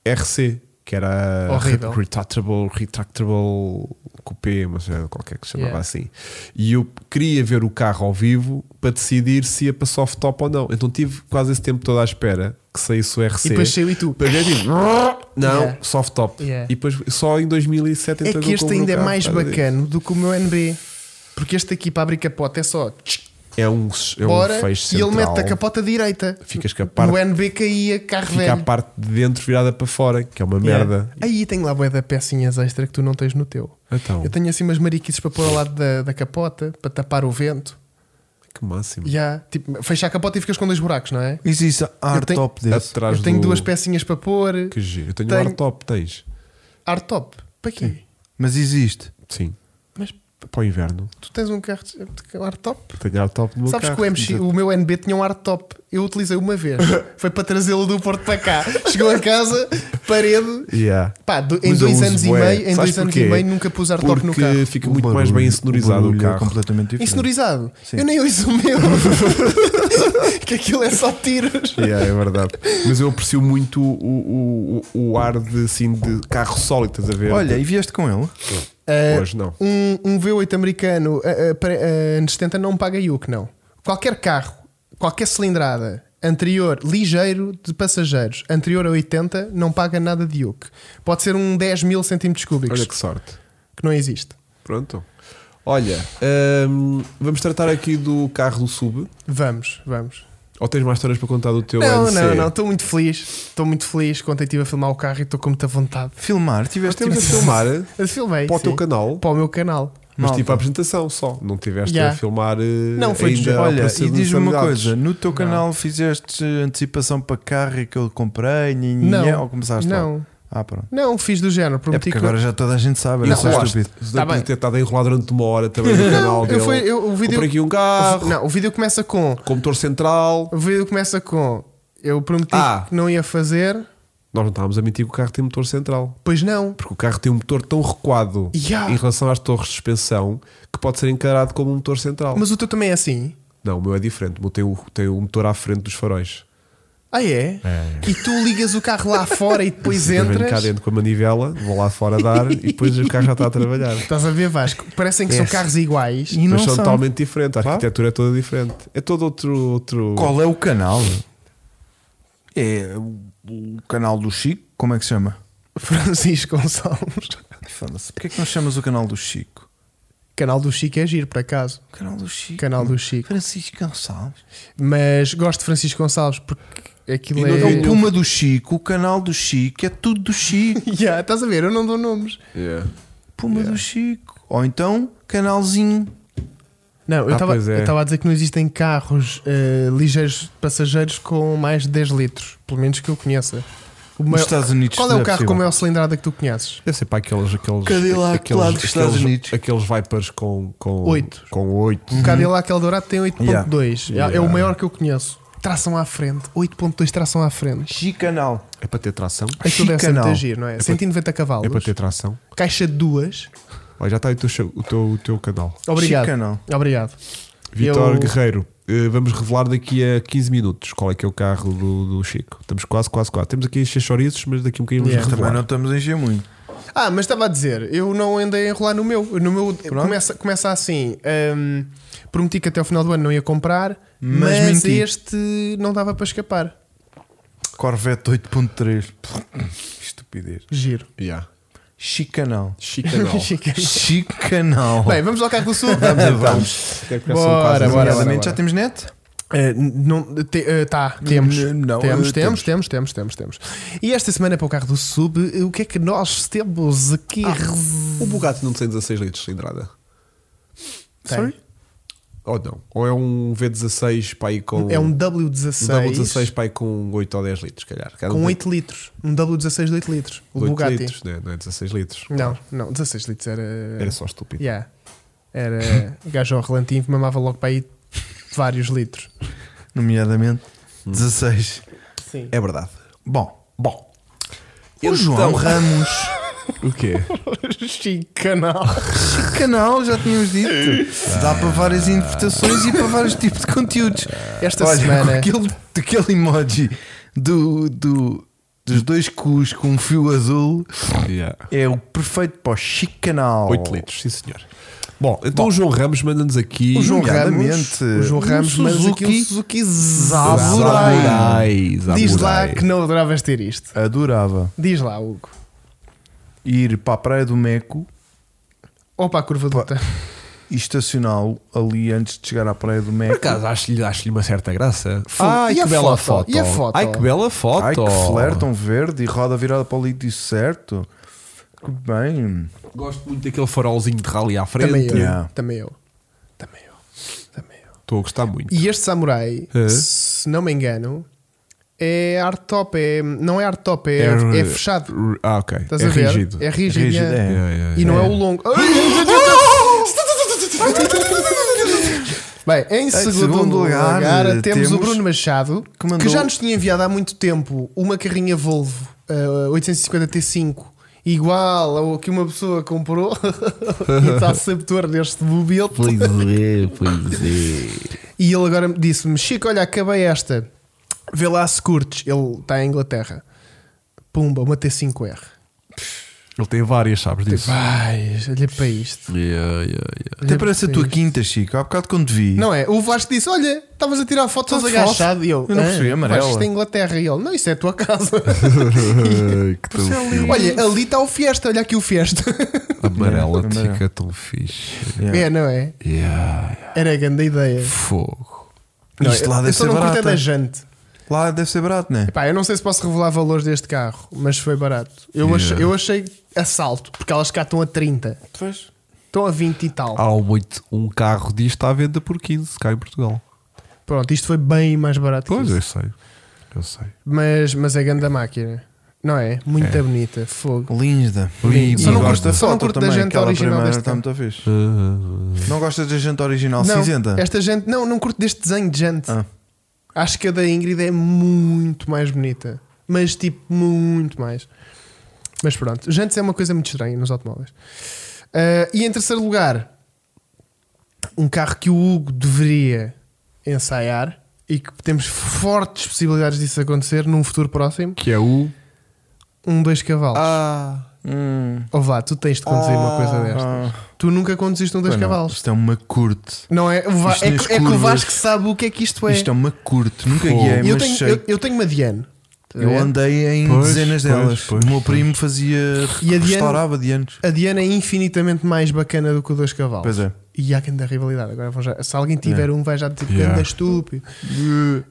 Speaker 1: RC, que era a
Speaker 2: Horrível.
Speaker 1: re- Retractable, Retractable Coupé, mas era qualquer que se chamava
Speaker 2: Yeah.
Speaker 1: assim. E eu queria ver o carro ao vivo para decidir se ia para soft top ou não. Então tive quase esse tempo todo à espera que saísse o RC.
Speaker 2: E depois saiu e tu.
Speaker 1: Para ver,
Speaker 2: *laughs*
Speaker 1: tipo, não,
Speaker 2: Yeah.
Speaker 1: soft top.
Speaker 2: Yeah.
Speaker 1: E depois só em 2007
Speaker 2: É
Speaker 1: então
Speaker 2: que
Speaker 1: eu
Speaker 2: este
Speaker 1: compro o
Speaker 2: ainda é
Speaker 1: carro,
Speaker 2: mais
Speaker 1: estás a ver?
Speaker 2: bacano do que o meu NB. Porque este aqui para abrir capota é só tch,
Speaker 1: É um, é um
Speaker 2: bora
Speaker 1: fecho
Speaker 2: e
Speaker 1: central.
Speaker 2: ele mete a capota direita.
Speaker 1: Ficas com a parte
Speaker 2: O NB caía, carro
Speaker 1: fica a
Speaker 2: velho.
Speaker 1: parte de dentro virada para fora, que é uma
Speaker 2: Yeah.
Speaker 1: merda.
Speaker 2: Aí tem lá bué da pecinhas extra que tu não tens no teu.
Speaker 1: Então,
Speaker 2: Eu tenho assim umas mariquices para pôr ao lado da, da capota, para tapar o vento.
Speaker 1: que máximo.
Speaker 2: Já, tipo, fecha a capota e ficas com dois buracos, não é?
Speaker 3: Existe hard
Speaker 2: tenho-
Speaker 3: top desse.
Speaker 1: Atrás
Speaker 2: Eu tenho
Speaker 1: do...
Speaker 2: duas pecinhas para pôr.
Speaker 1: Que giro. Eu tenho,
Speaker 2: Tenho-
Speaker 1: um hardtop, tens?
Speaker 2: Hardtop. Para quê?
Speaker 3: Mas existe.
Speaker 1: Sim.
Speaker 2: Mas
Speaker 1: Para o inverno.
Speaker 2: tu tens um carro de- de hardtop?
Speaker 1: Tenho hardtop no meu
Speaker 2: Sabes
Speaker 1: carro.
Speaker 2: que o, MX, o meu NB tinha um hardtop. Eu utilizei
Speaker 1: *laughs*
Speaker 2: uma vez. Foi para trazê-lo do Porto para cá. Chegou a casa, parede.
Speaker 1: Yeah.
Speaker 2: Pá, do- em
Speaker 1: Mas eu
Speaker 2: dois
Speaker 1: uso
Speaker 2: anos e
Speaker 1: bué.
Speaker 2: meio,
Speaker 1: Sabes
Speaker 2: em dois anos e
Speaker 1: porquê?
Speaker 2: meio nunca pus hardtop
Speaker 1: Porque
Speaker 2: no carro.
Speaker 1: fica
Speaker 3: O
Speaker 1: muito mais
Speaker 3: barulho-
Speaker 1: bem insonorizado o,
Speaker 3: barulho É
Speaker 1: carro.
Speaker 3: completamente diferente.
Speaker 2: Insonorizado.
Speaker 3: Sim.
Speaker 2: Eu nem uso o
Speaker 1: *laughs*
Speaker 2: meu. *laughs* que aquilo é só tiros.
Speaker 1: Yeah, é verdade. Mas eu aprecio muito o, o, o, o ar de, assim, de carro sólido, estás a ver?
Speaker 3: Olha, e vieste com ele?
Speaker 2: Ah,
Speaker 1: Hoje não.
Speaker 2: um, um V8 americano ah, ah, pre- ah, anos 70 não paga IUC, não. Qualquer carro, qualquer cilindrada anterior, ligeiro de passageiros, anterior a 80, não paga nada de IUC. Pode ser um 10 mil centímetros cúbicos,
Speaker 1: Olha
Speaker 2: que...
Speaker 1: que sorte.
Speaker 2: não existe.
Speaker 1: Pronto. Olha, hum, vamos tratar aqui do carro do sub.
Speaker 2: Vamos, vamos.
Speaker 1: Ou tens mais histórias para contar do teu
Speaker 2: não,
Speaker 1: NC?
Speaker 2: não, não, estou muito feliz. Estou muito feliz quando eu estive a filmar o carro e estou com muita vontade.
Speaker 3: Filmar,
Speaker 1: Mas
Speaker 3: tiveste
Speaker 1: temos a
Speaker 3: tempo.
Speaker 1: filmar
Speaker 2: Eu filmei.
Speaker 1: para o teu
Speaker 2: um sim.
Speaker 1: canal,
Speaker 2: Para o meu canal.
Speaker 1: mas
Speaker 3: Malta.
Speaker 1: tipo a apresentação só. Não tiveste
Speaker 2: Yeah.
Speaker 1: a filmar. Não,
Speaker 2: foi
Speaker 1: ainda
Speaker 2: dizer,
Speaker 1: a
Speaker 3: Olha,
Speaker 1: operação
Speaker 3: e
Speaker 1: de
Speaker 3: diz-me uma
Speaker 1: necessidades.
Speaker 3: coisa: no teu canal fizeste antecipação para carro que eu comprei, nhinhinha,
Speaker 2: Não.
Speaker 3: ou começaste lá?
Speaker 2: não,
Speaker 3: Ah, pronto.
Speaker 2: não, fiz do género.
Speaker 3: É
Speaker 2: Prometi
Speaker 3: porque
Speaker 2: que-
Speaker 3: agora já toda a gente sabe,
Speaker 1: E
Speaker 3: era só
Speaker 1: enrolaste.
Speaker 3: estúpido.
Speaker 1: Se
Speaker 2: Tá
Speaker 1: deve
Speaker 2: bem.
Speaker 1: ter estado a enrolar durante uma hora também
Speaker 2: *laughs*
Speaker 1: no canal
Speaker 2: Não,
Speaker 1: dele.
Speaker 2: eu fui, eu, o vídeo.
Speaker 1: Comprei aqui um carro,
Speaker 2: Não, o vídeo começa com.
Speaker 1: com motor central.
Speaker 2: O vídeo começa com. Eu prometi
Speaker 1: Ah.
Speaker 2: que não ia fazer,
Speaker 1: Nós não estávamos a mentir que o carro tem motor central.
Speaker 2: pois não.
Speaker 1: Porque o carro tem um motor tão recuado
Speaker 2: Yeah.
Speaker 1: em relação às torres de suspensão que pode ser encarado como um motor central.
Speaker 2: Mas o teu também é assim.
Speaker 1: Não, o meu é diferente. O meu tem o, tem o motor à frente dos faróis.
Speaker 2: Ah, é? E tu ligas o carro lá fora
Speaker 1: *laughs*
Speaker 2: e depois
Speaker 1: Eu venho cá
Speaker 2: entras.
Speaker 1: dentro com a manivela, vou lá fora
Speaker 3: *laughs*
Speaker 1: dar e depois o carro já está a trabalhar.
Speaker 2: Estás a ver, Vasco? Parecem que são
Speaker 1: É.
Speaker 3: Yes.
Speaker 2: carros iguais.
Speaker 3: E não
Speaker 1: mas são
Speaker 3: são.
Speaker 1: totalmente diferentes. A
Speaker 3: Claro.
Speaker 1: arquitetura é toda diferente. É todo outro. outro...
Speaker 3: Qual é o canal? É o, o canal do Chico? Como é que se chama?
Speaker 2: *laughs* Francisco Gonçalves.
Speaker 3: Foda-se. Porquê é que não chamas o canal do Chico?
Speaker 2: Canal do Chico é giro, por acaso.
Speaker 3: O canal do Chico.
Speaker 2: Canal do Chico.
Speaker 3: Francisco Gonçalves.
Speaker 2: Mas gosto de Francisco Gonçalves porque
Speaker 1: E
Speaker 2: aquilo
Speaker 1: não um
Speaker 2: é.
Speaker 1: dou
Speaker 3: É o Puma do Chico, o canal do Chico, é tudo do Chico.
Speaker 2: *laughs* Yeah, estás a ver? Eu não dou nomes.
Speaker 1: Yeah.
Speaker 3: Puma do Chico. Ou então, canalzinho.
Speaker 2: Não, eu
Speaker 1: Ah,
Speaker 2: estava
Speaker 1: pois é.
Speaker 2: eu estava a dizer que não existem carros eh, ligeiros de passageiros com mais de 10 litros, pelo menos que eu conheça. O maior-
Speaker 3: Estados Unidos
Speaker 2: Qual é
Speaker 3: não
Speaker 2: o
Speaker 3: é
Speaker 2: carro
Speaker 3: possível.
Speaker 2: com a maior cilindrada que tu conheces?
Speaker 1: Deve ser para aqueles. aqueles
Speaker 3: Cadillac
Speaker 1: aqueles,
Speaker 3: lá dos Estados
Speaker 1: aqueles-
Speaker 3: Unidos. Um
Speaker 1: Aqueles Vipers com. com
Speaker 2: Oito.
Speaker 1: Com oito. Uhum.
Speaker 2: O Cadillac Eldorado tem 8.2,
Speaker 1: Yeah.
Speaker 2: é, é o maior que eu conheço. Tração à frente, 8.2 tração à frente.
Speaker 3: Chicanal.
Speaker 1: É para ter tração.
Speaker 2: Aquilo deve ser
Speaker 3: Chicanal.
Speaker 2: muito giro, não é? 190 cavalos,
Speaker 1: É para ter tração.
Speaker 2: caixa de duas.
Speaker 1: Olha, já está aí o teu, show- o teu, o teu canal.
Speaker 2: Obrigado.
Speaker 3: Chicanal.
Speaker 2: Obrigado.
Speaker 1: Vitor
Speaker 2: Eu-
Speaker 1: Guerreiro. eh, Vamos revelar daqui a 15 minutos qual é que é o carro do, do Chico. Estamos quase, quase, quase. Temos aqui as chorizos, mas daqui a um bocadinho vamos
Speaker 2: Yeah.
Speaker 1: revelar.
Speaker 3: Também não estamos a encher muito.
Speaker 2: Ah, mas estava a dizer, eu não andei a enrolar no meu. No meu começa, começa assim. hum, prometi que até ao final do ano não ia comprar, mas,
Speaker 3: Mas menti.
Speaker 2: este não dava para escapar.
Speaker 3: Corvette 8.3. *coughs* Estupidez.
Speaker 2: Giro.
Speaker 1: Yeah.
Speaker 2: *laughs*
Speaker 1: é
Speaker 3: Chicanal.
Speaker 1: *laughs* Chicanal.
Speaker 2: Chica.
Speaker 3: Chicanal.
Speaker 2: Bem, então, vamos ao carro do sul. *laughs*
Speaker 3: então.
Speaker 1: Vamos. É porque são quase-
Speaker 2: Bora, bora,
Speaker 3: Nomeadamente,
Speaker 2: bora.
Speaker 3: já temos net?
Speaker 2: Eh, não, te, eh, tá, temos.
Speaker 3: N- não,
Speaker 2: temos,
Speaker 3: eh,
Speaker 2: temos, temos, temos, temos, temos. E esta semana para o carro do Sub, eh, o que é que nós temos aqui?
Speaker 1: Ah, O Bugatti não tem 16 litros de cilindrada.
Speaker 2: Tem.
Speaker 1: Ou não? Ou é um V16 pai com.
Speaker 2: É um
Speaker 1: um
Speaker 2: W16,
Speaker 1: W16 pai com 8 ou 10 litros, se calhar. Cada um
Speaker 2: com
Speaker 1: tem
Speaker 2: 8 litros. Um W16 de 8 litros. O
Speaker 1: 8
Speaker 2: Bugatti.
Speaker 1: litros, né? não é 16 litros.
Speaker 2: Não, não, 16 litros era.
Speaker 1: Era só estúpido.
Speaker 2: Yeah. Era *laughs* o gajo ao relantinho que mamava logo para aí vários litros.
Speaker 3: Nomeadamente
Speaker 1: Hum.
Speaker 3: 16.
Speaker 2: Sim.
Speaker 1: É verdade.
Speaker 3: Bom, bom. O João Ramos.
Speaker 1: Então- O quê?
Speaker 2: um Chicanal.
Speaker 3: Chicanal, já tínhamos dito.
Speaker 1: Ah.
Speaker 3: Dá para várias interpretações e para vários tipos de conteúdos.
Speaker 1: Ah.
Speaker 2: Esta
Speaker 3: Ah, Olha,
Speaker 2: semana.
Speaker 3: com aquele, aquele emoji do, do- dos dois cus com um fio azul
Speaker 1: Yeah.
Speaker 3: é o perfeito para o chicanal.
Speaker 1: 8 litros, sim senhor. Bom, então o João Ramos manda-nos aqui.
Speaker 2: O João Ramos,
Speaker 3: nomeadamente,
Speaker 2: o João
Speaker 3: um
Speaker 2: Ramos mas
Speaker 3: Suzuki
Speaker 2: aqui o Suzuki
Speaker 3: Samurai.
Speaker 2: Zaburai. Diz lá que não adoravas ter isto.
Speaker 3: Adorava
Speaker 2: Diz lá, Hugo.
Speaker 3: ir para a Praia do Meco
Speaker 2: Ou para a curva do Tan-
Speaker 3: e estacioná-lo ali antes de chegar à Praia do Meco.
Speaker 1: Por acaso acho-lhe acho-lhe uma certa graça.
Speaker 2: Ai, que bela foto. E a foto?
Speaker 1: Ai que bela foto.
Speaker 3: Ai que flare tão verde e roda virada para o lítio certo. Que bem.
Speaker 1: Gosto muito daquele farolzinho de rally à frente.
Speaker 2: Também eu.
Speaker 3: Yeah.
Speaker 2: Também eu. Também eu. Também eu.
Speaker 1: Estou a gostar muito.
Speaker 2: E este samurai,
Speaker 1: É.
Speaker 2: se não me engano, é hard top. É, não é hard top, é, é fechado.
Speaker 1: r- Ah, ok.
Speaker 2: Estás
Speaker 1: é
Speaker 2: a ver?
Speaker 1: rígido.
Speaker 2: É rígido.
Speaker 3: É rígido,
Speaker 2: é.
Speaker 3: é.
Speaker 1: Yeah, yeah,
Speaker 2: E não é o
Speaker 1: yeah.
Speaker 2: longo. Bem, em segundo,
Speaker 3: segundo
Speaker 2: lugar,
Speaker 3: lugar,
Speaker 2: temos,
Speaker 3: temos
Speaker 2: o Bruno Machado, que,
Speaker 3: que mandou-
Speaker 2: já nos tinha enviado há muito tempo uma carrinha Volvo eh, 850 T5, igual ao que uma pessoa comprou, *laughs* e está sedutor neste mobile.
Speaker 4: Pois é, pois é.
Speaker 2: E ele agora disse-me: Chico, olha, acabei esta. Vê lá se curtes. Ele está em Inglaterra. Pumba, uma T5R.
Speaker 1: Ele tem várias, sabes disso?
Speaker 2: Vai, olha para isto.
Speaker 1: Yeah, yeah,
Speaker 2: *laughs*
Speaker 1: yeah.
Speaker 3: Até parece a tua quinta, Chico. Há bocado quando te vi.
Speaker 2: Não é? O Vasco disse: Olha, estavas a tirar fotos
Speaker 3: Foto?
Speaker 2: agachado. Tá E eu,
Speaker 3: Eu não
Speaker 2: "Ah,
Speaker 3: percebi, amarela."
Speaker 2: Vasco, isto é Inglaterra. E ele: Não, isso é a tua casa.
Speaker 1: Ai, que tão fixe.
Speaker 2: *laughs* olha, ali está o Fiesta. Olha aqui o *laughs* Fiesta.
Speaker 1: Amarela
Speaker 3: Yeah, amarela.
Speaker 1: fica tão fixe.
Speaker 3: Yeah.
Speaker 2: É, não é?
Speaker 1: Yeah, yeah.
Speaker 2: Era a grande ideia.
Speaker 1: Fogo.
Speaker 2: Não,
Speaker 3: Isto lá
Speaker 2: eu- eu
Speaker 3: deve
Speaker 2: só
Speaker 3: ser
Speaker 2: não curto é
Speaker 3: barata.
Speaker 2: da jante.
Speaker 3: Lá deve ser barato, não é?
Speaker 2: Pá, eu não sei se posso revelar valores deste carro, mas foi barato. Eu,
Speaker 1: Yeah.
Speaker 2: achei, eu achei assalto, porque elas cá estão a 30.
Speaker 3: Pois.
Speaker 2: Estão a 20 e tal.
Speaker 1: Há muito, um carro disto à venda por 15 cá em Portugal.
Speaker 2: Pronto, isto foi bem mais barato. que
Speaker 1: Pois,
Speaker 2: isso.
Speaker 1: eu sei. Eu sei.
Speaker 2: Mas, mas é grande a máquina. Não é? Muito bonita. Fogo.
Speaker 3: Linda.
Speaker 1: Linda.
Speaker 2: Só não
Speaker 1: Gosto
Speaker 2: gosto,
Speaker 1: da
Speaker 2: só não curto da gente original deste
Speaker 3: está
Speaker 2: carro.
Speaker 3: tá muito fixe.
Speaker 1: Ah,
Speaker 3: Não gostas da gente original cinzenta?
Speaker 2: Esta gente, não, não curto deste desenho de gente.
Speaker 3: Ah.
Speaker 2: Acho que a da Ingrid é muito mais bonita. Mas tipo, muito mais. Mas pronto, jantes é uma coisa muito estranha nos automóveis. Ah, e em terceiro lugar, um carro que o Hugo deveria ensaiar e que temos fortes possibilidades disso acontecer num futuro próximo.
Speaker 1: que é o.
Speaker 2: Um dois cavalos.
Speaker 1: Ah,
Speaker 3: Hum.
Speaker 2: Ou vá, tu tens de conduzir uma coisa desta.
Speaker 3: Ah.
Speaker 2: Tu nunca conduziste um dois
Speaker 3: Pois não,
Speaker 2: cavalos.
Speaker 3: Isto é uma curte.
Speaker 2: Não é? O Va-
Speaker 3: Isto
Speaker 2: é,
Speaker 3: nas
Speaker 2: que, é que o
Speaker 3: curvas.
Speaker 2: Vasco sabe o que é que isto é.
Speaker 3: Isto é uma curte. Nunca
Speaker 1: Fogo.
Speaker 3: guiei,
Speaker 2: E eu,
Speaker 3: mas
Speaker 2: tenho,
Speaker 3: sei.
Speaker 2: eu, eu tenho uma Diane. Tá
Speaker 3: Eu
Speaker 2: vendo?
Speaker 3: andei em
Speaker 1: Pois,
Speaker 3: dezenas
Speaker 1: pois,
Speaker 3: delas.
Speaker 1: pois,
Speaker 3: o meu
Speaker 1: pois.
Speaker 3: primo fazia.
Speaker 2: E a Diana-
Speaker 3: restaurava Dianos.
Speaker 2: A Diane é infinitamente mais bacana do que o dois cavalos.
Speaker 3: Pois é.
Speaker 2: E há quem da rivalidade. Agora vão já, se alguém tiver um, vai já dizer que
Speaker 1: É. Yeah.
Speaker 2: anda estúpido.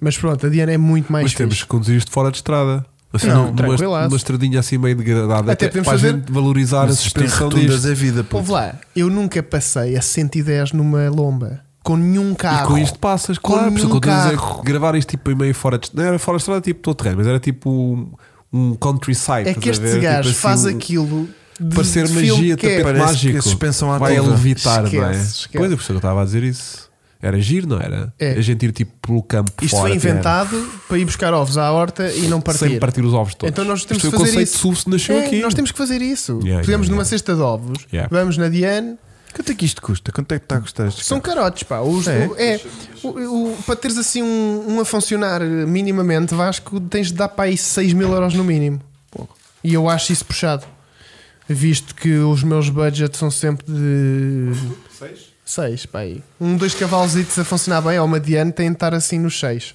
Speaker 2: Mas pronto, a Diane é muito mais
Speaker 1: mas
Speaker 2: fixe.
Speaker 1: temos que conduzir isto fora de estrada. Assim,
Speaker 2: Não,
Speaker 1: numa,
Speaker 2: tranquilaço.
Speaker 1: numa estradinha assim meio degradada.
Speaker 2: Até podemos
Speaker 1: para a
Speaker 2: fazer-
Speaker 1: gente valorizar a
Speaker 3: Mas isto tem
Speaker 1: suspensão
Speaker 3: rotundas
Speaker 1: disto.
Speaker 3: a vida. puto.
Speaker 2: Ouve lá, eu nunca passei a 110 numa lomba. Com nenhum
Speaker 1: E
Speaker 2: é carro.
Speaker 1: com isto passas,
Speaker 2: Com
Speaker 1: claro.
Speaker 2: nenhum
Speaker 1: Porque
Speaker 2: carro.
Speaker 1: carro. gravar isto tipo em meio fora de Não era fora de estrada, tipo todo terreno, mas era tipo um, um countryside.
Speaker 2: é
Speaker 1: estás
Speaker 2: que
Speaker 1: a
Speaker 2: este
Speaker 1: ver?
Speaker 2: gajo
Speaker 1: Tipo assim,
Speaker 2: faz
Speaker 1: um-
Speaker 2: aquilo. De,
Speaker 1: Parecer
Speaker 2: de filme
Speaker 1: magia,
Speaker 2: que é.
Speaker 1: tapete
Speaker 3: Parece
Speaker 1: mágico.
Speaker 3: que a suspensão à
Speaker 1: Vai a
Speaker 3: toa.
Speaker 1: levitar,
Speaker 2: Esquece,
Speaker 1: não é?
Speaker 2: esquece.
Speaker 1: Pois, eu percebo, eu estava a dizer isso. Era giro, não era?
Speaker 2: É.
Speaker 1: A gente ir tipo pelo campo
Speaker 2: Isto
Speaker 1: fora,
Speaker 2: foi
Speaker 1: tipo,
Speaker 2: inventado para ir buscar ovos à horta e não partir.
Speaker 1: Sem partir os ovos todos.
Speaker 2: Então nós temos
Speaker 1: Isto
Speaker 2: que
Speaker 1: foi o
Speaker 2: fazer
Speaker 1: conceito
Speaker 2: isso.
Speaker 1: SUS nasceu
Speaker 2: É,
Speaker 1: aqui.
Speaker 2: Nós temos que fazer isso.
Speaker 1: Yeah,
Speaker 2: Pegamos
Speaker 1: yeah,
Speaker 2: numa
Speaker 1: yeah.
Speaker 2: cesta de ovos,
Speaker 1: Yeah.
Speaker 2: vamos na Diane,
Speaker 3: Quanto é que isto custa? Quanto é que está a custar este
Speaker 2: são carotes, pá. Os-
Speaker 3: É?
Speaker 2: o- é, o- o- para teres assim um, um a funcionar eh, minimamente, Vasco, tens de dar para aí 6 mil euros no mínimo. E eu acho isso puxado. Visto que os meus budgets são sempre de
Speaker 1: Seis?
Speaker 2: 6, pá aí. Um, dois cavalzitos a funcionar bem, ou uma Diane, tem de estar assim nos 6.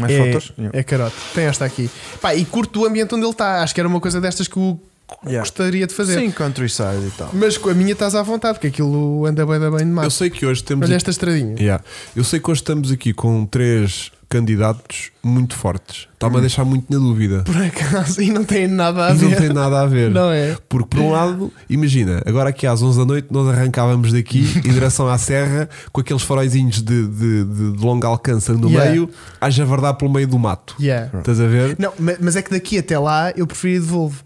Speaker 3: Mais
Speaker 2: é,
Speaker 3: fotos? Yeah.
Speaker 2: É carote. Tem esta aqui. Pá, e curto o ambiente onde ele está. Acho que era uma coisa destas que eu
Speaker 3: Yeah.
Speaker 2: gostaria de fazer.
Speaker 3: Sim, countryside e tal.
Speaker 2: Mas com a minha estás à vontade, que aquilo anda bem, da bem
Speaker 1: Eu
Speaker 2: demais.
Speaker 1: sei que hoje temos.
Speaker 2: Olha
Speaker 1: aqui-
Speaker 2: esta estradinha.
Speaker 1: Yeah. Eu sei que hoje estamos aqui com três candidatos muito fortes. Está-me a deixar muito na dúvida.
Speaker 2: Hum. Por acaso, *laughs* e não tem nada a
Speaker 1: E
Speaker 2: ver.
Speaker 1: não tem nada a ver.
Speaker 2: Não é?
Speaker 1: Porque, por um lado, imagina, agora aqui às 11 da noite nós arrancávamos
Speaker 2: *laughs*
Speaker 1: daqui em direção à serra com aqueles faróizinhos de, de, de- de longo alcance no
Speaker 2: Yeah.
Speaker 1: meio, haja verdade pelo meio do mato.
Speaker 2: Yeah.
Speaker 1: Estás a ver?
Speaker 2: Não, ma- mas é que daqui até lá eu preferia de Volvo.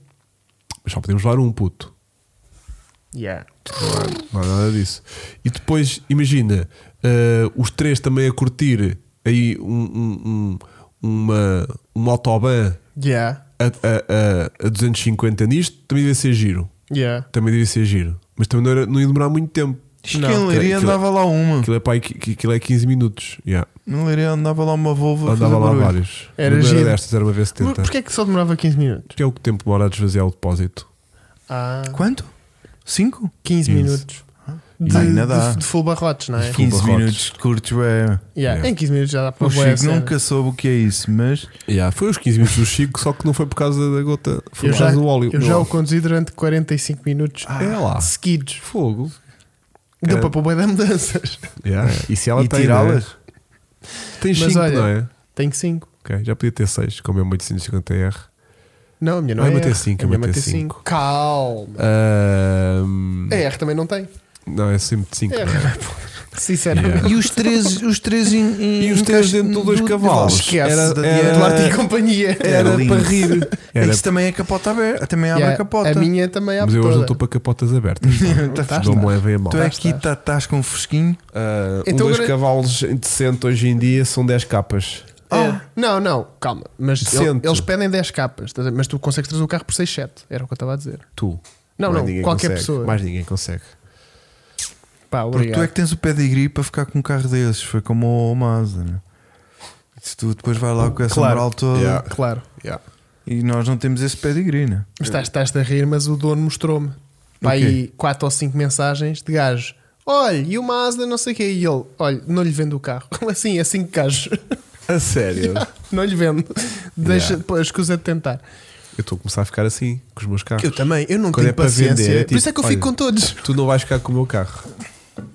Speaker 1: Mas só podemos levar um puto.
Speaker 2: Yeah.
Speaker 1: Não há nada disso. E depois, imagina, eh, os três também a curtir aí um, um, um, uma, uma autobahn
Speaker 2: Yeah.
Speaker 1: a, a, a, a 250 nisto, também devia ser giro.
Speaker 2: Yeah.
Speaker 1: Também devia ser giro. Mas também não, era- não ia demorar muito tempo.
Speaker 3: Diz que
Speaker 2: Não,
Speaker 3: em Leiria
Speaker 1: aquilo-
Speaker 3: andava lá uma.
Speaker 1: Aquilo é, pá, aí que- que- aquilo é 15 minutos. Yeah.
Speaker 3: Em Leiria andava lá uma Volvo. a fazer
Speaker 1: Andava lá
Speaker 3: barulho.
Speaker 1: vários.
Speaker 2: Era
Speaker 1: Não
Speaker 2: giro.
Speaker 1: destas, era uma vez 70.
Speaker 2: Porquê é que só demorava 15 minutos?
Speaker 1: Porque é o que tempo demora a desvaziar o depósito.
Speaker 2: Ah,
Speaker 3: Quanto? 5?
Speaker 2: 15
Speaker 1: Isso.
Speaker 2: minutos. De,
Speaker 3: Ainda dá.
Speaker 2: de, de full barrotes, não é?
Speaker 1: Full
Speaker 3: 15
Speaker 1: barrotes.
Speaker 3: minutos de curto é.
Speaker 2: Yeah.
Speaker 1: Yeah.
Speaker 2: Em 15 minutos já dá para
Speaker 3: O
Speaker 2: boa
Speaker 3: Chico
Speaker 2: cena.
Speaker 3: nunca soube o que é isso, mas
Speaker 1: Yeah, foi os 15 minutos do Chico, só que não foi por causa da gota. Foi
Speaker 2: Eu
Speaker 1: por
Speaker 2: já,
Speaker 1: causa do óleo.
Speaker 2: eu
Speaker 1: do
Speaker 2: já o Ah.
Speaker 1: óleo.
Speaker 2: conduzi durante 45 minutos eh,
Speaker 1: É lá.
Speaker 2: seguidos.
Speaker 1: Fogo.
Speaker 2: Deu
Speaker 1: É.
Speaker 2: para pôr bué de mudanças. *laughs*
Speaker 1: Yeah. É. E se ela
Speaker 3: e
Speaker 1: tem.
Speaker 3: tirá-las?
Speaker 1: né? Tem
Speaker 2: Mas
Speaker 1: 5,
Speaker 2: olha-
Speaker 1: não é?
Speaker 2: Tenho 5.
Speaker 1: Ok, já podia ter 6, como é uma 850R.
Speaker 2: Não, a minha não,
Speaker 1: Não,
Speaker 2: é
Speaker 1: a minha tem
Speaker 2: R.
Speaker 1: cinco,
Speaker 2: A
Speaker 1: a minha
Speaker 2: minha
Speaker 1: tem
Speaker 2: tem
Speaker 1: cinco.
Speaker 2: cinco. Calma.
Speaker 1: Ahm,
Speaker 2: A R também não tem.
Speaker 1: Não, é sempre de 5.
Speaker 2: É. Sinceramente.
Speaker 1: Yeah.
Speaker 3: E os três, os três em, em-
Speaker 1: E os três
Speaker 3: encaixe-
Speaker 1: dentro de dois
Speaker 3: do-
Speaker 1: cavalos.
Speaker 2: Esquece
Speaker 1: Era-
Speaker 2: da
Speaker 1: era-
Speaker 2: Diana Duarte e companhia.
Speaker 1: Era
Speaker 3: Era
Speaker 1: para
Speaker 3: lindo.
Speaker 1: rir.
Speaker 3: É
Speaker 1: Era-
Speaker 3: que isso também é capota aberta. Também abre
Speaker 2: Yeah,
Speaker 3: é a capota.
Speaker 2: minha também
Speaker 1: Mas
Speaker 2: abre
Speaker 1: eu hoje não
Speaker 2: É toda. tá
Speaker 1: estou para capotas
Speaker 2: *laughs*
Speaker 1: abertas. tá?
Speaker 3: Estás-
Speaker 1: não me levem a mal.
Speaker 3: Tu é que tá- estás com um fresquinho.
Speaker 1: Ah,
Speaker 2: Então
Speaker 1: um dos
Speaker 2: agora-
Speaker 1: cavalos decente hoje em dia são 10 capas.
Speaker 3: Ah.
Speaker 2: É. Não, não, calma. Mas
Speaker 1: Decente.
Speaker 2: ele- eles pedem 10 capas, estás a ver? mas tu consegues trazer o carro por 6, 7. Era o que eu estava a dizer.
Speaker 1: Tu.
Speaker 2: Não,
Speaker 1: Mais
Speaker 2: não,
Speaker 1: ninguém
Speaker 2: qualquer
Speaker 1: consegue.
Speaker 2: pessoa.
Speaker 1: Mais ninguém consegue.
Speaker 2: Pá,
Speaker 3: Porque tu
Speaker 2: obrigado.
Speaker 3: é que tens o pedigree para ficar com um carro desses. Foi como o Mazda. né? Se tu depois vais lá com essa
Speaker 2: Claro.
Speaker 3: moral toda.
Speaker 1: Yeah.
Speaker 2: Claro.
Speaker 1: Yeah.
Speaker 3: E nós não temos esse pedigree, né?
Speaker 1: É.
Speaker 2: Mas estás, estás a rir, mas o dono mostrou-me. Pá,
Speaker 3: O quê?
Speaker 2: aí 4 ou 5 mensagens de gajo. Olha, e o Mazda, não sei o quê. E ele, olha, não lhe vendo o carro. *laughs* Assim, assim que gajo. *laughs*
Speaker 1: A sério.
Speaker 2: não lhe vendo. Deixa,
Speaker 1: Yeah.
Speaker 2: pô, escusa de tentar.
Speaker 1: Eu estou a começar a ficar assim com os meus carros.
Speaker 2: Eu também, eu não
Speaker 1: Quando
Speaker 2: tenho
Speaker 1: é para
Speaker 2: paciência.
Speaker 1: vender, é
Speaker 2: Por isso
Speaker 1: tipo,
Speaker 2: é que eu fico
Speaker 1: olha,
Speaker 2: com todos.
Speaker 1: Tu não vais ficar com o meu carro.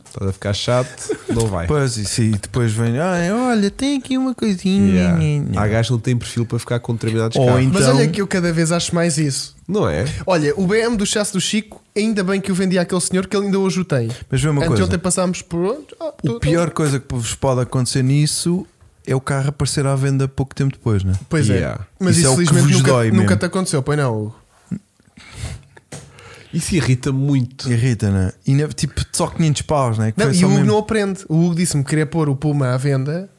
Speaker 1: Estás a ficar chato, não
Speaker 2: *laughs*
Speaker 1: vai.
Speaker 3: Pois, e sim, depois vem. "Ai, olha, tem aqui uma coisinha.
Speaker 1: Yeah. Há gajos que não têm perfil para ficar com determinados
Speaker 3: Ou
Speaker 1: carros.
Speaker 3: então-
Speaker 2: Mas olha que eu cada vez acho mais isso.
Speaker 1: Não é?
Speaker 2: Olha, o BM do chasse do Chico, ainda bem que eu vendi àquele senhor que ele ainda hoje o tem.
Speaker 3: Mas vê uma coisa.
Speaker 2: Anteontem passámos por onde? Ah,
Speaker 3: O
Speaker 2: tu-
Speaker 3: pior coisa que vos pode acontecer nisso é o carro aparecer à venda pouco tempo depois, né?
Speaker 2: Pois
Speaker 1: Yeah.
Speaker 2: é. Mas
Speaker 3: Isso
Speaker 2: isso,
Speaker 3: é o que
Speaker 2: felizmente
Speaker 3: vos
Speaker 2: nunca,
Speaker 3: dói
Speaker 2: nunca
Speaker 3: mesmo.
Speaker 2: te aconteceu, pois não? Hugo?
Speaker 1: Isso irrita-me muito.
Speaker 3: Irrita, né? E na- tipo, só 500 paus, né? Que
Speaker 2: Não,
Speaker 3: foi
Speaker 2: e
Speaker 3: só
Speaker 2: o Hugo
Speaker 3: mesmo-
Speaker 2: não aprende. O Hugo disse-me que queria pôr o Puma à venda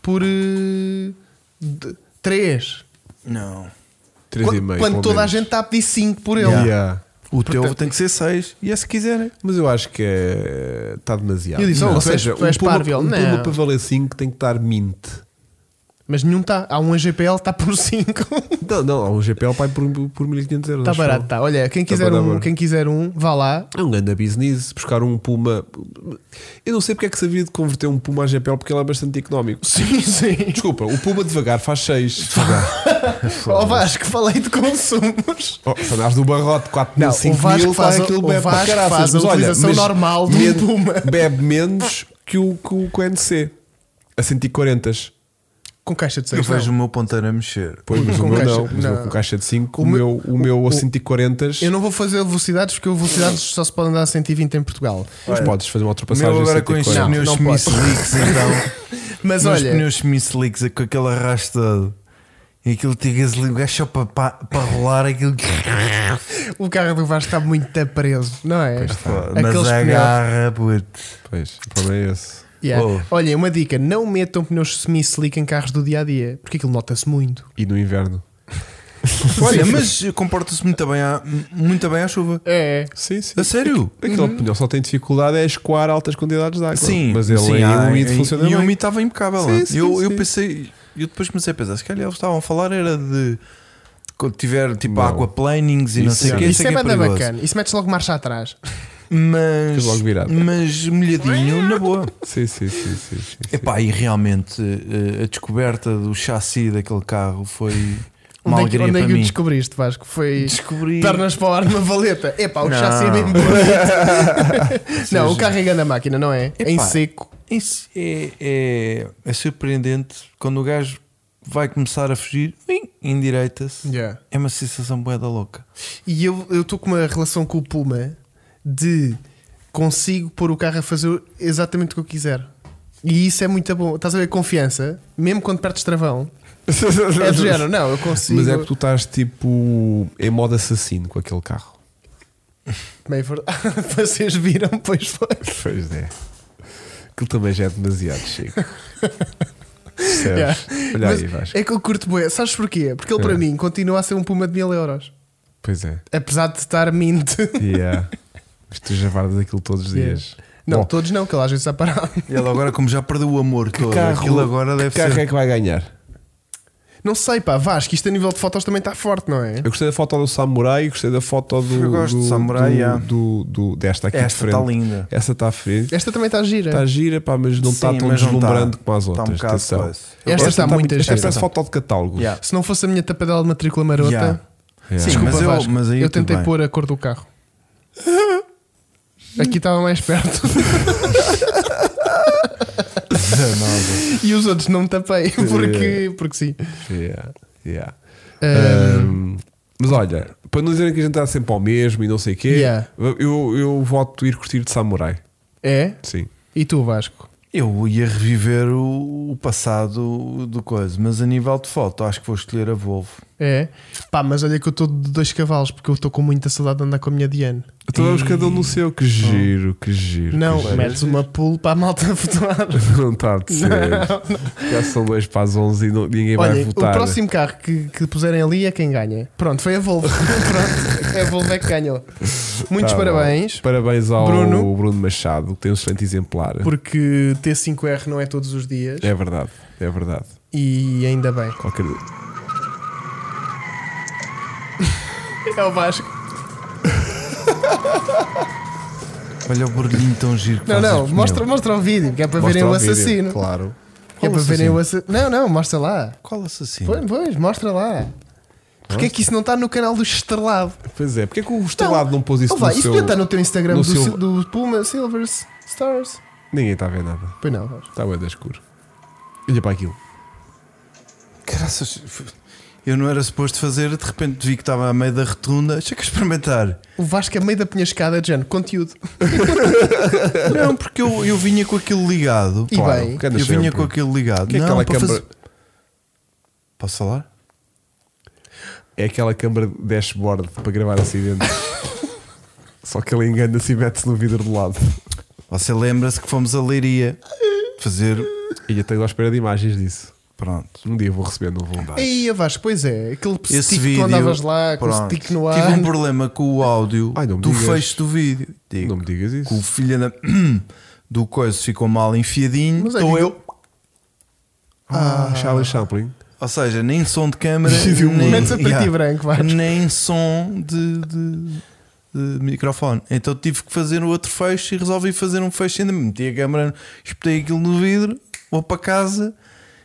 Speaker 2: por eh, 3.
Speaker 3: Não.
Speaker 1: Três e
Speaker 2: Quando,
Speaker 1: meio,
Speaker 2: quando
Speaker 1: pelo
Speaker 2: toda a
Speaker 1: menos.
Speaker 2: gente um. está a pedir 5 por ele.
Speaker 1: Yeah.
Speaker 3: O teu tem que ser 6. E é se quiserem.
Speaker 1: Mas eu acho que é- está demasiado.
Speaker 2: Eu disse,
Speaker 1: Não,
Speaker 2: oh,
Speaker 1: ou
Speaker 2: tu és-
Speaker 1: seja,
Speaker 2: tu és
Speaker 1: um puma,
Speaker 2: parvo, ele,
Speaker 1: um puma
Speaker 2: não.
Speaker 1: para valer 5 tem que estar mint.
Speaker 2: Mas nenhum está. Há um AGPL que está por
Speaker 3: *laughs*
Speaker 2: 5.
Speaker 1: Não, não, há um GPL pai por, por 1500 euros.
Speaker 2: Está
Speaker 1: acho eu.
Speaker 2: Tá barato, está. Olha, quem
Speaker 1: Tá
Speaker 2: quiser,
Speaker 1: barato,
Speaker 2: um,
Speaker 1: barato.
Speaker 2: quem quiser um, vá lá.
Speaker 1: É um grande business buscar um Puma. Eu não sei porque é que se havia de converter um Puma a GPL porque ele é bastante económico.
Speaker 2: Sim, sim.
Speaker 1: Desculpa, o Puma devagar faz
Speaker 2: *laughs*
Speaker 1: 6.
Speaker 2: Ó Vasco, falei de consumos.
Speaker 1: Oh, se andares do barrote 4 mil,
Speaker 2: Não,
Speaker 1: 5
Speaker 2: o Vasco
Speaker 1: mil,
Speaker 2: faz
Speaker 1: faz aquilo
Speaker 2: o- o
Speaker 1: bebe para
Speaker 2: Vasco
Speaker 1: caraças.
Speaker 2: faz a
Speaker 1: Mas olha,
Speaker 2: utilização
Speaker 1: mas
Speaker 2: normal de um
Speaker 1: men-
Speaker 2: Puma.
Speaker 1: Bebe menos que o, que o, que o NC a 140.
Speaker 2: Com caixa de
Speaker 3: Eu
Speaker 2: seis
Speaker 3: vejo
Speaker 2: não.
Speaker 3: o meu ponteiro a mexer.
Speaker 1: Pois, mas
Speaker 2: *laughs* Com
Speaker 1: o meu
Speaker 2: caixa-
Speaker 1: não, mas o meu
Speaker 2: não.
Speaker 1: com caixa de 5,
Speaker 2: O
Speaker 1: o meu, o meu a
Speaker 2: o-
Speaker 1: 140.
Speaker 2: Eu não vou fazer velocidades porque velocidades só se pode andar a 120 em Portugal.
Speaker 1: Mas podes fazer uma
Speaker 3: O
Speaker 1: ultrapassagem
Speaker 3: meu
Speaker 1: a
Speaker 3: agora com
Speaker 1: 140.
Speaker 3: estes
Speaker 2: Não,
Speaker 3: pneus
Speaker 2: não
Speaker 3: Smith
Speaker 2: pode. *laughs*
Speaker 3: Leaks, então.
Speaker 2: Mas
Speaker 3: Nos
Speaker 2: olha,
Speaker 3: pneus Smith Leaks, com aquele arrasto todo. E aquilo tem gasolina. O gajo só para, para, para rolar aquilo.
Speaker 2: o carro do Vasco está muito apreso, não é?
Speaker 3: Mas
Speaker 2: Aqueles
Speaker 3: agarra, puto.
Speaker 1: Pois, o problema é esse.
Speaker 2: Yeah.
Speaker 3: Oh.
Speaker 2: Olha, uma dica: não metam pneus semi-slick em carros do dia a dia, porque aquilo nota-se muito.
Speaker 1: E no inverno.
Speaker 3: *laughs* Olha, mas comporta-se muito bem, à, muito bem à chuva.
Speaker 2: É.
Speaker 1: Sim, sim.
Speaker 3: A sério?
Speaker 1: Aquele
Speaker 2: Uhum.
Speaker 1: pneu só tem dificuldade é escoar altas quantidades de água.
Speaker 3: Sim,
Speaker 1: mas ele
Speaker 3: sim,
Speaker 1: em
Speaker 3: há-
Speaker 1: úmido
Speaker 3: em-
Speaker 1: funciona
Speaker 3: em
Speaker 1: bem.
Speaker 3: úmido estava impecável.
Speaker 1: Sim,
Speaker 3: né?
Speaker 1: sim,
Speaker 3: eu, eu
Speaker 1: sim.
Speaker 3: pensei, eu depois comecei a pensar, se calhar eles estavam a falar era de quando tiver tipo
Speaker 1: Não.
Speaker 3: aquaplanings e não
Speaker 1: Isso
Speaker 3: sei o
Speaker 1: é.
Speaker 3: que,
Speaker 2: Isso
Speaker 3: sei
Speaker 2: é
Speaker 3: que é
Speaker 2: banda
Speaker 3: perigoso.
Speaker 2: bacana. Isso metes logo marcha atrás.
Speaker 3: Mas,
Speaker 1: Fiz logo virado.
Speaker 3: mas molhadinho, na boa.
Speaker 1: Sim, sim, sim, sim. sim, sim.
Speaker 3: Epá, e realmente eh, a descoberta do chassi daquele
Speaker 2: *laughs*
Speaker 3: carro foi uma
Speaker 2: Onde é que,
Speaker 3: alegria
Speaker 2: onde é
Speaker 3: para
Speaker 2: que o
Speaker 3: mim.
Speaker 2: descobriste, Vasco? Foi
Speaker 3: Descobri.
Speaker 2: pernas para o ar numa valeta. Epá, o
Speaker 3: Não.
Speaker 2: chassi é mesmo *laughs* bonito. Não, o carro é grande a máquina, não é? Em
Speaker 3: Epá.
Speaker 2: seco.
Speaker 3: Isso é, é, é surpreendente quando o gajo vai começar a fugir, uim, endireita-se.
Speaker 2: Yeah.
Speaker 3: É uma sensação boeda louca.
Speaker 2: E eu eu estou com uma relação com o Puma de consigo pôr o carro a fazer exatamente o que eu quiser. E isso é muito bom. Estás a ver confiança, mesmo quando
Speaker 1: *laughs*
Speaker 2: perdes travão. É do género, não, eu consigo.
Speaker 1: Mas é porque tu estás tipo em modo assassino com aquele carro.
Speaker 2: Bem, for- é *laughs* Vocês viram, pois foi.
Speaker 1: Pois é. Aquilo também já é demasiado
Speaker 2: *laughs*
Speaker 1: chico. Percebes?
Speaker 2: Yeah.
Speaker 1: Olha
Speaker 2: Mas
Speaker 1: aí, Vasco.
Speaker 2: É que eu curto bué. Sabes porquê? Porque ele para
Speaker 1: É.
Speaker 2: mim continua a ser um Puma de mil euros.
Speaker 1: Pois é.
Speaker 2: Apesar de estar mint. *laughs*
Speaker 1: Yeah. Mas tu já guardas aquilo todos os
Speaker 2: Yeah.
Speaker 1: dias.
Speaker 2: Não,
Speaker 1: Bom,
Speaker 2: todos não, que ele às vezes está parado.
Speaker 3: E ele agora, como já perdeu o
Speaker 2: *laughs*
Speaker 3: amor todo, aquilo agora
Speaker 1: que
Speaker 3: deve
Speaker 1: carro
Speaker 3: ser.
Speaker 1: é que vai ganhar?
Speaker 2: Não sei, pá, Vasco, isto a nível de fotos também está forte, não é?
Speaker 1: Eu gostei da foto do samurai, gostei da foto do.
Speaker 3: Eu gosto
Speaker 1: do,
Speaker 3: de samurai,
Speaker 1: do-
Speaker 3: yeah.
Speaker 1: do- do- desta aqui de
Speaker 3: Esta
Speaker 1: frente.
Speaker 3: está linda.
Speaker 1: Essa está à frente.
Speaker 2: Esta também está gira.
Speaker 1: Está gira, pá, mas não está
Speaker 3: Sim,
Speaker 1: tão
Speaker 3: mas não
Speaker 1: deslumbrante
Speaker 3: está.
Speaker 1: como as
Speaker 3: Está um
Speaker 1: outras.
Speaker 3: bocado
Speaker 1: atenção.
Speaker 3: coisa.
Speaker 2: Esta está muito
Speaker 1: Esta
Speaker 2: gira.
Speaker 1: parece foto de catálogo.
Speaker 3: Yeah.
Speaker 2: Se não fosse a minha tapadela de matrícula marota, *laughs*
Speaker 3: Yeah.
Speaker 1: Yeah.
Speaker 3: Sim,
Speaker 2: desculpa,
Speaker 3: mas eu-
Speaker 2: Vasco,
Speaker 3: mas aí
Speaker 2: eu
Speaker 3: tudo
Speaker 2: tentei
Speaker 3: bem.
Speaker 2: pôr a cor do carro. Aqui estava mais perto *laughs*
Speaker 3: Nada.
Speaker 2: e os outros não me
Speaker 3: *laughs*
Speaker 2: tapei, porque, porque sim.
Speaker 1: Yeah, yeah.
Speaker 3: Ah.
Speaker 2: Ahm,
Speaker 1: Ahm, mas olha, para não dizerem que a gente está sempre ao mesmo e não sei o quê,
Speaker 2: Yeah.
Speaker 1: eu, eu voto ir curtir de samurai.
Speaker 2: é?
Speaker 1: Sim.
Speaker 2: E tu, Vasco?
Speaker 3: Eu ia reviver o, o passado do coisa, mas a nível de foto, acho que vou escolher a Volvo.
Speaker 2: É? Pá, mas olha que eu estou de dois cavalos, porque eu estou com muita saudade de andar com a minha Diane.
Speaker 1: Então vamos cada um no seu. Que giro, que giro.
Speaker 2: Hum. Não,
Speaker 1: que giro.
Speaker 2: metes uma pull para a malta *laughs* votar.
Speaker 1: *laughs* Não está de ser. Já são dois para as 11 e não- ninguém vai
Speaker 2: Olha, o
Speaker 1: votar.
Speaker 2: próximo carro que, que puserem ali é quem ganha. Pronto, foi a Volvo. *laughs* Pronto, é a Volvo é que ganhou. Muitos
Speaker 1: Tá bom.
Speaker 2: parabéns,
Speaker 1: Parabéns ao
Speaker 2: Bruno.
Speaker 1: Bruno, Machado, que tem um excelente exemplar.
Speaker 2: porque T5R não é todos os dias
Speaker 1: É verdade, é verdade.
Speaker 2: e ainda bem.
Speaker 1: Qualquer... um.
Speaker 2: É o Vasco.
Speaker 3: Olha o brilhinho tão giro que
Speaker 2: Não,
Speaker 3: fazes
Speaker 2: não,
Speaker 3: com
Speaker 2: mostra,
Speaker 3: ele.
Speaker 2: mostra o vídeo, que é para
Speaker 1: Mostra
Speaker 2: verem
Speaker 1: ao
Speaker 2: o
Speaker 1: vídeo,
Speaker 2: assassino.
Speaker 1: Claro.
Speaker 2: Que é para
Speaker 3: Qual
Speaker 2: verem
Speaker 3: assassino?
Speaker 2: o assassino. Não, não, mostra lá.
Speaker 3: Qual assassino?
Speaker 2: Pois, pois, mostra lá. Porquê é que isso não está no canal do Estrelado?
Speaker 1: Pois é, porque é que o Estelado não, pôs isso
Speaker 2: Oh, vá,
Speaker 1: no
Speaker 2: isso
Speaker 1: seu...
Speaker 2: devia estar no teu Instagram
Speaker 1: no
Speaker 2: do,
Speaker 1: seu-
Speaker 2: Sil- do Puma Silver Stars.
Speaker 1: Ninguém está a ver nada.
Speaker 2: Pois não, Vasco.
Speaker 1: Está bem da escuro. Olha para aquilo.
Speaker 3: Graças. Eu não era suposto fazer, de repente vi que estava a meio da rotunda. Deixa que experimentar.
Speaker 2: O Vasco a meio da penhascada, Jano, conteúdo.
Speaker 3: Não, porque eu, eu vinha com aquilo ligado.
Speaker 2: E bem.
Speaker 1: que
Speaker 3: eu
Speaker 1: anda
Speaker 3: vinha
Speaker 1: sempre.
Speaker 3: com aquilo ligado.
Speaker 1: Que é
Speaker 3: não,
Speaker 1: aquela
Speaker 3: para
Speaker 1: câmara-
Speaker 3: fazer- Posso falar?
Speaker 1: É aquela câmara de dashboard para gravar
Speaker 2: *laughs*
Speaker 1: acidentes. Só que ele engana-se e mete-se no vidro do lado.
Speaker 3: Você lembra-se que fomos a Leiria fazer.
Speaker 1: E eu tenho à espera de imagens disso.
Speaker 3: Pronto.
Speaker 1: Um dia vou receber, não vou.
Speaker 2: Aí, a Vasco, pois é. Aquele
Speaker 3: Esse
Speaker 2: stick que tu
Speaker 3: vídeo.
Speaker 2: andavas lá, com o
Speaker 3: pronto.
Speaker 2: stick no ar.
Speaker 3: Tive um problema com o áudio
Speaker 1: Ai, não me
Speaker 3: do
Speaker 1: digas.
Speaker 3: fecho do vídeo. Digo,
Speaker 1: Não me digas
Speaker 3: que o
Speaker 1: isso.
Speaker 3: filho da- *clears throat* do coisa ficou mal enfiadinho.
Speaker 2: Mas é
Speaker 3: Estou
Speaker 2: que-
Speaker 3: eu.
Speaker 1: Ah, Charles Chaplin.
Speaker 3: Ou seja, nem som
Speaker 2: *laughs*
Speaker 3: de câmara,
Speaker 1: Vídeo
Speaker 3: nem,
Speaker 2: Metes a preto e branco, vai.
Speaker 3: nem som de, de- de microfone. Então tive que fazer o outro fecho e resolvi fazer um fecho ainda. Meti a câmara, espetei aquilo no vidro, vou para casa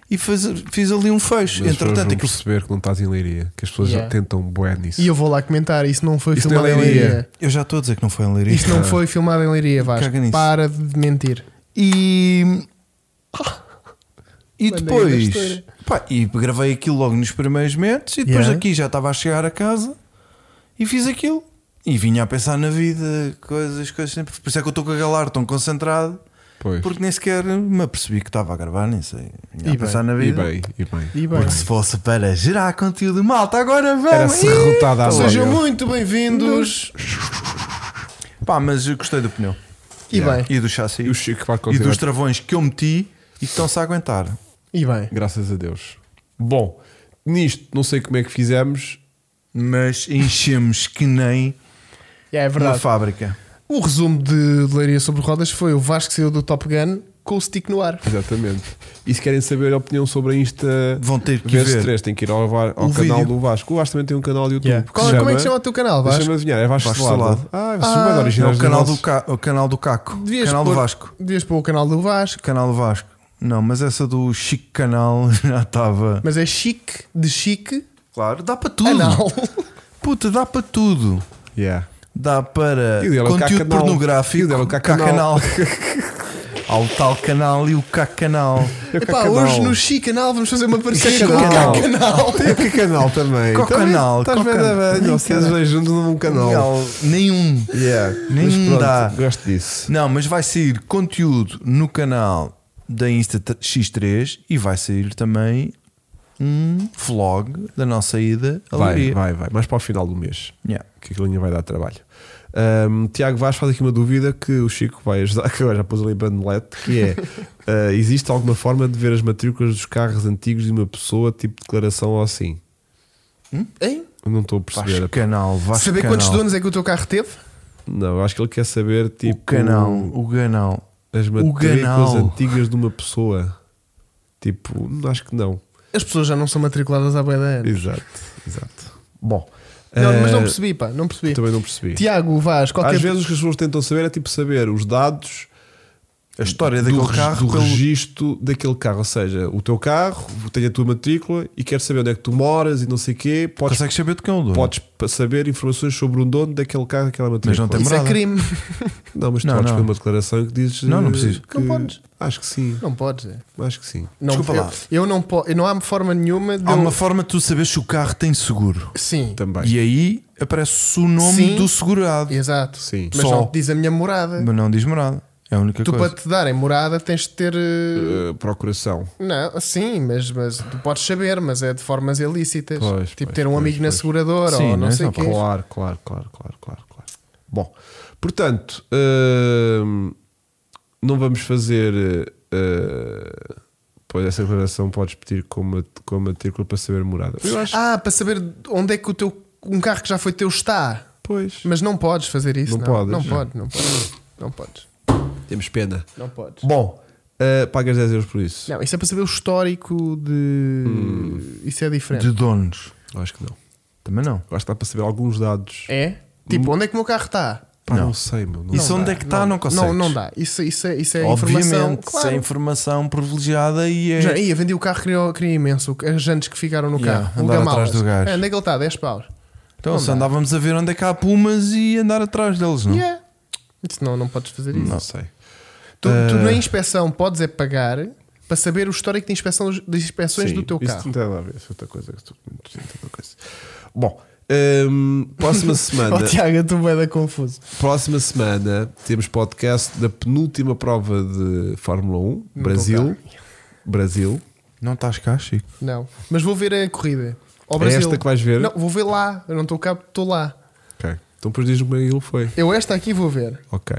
Speaker 3: e faz- fiz ali um fecho.
Speaker 1: Mas
Speaker 3: Entretanto,
Speaker 1: Entretanto,
Speaker 3: aquilo
Speaker 1: perceber que não estás em leiria. Que as pessoas
Speaker 2: Yeah.
Speaker 1: já tentam bué nisso.
Speaker 2: E eu vou lá comentar, isso não foi
Speaker 1: Isso
Speaker 2: filmado
Speaker 1: não é
Speaker 2: em
Speaker 1: Leiria. é-
Speaker 2: Leiria.
Speaker 3: eu já estou a dizer que não foi um em Leiria.
Speaker 2: Isto não foi filmado em Leiria, Vasco.
Speaker 3: Caga nisso.
Speaker 2: Para de mentir.
Speaker 3: E. E
Speaker 2: Mandei da
Speaker 3: depois.
Speaker 2: história.
Speaker 3: pá, e gravei aquilo logo nos primeiros metros. E depois
Speaker 2: Yeah.
Speaker 3: aqui já estava a chegar a casa e fiz aquilo. E vinha a pensar na vida, coisas, coisas sempre. Por isso é que eu estou com a galar tão concentrado,
Speaker 1: Pois.
Speaker 3: porque nem sequer me apercebi que estava a gravar, nem sei. Vinha
Speaker 2: E
Speaker 3: a pensar na
Speaker 1: E
Speaker 3: vida.
Speaker 1: bem, e bem.
Speaker 2: E bem.
Speaker 3: Porque se fosse para gerar conteúdo malta, agora
Speaker 1: Era
Speaker 3: vamos!
Speaker 1: se derrotada à
Speaker 2: Sejam
Speaker 1: boia.
Speaker 2: muito bem-vindos.
Speaker 3: Ih! Pá, mas eu gostei do pneu
Speaker 2: E bem.
Speaker 3: e do chassi
Speaker 1: E o Chico vai
Speaker 3: e
Speaker 1: continuar.
Speaker 3: dos travões que eu meti e que estão-se a aguentar.
Speaker 2: E bem.
Speaker 1: Graças a Deus. Bom, nisto, não sei como é que fizemos.
Speaker 3: mas enchemos que nem
Speaker 2: É
Speaker 3: na
Speaker 2: verdade.
Speaker 3: fábrica.
Speaker 2: O resumo de de Leiria sobre rodas foi o Vasco saiu do Top Gun com o stick no ar.
Speaker 1: Exatamente. E se querem saber a opinião sobre a Insta
Speaker 3: Vão ter que
Speaker 1: versus
Speaker 3: ver.
Speaker 1: 3, têm que ir ao, va- ao
Speaker 3: O
Speaker 1: canal
Speaker 3: vídeo.
Speaker 1: do Vasco. O Vasco também tem um canal de YouTube.
Speaker 2: Yeah.
Speaker 1: que
Speaker 2: Qual- como é que chama o teu canal, Vasco?
Speaker 1: Deixa-me adivinhar, é Vasco,
Speaker 3: Vasco
Speaker 1: Solado.
Speaker 3: Solado.
Speaker 1: Ah, vocês são bem
Speaker 3: É
Speaker 1: originais
Speaker 3: o canal do,
Speaker 1: nossos.
Speaker 3: Ca- o canal do Caco.
Speaker 2: Devias
Speaker 3: canal do
Speaker 2: pôr-
Speaker 3: Vasco.
Speaker 2: Devias pôr o canal do Vasco,
Speaker 3: Canal do Vasco. Não, mas essa do Chico Canal *laughs* já estava.
Speaker 2: mas é chique, de chique,
Speaker 3: Claro, dá para
Speaker 1: Ah,
Speaker 3: tudo. *laughs*
Speaker 2: anal.
Speaker 3: Puta, dá para tudo.
Speaker 1: Yeah.
Speaker 3: Dá para
Speaker 1: E o dela, o
Speaker 3: conteúdo
Speaker 1: K-canal. E
Speaker 3: pornográfico.
Speaker 1: o dela, o K-canal.
Speaker 3: K-canal.
Speaker 1: *laughs*
Speaker 3: Há o tal canal e o K-canal.
Speaker 1: É o
Speaker 2: Epá,
Speaker 1: K-canal.
Speaker 2: hoje no chique canal vamos fazer uma parceria com o
Speaker 1: Canal.
Speaker 3: Oh.
Speaker 2: canal.
Speaker 1: Tem o K-canal também.
Speaker 3: Cocanal,
Speaker 1: Estás bem
Speaker 3: Cocanal.
Speaker 1: da bem. Vocês dois juntos num canal.
Speaker 3: Legal. Nenhum.
Speaker 1: Yeah.
Speaker 3: Nem
Speaker 1: Mas pronto,
Speaker 3: dá.
Speaker 1: Gosto disso.
Speaker 3: Não, mas vai sair conteúdo no canal da Insta t- X3 e vai sair também um vlog da nossa ida a
Speaker 1: Vai,
Speaker 3: Leiria.
Speaker 1: vai, vai. Mais para o final do mês.
Speaker 3: Yeah.
Speaker 1: que aquilo ainda vai dar trabalho. Ahm, Tiago Vaz faz aqui uma dúvida que o Chico vai ajudar, *laughs* que agora já pôs ali bandelete, que
Speaker 3: *laughs*
Speaker 1: é ah, existe alguma forma de ver as matrículas dos carros antigos de uma pessoa, tipo declaração ou assim?
Speaker 3: Hum?
Speaker 2: Hein?
Speaker 1: Eu Não estou a perceber.
Speaker 3: Vasco canal, Vasco
Speaker 2: Saber
Speaker 3: canal.
Speaker 2: quantos donos é que o teu carro teve?
Speaker 1: Não, eu acho que ele quer saber tipo
Speaker 3: O canal, o canal.
Speaker 1: as
Speaker 3: o
Speaker 1: matrículas
Speaker 3: canal.
Speaker 1: antigas de uma pessoa. Tipo, não, acho que não.
Speaker 2: As pessoas já não são matriculadas há boia de anos.
Speaker 1: Exato, exato.
Speaker 3: Bom,
Speaker 2: Não, mas não
Speaker 3: É.
Speaker 1: Eh,
Speaker 2: percebi, pá, não percebi.
Speaker 1: Também não percebi.
Speaker 2: Tiago Vaz, qualquer tipo-
Speaker 1: Às vezes o que as pessoas tentam saber é tipo saber os dados
Speaker 3: a história
Speaker 1: do,
Speaker 3: daquele
Speaker 1: regi-
Speaker 3: carro
Speaker 1: do
Speaker 3: pelo-
Speaker 1: registro daquele carro. Ou seja, o teu carro tem a tua matrícula e quer saber onde é que tu moras e não sei o quê. Podes,
Speaker 3: Consegues saber de quem é o dono?
Speaker 1: podes pa- saber informações sobre um dono daquele carro, daquela
Speaker 3: Mas
Speaker 1: matrícula.
Speaker 3: não tem
Speaker 2: Isso é
Speaker 3: morada.
Speaker 2: crime. *laughs*
Speaker 1: Não, mas tu
Speaker 3: Não,
Speaker 1: podes
Speaker 3: não.
Speaker 1: fazer uma declaração que dizes.
Speaker 3: Não, não
Speaker 1: eh,
Speaker 3: preciso.
Speaker 1: que-
Speaker 2: Não podes.
Speaker 1: Acho que sim,
Speaker 2: Não podes. é.
Speaker 1: acho que sim.
Speaker 2: Não,
Speaker 3: Desculpa
Speaker 2: eu,
Speaker 3: lá.
Speaker 2: Eu não posso. Não há forma nenhuma de.
Speaker 3: Há
Speaker 2: eu-
Speaker 1: é
Speaker 3: uma forma de tu saberes se o carro tem seguro.
Speaker 2: Sim.
Speaker 1: Também.
Speaker 3: E aí aparece o nome
Speaker 2: Sim.
Speaker 3: do segurado.
Speaker 2: Exato.
Speaker 1: Sim.
Speaker 2: Mas
Speaker 3: Só.
Speaker 2: não te diz a minha morada.
Speaker 3: Mas não diz morada. É a única
Speaker 2: Tu
Speaker 3: coisa.
Speaker 2: para te darem morada tens de ter. eh,
Speaker 1: Eh, procuração.
Speaker 2: Não, sim, mas, mas tu podes saber, mas é de formas ilícitas.
Speaker 1: Pois,
Speaker 2: tipo
Speaker 1: pois,
Speaker 2: ter um
Speaker 1: pois,
Speaker 2: amigo na
Speaker 1: pois.
Speaker 2: seguradora
Speaker 3: Sim,
Speaker 2: ou não
Speaker 3: né?
Speaker 2: sei
Speaker 3: Não,
Speaker 2: o quê.
Speaker 1: Claro, claro, claro, claro, claro, claro. Bom, portanto, hum, não vamos fazer. eh, pois essa declaração podes pedir com uma, com a matrícula para saber a morada. Eu acho
Speaker 2: Ah, para saber onde é que o teu um carro que já foi teu está.
Speaker 1: Pois.
Speaker 2: Mas não podes fazer isso.
Speaker 1: Não
Speaker 2: Não,
Speaker 1: podes.
Speaker 2: Não pode, não podes. Não podes.
Speaker 1: Temos pena.
Speaker 2: Não podes.
Speaker 1: Bom, uh, pagas 10 euros por isso?
Speaker 2: Não, isso é para saber o histórico de. Isso é diferente.
Speaker 3: De donos.
Speaker 1: Acho que não.
Speaker 3: Também não.
Speaker 1: Eu Acho que dá para saber alguns dados.
Speaker 2: É? Tipo, onde é que o meu carro está?
Speaker 1: Pá, não.
Speaker 3: Não.
Speaker 1: sei, meu. Não
Speaker 3: Isso
Speaker 1: sei.
Speaker 3: onde é que está, não, consegues.
Speaker 2: Não, não dá. Isso, isso é, isso é informação.
Speaker 3: Obviamente,
Speaker 2: Claro.
Speaker 3: se é informação privilegiada e é.
Speaker 2: Já, ia, vendi o carro, queria, queria imenso. As jantes que ficaram no
Speaker 3: Yeah,
Speaker 2: carro.
Speaker 3: andar
Speaker 2: Aluga-malas.
Speaker 3: atrás do gajo.
Speaker 2: É, onde é que ele está? 10 paus.
Speaker 3: então,
Speaker 2: não
Speaker 3: se
Speaker 2: dá.
Speaker 3: andávamos a ver onde é que há pumas e andar atrás deles, não?
Speaker 2: Yeah. Isso não, não podes fazer isso.
Speaker 1: Hum. Não Eh, sei.
Speaker 2: Tu, tu na inspeção podes é pagar para saber o histórico de inspeção, das inspeções
Speaker 1: Sim,
Speaker 2: do teu
Speaker 1: isso
Speaker 2: carro.
Speaker 1: não tem nada a ver. Isso é outra coisa. Isso é outra coisa. Bom, hum, próxima *laughs* semana.
Speaker 2: Oh, Tiago, tu vai dar confuso.
Speaker 1: Próxima semana temos podcast da penúltima prova de Fórmula 1, Brasil. Brasil.
Speaker 3: Não estás cá, Chico?
Speaker 2: Não. Mas vou ver a corrida. Ao
Speaker 1: É
Speaker 2: Brasil.
Speaker 1: esta que vais ver?
Speaker 2: Não, vou ver lá. Eu não estou cá, estou lá.
Speaker 1: Ok. Então depois diz-me como é que ele foi.
Speaker 2: Eu esta aqui vou ver.
Speaker 1: Ok.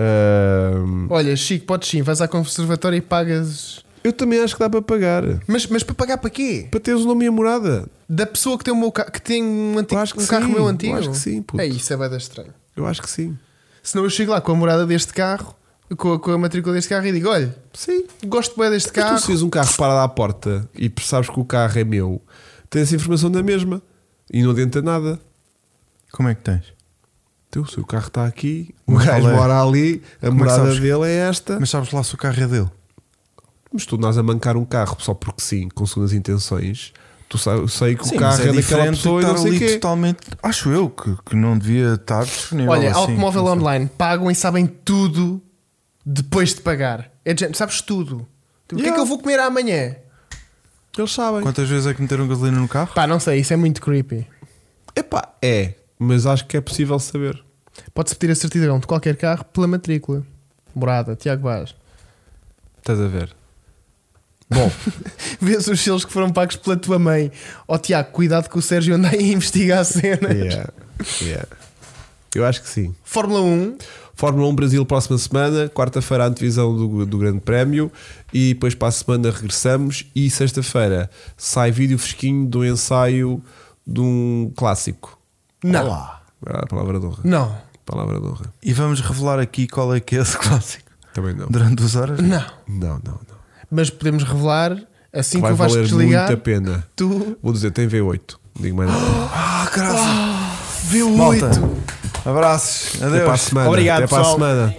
Speaker 1: Hum,
Speaker 2: Olha, Chico, podes sim, vais à conservatória e pagas.
Speaker 1: eu também acho que dá para pagar.
Speaker 2: Mas, mas para pagar para quê?
Speaker 1: Para teres o nome e a morada.
Speaker 2: Da pessoa que tem, o meu ca- que tem um, antigo,
Speaker 1: Eu acho que
Speaker 2: um carro
Speaker 1: sim,
Speaker 2: meu
Speaker 1: eu
Speaker 2: antigo?
Speaker 1: acho que sim, puto.
Speaker 2: É isso, é bem estranho.
Speaker 1: Eu acho que sim.
Speaker 2: Senão eu chego lá com a morada deste carro, com a, com a matrícula deste carro e digo: olha,
Speaker 1: Sim.
Speaker 2: gosto bem deste
Speaker 1: Mas
Speaker 2: carro.
Speaker 1: tu se vês um carro parado à porta e percebes que o carro é meu, tens essa informação da mesma e não adianta nada.
Speaker 3: Como é que tens?
Speaker 1: Então, se o carro está aqui, o
Speaker 3: Mas
Speaker 1: gajo
Speaker 3: qual é?
Speaker 1: mora ali, a
Speaker 3: Como é que
Speaker 1: morada
Speaker 3: sabes?
Speaker 1: dele é esta. Mas,
Speaker 3: Mas sabes lá se o carro é dele?
Speaker 1: tu andas a mancar um carro só porque sim, com segundas intenções, tu sa- eu sei que o
Speaker 3: Sim, mas
Speaker 1: carro é, daquela
Speaker 3: diferente
Speaker 1: pessoa e
Speaker 3: estar
Speaker 1: não sei
Speaker 3: ali
Speaker 1: quê.
Speaker 3: totalmente. Acho eu que, que não devia estar disponível.
Speaker 2: Olha,
Speaker 3: assim,
Speaker 2: automóvel
Speaker 3: não sei.
Speaker 2: online, pagam e sabem tudo depois de pagar. É de género, sabes tudo. Tipo, O que é
Speaker 1: Yeah.
Speaker 2: que eu vou comer amanhã?
Speaker 1: Eles sabem.
Speaker 3: Quantas vezes é que meteram gasolina no carro?
Speaker 2: Pá, não sei, isso é muito creepy.
Speaker 1: Epá, é, mas acho que é possível saber.
Speaker 2: Pode-se pedir a certidão de qualquer carro pela matrícula. Morada, Tiago Vaz. *laughs*
Speaker 1: Estás a ver? Bom,
Speaker 2: Vês os selos que foram pagos pela tua mãe. Ó Tiago, cuidado que o Sérgio anda aí a investigar a cena.
Speaker 1: *laughs* yeah, yeah. eu acho que sim.
Speaker 2: Fórmula 1,
Speaker 1: Fórmula 1 Brasil próxima semana, quarta-feira a antevisão do, do Grande Prémio e depois para a semana regressamos e sexta-feira sai vídeo fresquinho do ensaio de um clássico.
Speaker 2: não.
Speaker 3: Olá.
Speaker 1: Ah, palavra de honra.
Speaker 2: Não.
Speaker 1: Palavra de honra.
Speaker 3: E vamos revelar aqui qual é que é esse *laughs* clássico.
Speaker 1: Também não.
Speaker 3: durante duas horas?
Speaker 2: Não.
Speaker 1: Não, não, não.
Speaker 2: Mas podemos revelar, assim que
Speaker 1: Vai
Speaker 2: o Vasco
Speaker 1: valer
Speaker 2: desligar,
Speaker 1: muito a pena.
Speaker 2: tu.
Speaker 1: Vou dizer, tem V8. Não Digo mais
Speaker 2: *gasps*
Speaker 1: nada.
Speaker 3: Ah, graças!
Speaker 2: Vê o
Speaker 3: Malta,
Speaker 2: oito.
Speaker 3: abraços,
Speaker 1: Até para a
Speaker 3: adeus.
Speaker 1: semana.
Speaker 2: Obrigado,
Speaker 1: Até para a
Speaker 2: pessoal.
Speaker 1: semana.